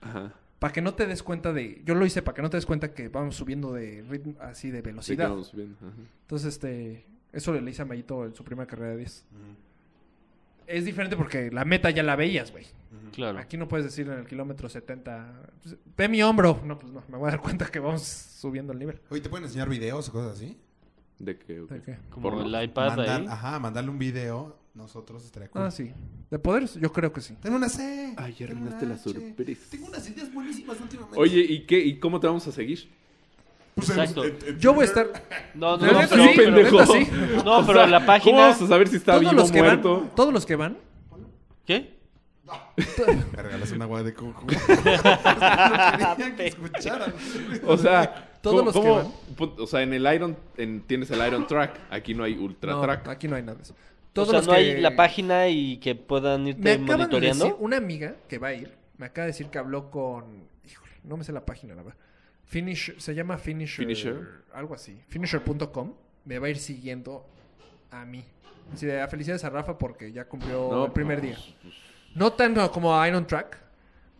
[SPEAKER 4] Ajá.
[SPEAKER 3] para que no te des cuenta de, yo lo hice para que no te des cuenta que vamos subiendo de ritmo, así de
[SPEAKER 4] Sí, que
[SPEAKER 3] velocidad.
[SPEAKER 4] vamos bien. Ajá.
[SPEAKER 3] Entonces, este, eso le hice a Mayito en su primera carrera de 10.
[SPEAKER 5] Mm,
[SPEAKER 3] Es diferente porque la meta ya la veías, güey.
[SPEAKER 5] mm.
[SPEAKER 2] Claro.
[SPEAKER 3] Aquí no puedes decir en el kilómetro 70, pues, ve mi hombro. No, pues no, me voy a dar cuenta que vamos subiendo el nivel.
[SPEAKER 5] Oye, ¿te pueden enseñar videos o cosas así?
[SPEAKER 4] ¿De qué?
[SPEAKER 3] ¿De qué?
[SPEAKER 2] Como
[SPEAKER 4] Por-
[SPEAKER 2] el iPad
[SPEAKER 5] Mandar-
[SPEAKER 2] ahí.
[SPEAKER 5] Ajá, mandarle un video. Nosotros estaría cool.
[SPEAKER 3] Ah, sí. ¿De poderes? Yo creo que sí.
[SPEAKER 5] Tengo una C.
[SPEAKER 4] Ay, ya
[SPEAKER 5] tengo una
[SPEAKER 4] arruinaste la
[SPEAKER 5] H.
[SPEAKER 4] sorpresa.
[SPEAKER 5] Tengo unas ideas buenísimas últimamente.
[SPEAKER 4] Oye, ¿y qué? ¿Y cómo te vamos a seguir?
[SPEAKER 5] Pues,
[SPEAKER 2] Exacto.
[SPEAKER 5] en- en- en
[SPEAKER 3] Yo voy a
[SPEAKER 5] Twitter,
[SPEAKER 3] estar...
[SPEAKER 2] No, no,
[SPEAKER 3] La
[SPEAKER 2] no,
[SPEAKER 3] neta
[SPEAKER 2] pero-
[SPEAKER 3] sí,
[SPEAKER 2] pero-
[SPEAKER 3] la neta sí.
[SPEAKER 2] No, pero la página-
[SPEAKER 4] ¿Cómo vamos a saber si está
[SPEAKER 3] todos
[SPEAKER 4] vivo o
[SPEAKER 3] los que
[SPEAKER 4] muerto?
[SPEAKER 3] van, todos los que van,
[SPEAKER 2] ¿Qué?
[SPEAKER 5] Me regalas una agua de coco. no quería que escucharan.
[SPEAKER 4] O sea,
[SPEAKER 3] Todos
[SPEAKER 4] ¿cómo-
[SPEAKER 3] los que
[SPEAKER 4] cómo-
[SPEAKER 3] van.
[SPEAKER 4] pu- O sea, en el Iron en- tienes el Iron Track. Aquí no hay Ultra
[SPEAKER 3] No,
[SPEAKER 4] Track.
[SPEAKER 3] aquí no hay nada de eso.
[SPEAKER 2] O
[SPEAKER 3] Todos
[SPEAKER 2] sea,
[SPEAKER 3] los
[SPEAKER 2] no
[SPEAKER 3] que-
[SPEAKER 2] hay la página y que puedan
[SPEAKER 3] Me
[SPEAKER 2] irte
[SPEAKER 3] acaban de decir,
[SPEAKER 2] monitoreando.
[SPEAKER 3] una amiga que va a ir, me acaba de decir que habló con... Híjole, no me sé la página, la verdad. Finish, se llama Finisher.
[SPEAKER 4] Finisher.
[SPEAKER 3] Algo así. Finisher.com. Me va a ir siguiendo a mí. Así de, "Ah, felicidades a Rafa porque ya cumplió
[SPEAKER 4] No,
[SPEAKER 3] el primer
[SPEAKER 4] pues,
[SPEAKER 3] día. No tanto como a Iron Track,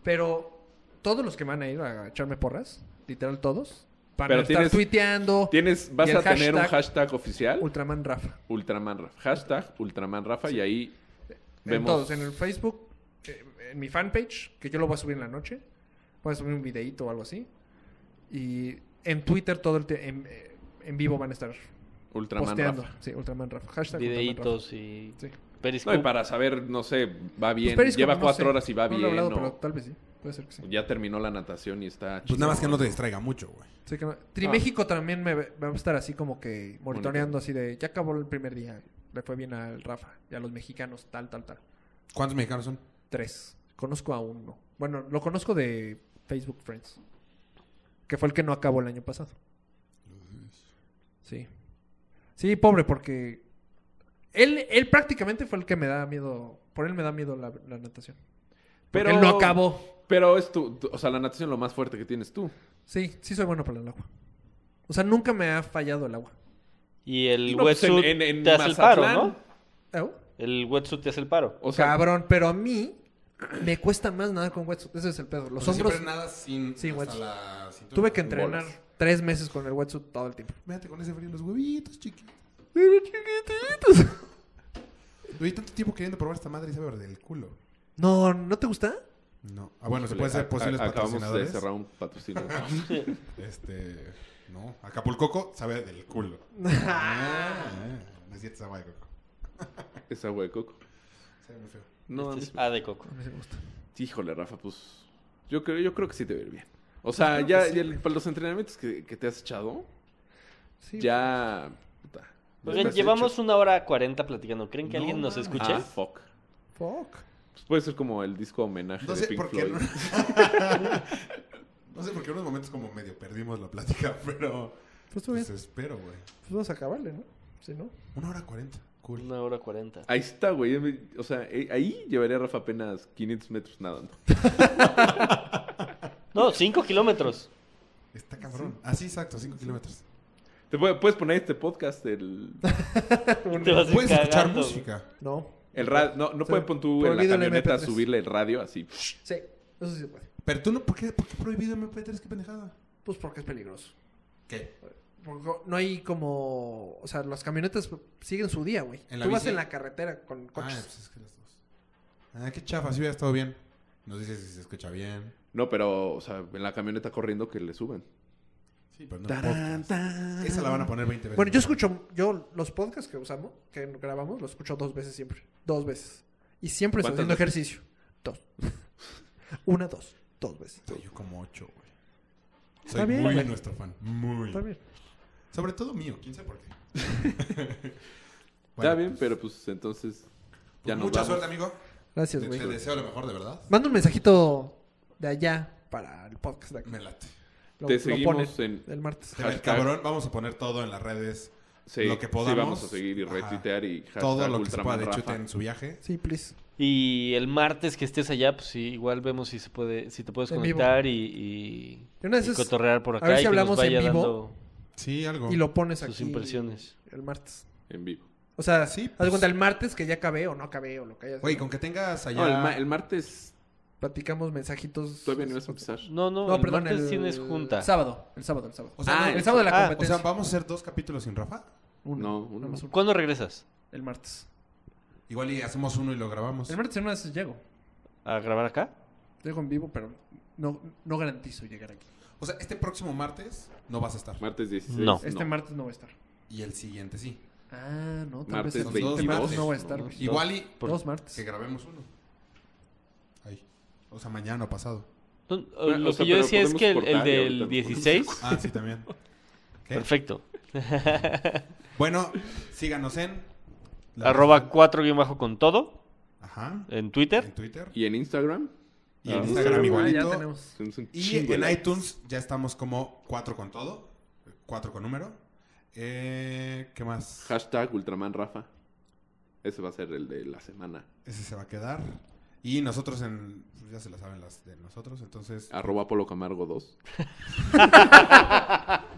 [SPEAKER 3] pero todos los que van a ir a echarme porras, literal todos, van
[SPEAKER 4] Pero
[SPEAKER 3] a estar
[SPEAKER 4] tienes-
[SPEAKER 3] tuiteando.
[SPEAKER 4] Tienes, vas
[SPEAKER 3] Y el
[SPEAKER 4] a tener un
[SPEAKER 3] hashtag-
[SPEAKER 4] hashtag oficial.
[SPEAKER 3] Ultraman Rafa.
[SPEAKER 4] Ultraman Rafa. Hashtag Ultraman Rafa. Y ahí
[SPEAKER 3] En
[SPEAKER 4] vemos.
[SPEAKER 3] todos, en el Facebook, eh, en mi fanpage, que yo lo voy a subir en la noche. Voy a subir un videito o algo así. Y en Twitter todo el te- en, eh, en vivo van a estar
[SPEAKER 4] Ultraman
[SPEAKER 3] posteando.
[SPEAKER 4] Rafa.
[SPEAKER 3] Sí, Ultraman Rafa. Hashtag Ultraman
[SPEAKER 2] Videitos y.
[SPEAKER 3] Rafa. Sí.
[SPEAKER 4] No, y
[SPEAKER 2] Periscope.
[SPEAKER 4] para saber, no sé, va
[SPEAKER 3] Pues
[SPEAKER 4] bien.
[SPEAKER 3] Periscope,
[SPEAKER 4] Lleva
[SPEAKER 3] no
[SPEAKER 4] cuatro
[SPEAKER 3] sé.
[SPEAKER 4] horas y va
[SPEAKER 3] No lo he
[SPEAKER 4] bien.
[SPEAKER 3] hablado,
[SPEAKER 4] o
[SPEAKER 3] pero tal vez sí. Puede ser que sí.
[SPEAKER 4] Ya terminó la natación y está
[SPEAKER 5] Pues nada más que
[SPEAKER 4] chido.
[SPEAKER 5] no te distraiga mucho, güey.
[SPEAKER 3] Sí que no-
[SPEAKER 4] Ah.
[SPEAKER 3] Triméxico también me ve- va a estar así como que monitoreando así de ya acabó el primer día. Le fue bien al Rafa y a los mexicanos, tal, tal, tal.
[SPEAKER 5] ¿Cuántos mexicanos son?
[SPEAKER 3] Tres. Conozco a uno. Bueno, lo conozco de Facebook Friends. Que fue el que no acabó el año pasado. Sí. Sí, pobre, porque él, él prácticamente fue el que me da miedo. Por él me da miedo la, la natación. Pero
[SPEAKER 4] Pero-
[SPEAKER 3] él lo acabó.
[SPEAKER 4] Pero es tu, tu- o sea, la natación es lo más fuerte que tienes tú.
[SPEAKER 3] Sí, sí soy bueno para el agua. O sea, nunca me ha fallado el agua.
[SPEAKER 2] Y el
[SPEAKER 4] No, pues,
[SPEAKER 2] wetsuit
[SPEAKER 4] en- en-
[SPEAKER 2] te hace el paro,
[SPEAKER 4] Mazatlán.
[SPEAKER 2] ¿no?
[SPEAKER 3] ¿Au?
[SPEAKER 2] El wetsuit te hace el paro.
[SPEAKER 4] O sea,
[SPEAKER 3] Cabrón, pero a mí me cuesta más nadar con wetsuit. Ese es el pedo. Los
[SPEAKER 5] O sea, siempre
[SPEAKER 3] hombros.
[SPEAKER 5] nada sin,
[SPEAKER 3] Sí,
[SPEAKER 5] hasta
[SPEAKER 3] wetsuit.
[SPEAKER 5] la cintura.
[SPEAKER 3] Tuve que entrenar
[SPEAKER 4] bolas.
[SPEAKER 3] tres meses con el wetsuit todo el tiempo.
[SPEAKER 5] Mírate con ese frío en los huevitos, chiquito.
[SPEAKER 3] chiquititos.
[SPEAKER 5] Oye, tanto tiempo queriendo probar esta madre y sabe del culo.
[SPEAKER 3] No, ¿no te gusta?
[SPEAKER 5] No. Ah, bueno, se puede ser
[SPEAKER 4] a-
[SPEAKER 5] posibles
[SPEAKER 4] a- Acabamos de
[SPEAKER 5] patrocinadores.
[SPEAKER 4] cerrar un patrocinio.
[SPEAKER 5] Este. No. Acapulcoco sabe del culo. ah, no es cierto, esa agua de coco.
[SPEAKER 4] Esa agua de coco.
[SPEAKER 5] Sabe muy feo.
[SPEAKER 4] No,
[SPEAKER 2] Este
[SPEAKER 4] a
[SPEAKER 2] es
[SPEAKER 4] mí-
[SPEAKER 2] A de coco.
[SPEAKER 3] A mí sí me gusta.
[SPEAKER 4] híjole, Rafa, pues yo creo, yo creo que sí te va a ir bien. O sea, ya ya el- para los entrenamientos que, que te has echado,
[SPEAKER 3] Sí.
[SPEAKER 4] ya... puta, ya
[SPEAKER 2] Oigan,
[SPEAKER 4] estás
[SPEAKER 2] llevamos
[SPEAKER 4] hecho.
[SPEAKER 2] una hora cuarenta platicando. ¿Creen que
[SPEAKER 5] No
[SPEAKER 2] alguien nos
[SPEAKER 5] mames.
[SPEAKER 2] escuche?
[SPEAKER 4] Ah, fuck.
[SPEAKER 3] Fuck.
[SPEAKER 4] Pues puede ser como el disco homenaje
[SPEAKER 5] No
[SPEAKER 4] de
[SPEAKER 5] sé
[SPEAKER 4] Pink
[SPEAKER 5] por qué.
[SPEAKER 4] Floyd.
[SPEAKER 5] No... No sé, porque en unos momentos como medio perdimos la plática, pero...
[SPEAKER 3] Pues tú bien.
[SPEAKER 5] Pues espero, güey.
[SPEAKER 3] Pues vamos a acabarle, ¿no? Si no.
[SPEAKER 5] Una hora cuarenta. Cool.
[SPEAKER 2] Una hora cuarenta.
[SPEAKER 4] Ahí está, güey. Ya me- O sea, eh, ahí llevaría a Rafa apenas 500 metros nadando.
[SPEAKER 2] No, cinco kilómetros.
[SPEAKER 5] Está cabrón. Así, exacto, cinco kilómetros.
[SPEAKER 4] Te puede- puedes poner este podcast, el,
[SPEAKER 2] Te vas a ir
[SPEAKER 5] Puedes escuchar
[SPEAKER 2] cagando, güey.
[SPEAKER 5] música.
[SPEAKER 3] No.
[SPEAKER 4] el radio. No, no
[SPEAKER 3] Sí.
[SPEAKER 4] puedes poner tú en la
[SPEAKER 3] Prohibido el
[SPEAKER 4] camioneta
[SPEAKER 3] MP3.
[SPEAKER 4] subirle el radio así.
[SPEAKER 3] Sí, eso sí se puede.
[SPEAKER 5] Pero tú no, ¿por qué, por qué prohibido MP3? ¿Qué pendejada?
[SPEAKER 3] Pues porque es peligroso.
[SPEAKER 5] ¿Qué?
[SPEAKER 3] Porque no hay como. O sea, las camionetas siguen su día, güey. Tú
[SPEAKER 5] ¿En la
[SPEAKER 3] vas
[SPEAKER 5] bici?
[SPEAKER 3] en la carretera con
[SPEAKER 5] Ah,
[SPEAKER 3] coches.
[SPEAKER 5] pues es que las dos. Ah, qué chafa, si hubiera estado bien. Nos dices si se escucha bien.
[SPEAKER 4] No, pero, o sea, en la camioneta corriendo que le suben.
[SPEAKER 5] Sí, pero no podcast. Esa la van a poner 20 veces.
[SPEAKER 3] Bueno, yo escucho. Yo, los podcasts que usamos, que grabamos, los escucho dos veces siempre. Dos veces. Y siempre estoy
[SPEAKER 4] ¿Cuántas
[SPEAKER 3] haciendo
[SPEAKER 4] veces?
[SPEAKER 3] ejercicio. Dos. Una, dos. Dos veces.
[SPEAKER 5] Soy yo como 8, güey.
[SPEAKER 3] Está
[SPEAKER 5] Soy
[SPEAKER 3] bien,
[SPEAKER 5] muy
[SPEAKER 3] güey.
[SPEAKER 5] nuestro fan. Muy.
[SPEAKER 3] Está bien.
[SPEAKER 5] Sobre todo mío, quién sabe por qué.
[SPEAKER 4] Está
[SPEAKER 5] Bueno,
[SPEAKER 4] bien,
[SPEAKER 5] pues,
[SPEAKER 4] pero pues entonces ya
[SPEAKER 5] pues
[SPEAKER 4] nos
[SPEAKER 5] Mucha
[SPEAKER 4] vamos.
[SPEAKER 5] suerte, amigo. Te,
[SPEAKER 3] Gracias,
[SPEAKER 5] te
[SPEAKER 3] güey.
[SPEAKER 5] deseo lo mejor, de verdad.
[SPEAKER 3] Manda un mensajito de allá para el podcast de acá.
[SPEAKER 5] Me late.
[SPEAKER 3] Lo,
[SPEAKER 4] Te
[SPEAKER 3] lo
[SPEAKER 4] seguimos
[SPEAKER 3] ponen
[SPEAKER 4] en-
[SPEAKER 3] El martes.
[SPEAKER 5] A ver,
[SPEAKER 4] Hashtag.
[SPEAKER 5] cabrón, vamos a poner todo en las redes.
[SPEAKER 4] Sí,
[SPEAKER 5] lo que
[SPEAKER 4] sí,
[SPEAKER 5] podamos.
[SPEAKER 4] vamos a seguir y
[SPEAKER 5] Ajá.
[SPEAKER 4] retuitear y hashtag
[SPEAKER 5] Todo lo que se pueda
[SPEAKER 4] Ultraman
[SPEAKER 5] de
[SPEAKER 4] Rafa.
[SPEAKER 5] chute en su viaje.
[SPEAKER 3] Sí, please.
[SPEAKER 2] Y el martes que estés allá, pues sí, igual vemos si se puede, si te puedes
[SPEAKER 3] En vivo.
[SPEAKER 2] conectar y, y-
[SPEAKER 3] De una de
[SPEAKER 2] y
[SPEAKER 3] esas,
[SPEAKER 2] cotorrear por acá
[SPEAKER 3] ver si
[SPEAKER 2] y que
[SPEAKER 3] hablamos
[SPEAKER 2] nos vaya
[SPEAKER 3] en vivo.
[SPEAKER 2] dando
[SPEAKER 5] Sí, algo.
[SPEAKER 3] Y lo pones aquí.
[SPEAKER 2] sus impresiones.
[SPEAKER 3] El martes.
[SPEAKER 4] En vivo.
[SPEAKER 3] O sea,
[SPEAKER 5] Sí,
[SPEAKER 3] sí,
[SPEAKER 5] pues.
[SPEAKER 3] cuenta el martes que ya acabé o no acabé o lo que hayas.
[SPEAKER 5] Güey, con que tengas allá.
[SPEAKER 4] No, el, ma- el martes
[SPEAKER 3] Platicamos mensajitos.
[SPEAKER 4] todavía no ibas a empezar.
[SPEAKER 2] No, no,
[SPEAKER 3] No,
[SPEAKER 2] el
[SPEAKER 3] perdón,
[SPEAKER 2] martes
[SPEAKER 3] el
[SPEAKER 2] tienes junta.
[SPEAKER 3] Sábado, el sábado, el sábado.
[SPEAKER 5] O sea,
[SPEAKER 4] Ah,
[SPEAKER 5] no-
[SPEAKER 3] el sábado de la
[SPEAKER 2] ah,
[SPEAKER 5] o sea,
[SPEAKER 3] competencia.
[SPEAKER 5] ¿vamos a hacer dos capítulos sin Rafa?
[SPEAKER 3] Uno.
[SPEAKER 4] No, uno.
[SPEAKER 3] Nada más uno.
[SPEAKER 2] ¿Cuándo regresas?
[SPEAKER 3] El martes.
[SPEAKER 5] Igual y hacemos uno y lo grabamos.
[SPEAKER 3] El martes en una de esas llego.
[SPEAKER 2] ¿A grabar acá?
[SPEAKER 3] Llego en vivo, pero no, no garantizo llegar aquí.
[SPEAKER 5] O sea, este próximo martes no vas a estar.
[SPEAKER 4] Martes 16.
[SPEAKER 2] No.
[SPEAKER 3] Este martes no voy a estar.
[SPEAKER 5] Y el siguiente sí.
[SPEAKER 3] Ah, no, tal
[SPEAKER 4] Martes
[SPEAKER 3] vez el siguiente
[SPEAKER 5] 22.
[SPEAKER 3] martes no voy a estar. güey.
[SPEAKER 5] Igual y
[SPEAKER 3] Dos
[SPEAKER 5] que
[SPEAKER 3] martes.
[SPEAKER 5] grabemos uno. Ahí. O sea, mañana o pasado.
[SPEAKER 2] No,
[SPEAKER 4] Bueno,
[SPEAKER 2] lo
[SPEAKER 4] o sea,
[SPEAKER 2] que yo
[SPEAKER 4] pero
[SPEAKER 2] decía es
[SPEAKER 4] podemos
[SPEAKER 2] que el, el
[SPEAKER 4] cortar y ahorita
[SPEAKER 2] del
[SPEAKER 4] nos
[SPEAKER 2] 16.
[SPEAKER 5] Ah, sí, también. ¿Qué?
[SPEAKER 2] Perfecto.
[SPEAKER 5] Bueno, síganos en... la-
[SPEAKER 2] Arroba 4 guión bajo con todo
[SPEAKER 5] Ajá.
[SPEAKER 2] en
[SPEAKER 5] En
[SPEAKER 2] Twitter.
[SPEAKER 5] Twitter.
[SPEAKER 4] ¿Y en Instagram?
[SPEAKER 5] Y en
[SPEAKER 4] Ah,
[SPEAKER 5] Instagram
[SPEAKER 4] sí.
[SPEAKER 3] Ah, ya
[SPEAKER 5] igualito.
[SPEAKER 3] tenemos.
[SPEAKER 4] Tenemos un
[SPEAKER 5] Y
[SPEAKER 4] chingo
[SPEAKER 5] en
[SPEAKER 4] de-
[SPEAKER 5] iTunes ya estamos como 4 con todo. 4 con número. Eh, ¿Qué más?
[SPEAKER 4] Hashtag Ultraman Rafa. Ese va a ser el de la semana.
[SPEAKER 5] Ese se va a quedar. Y nosotros en... pues, Ya se la saben las de nosotros, entonces...
[SPEAKER 4] Arroba Polo Camargo 2.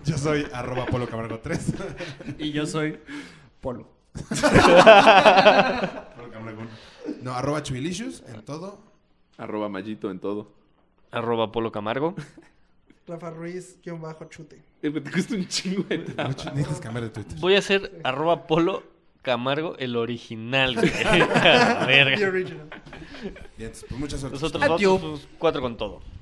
[SPEAKER 5] Yo soy arroba polo camargo 3.
[SPEAKER 3] Y yo soy Polo.
[SPEAKER 5] no, arroba chubilicious en todo.
[SPEAKER 4] Arroba Mallito en todo.
[SPEAKER 2] Arroba Polo Camargo.
[SPEAKER 3] Rafa Ruiz, guión bajo, chute.
[SPEAKER 4] Eh, güey, Te cuesta un chingo de trabajo.
[SPEAKER 5] No, ch- Necesitas cambiar de Twitter.
[SPEAKER 2] Voy a hacer arroba Polo Camargo el original. güey. Verga.
[SPEAKER 3] The original.
[SPEAKER 5] Bien, entonces, pues mucha suerte.
[SPEAKER 2] Nosotros
[SPEAKER 3] Adiós.
[SPEAKER 2] vamos, pues, cuatro con todo.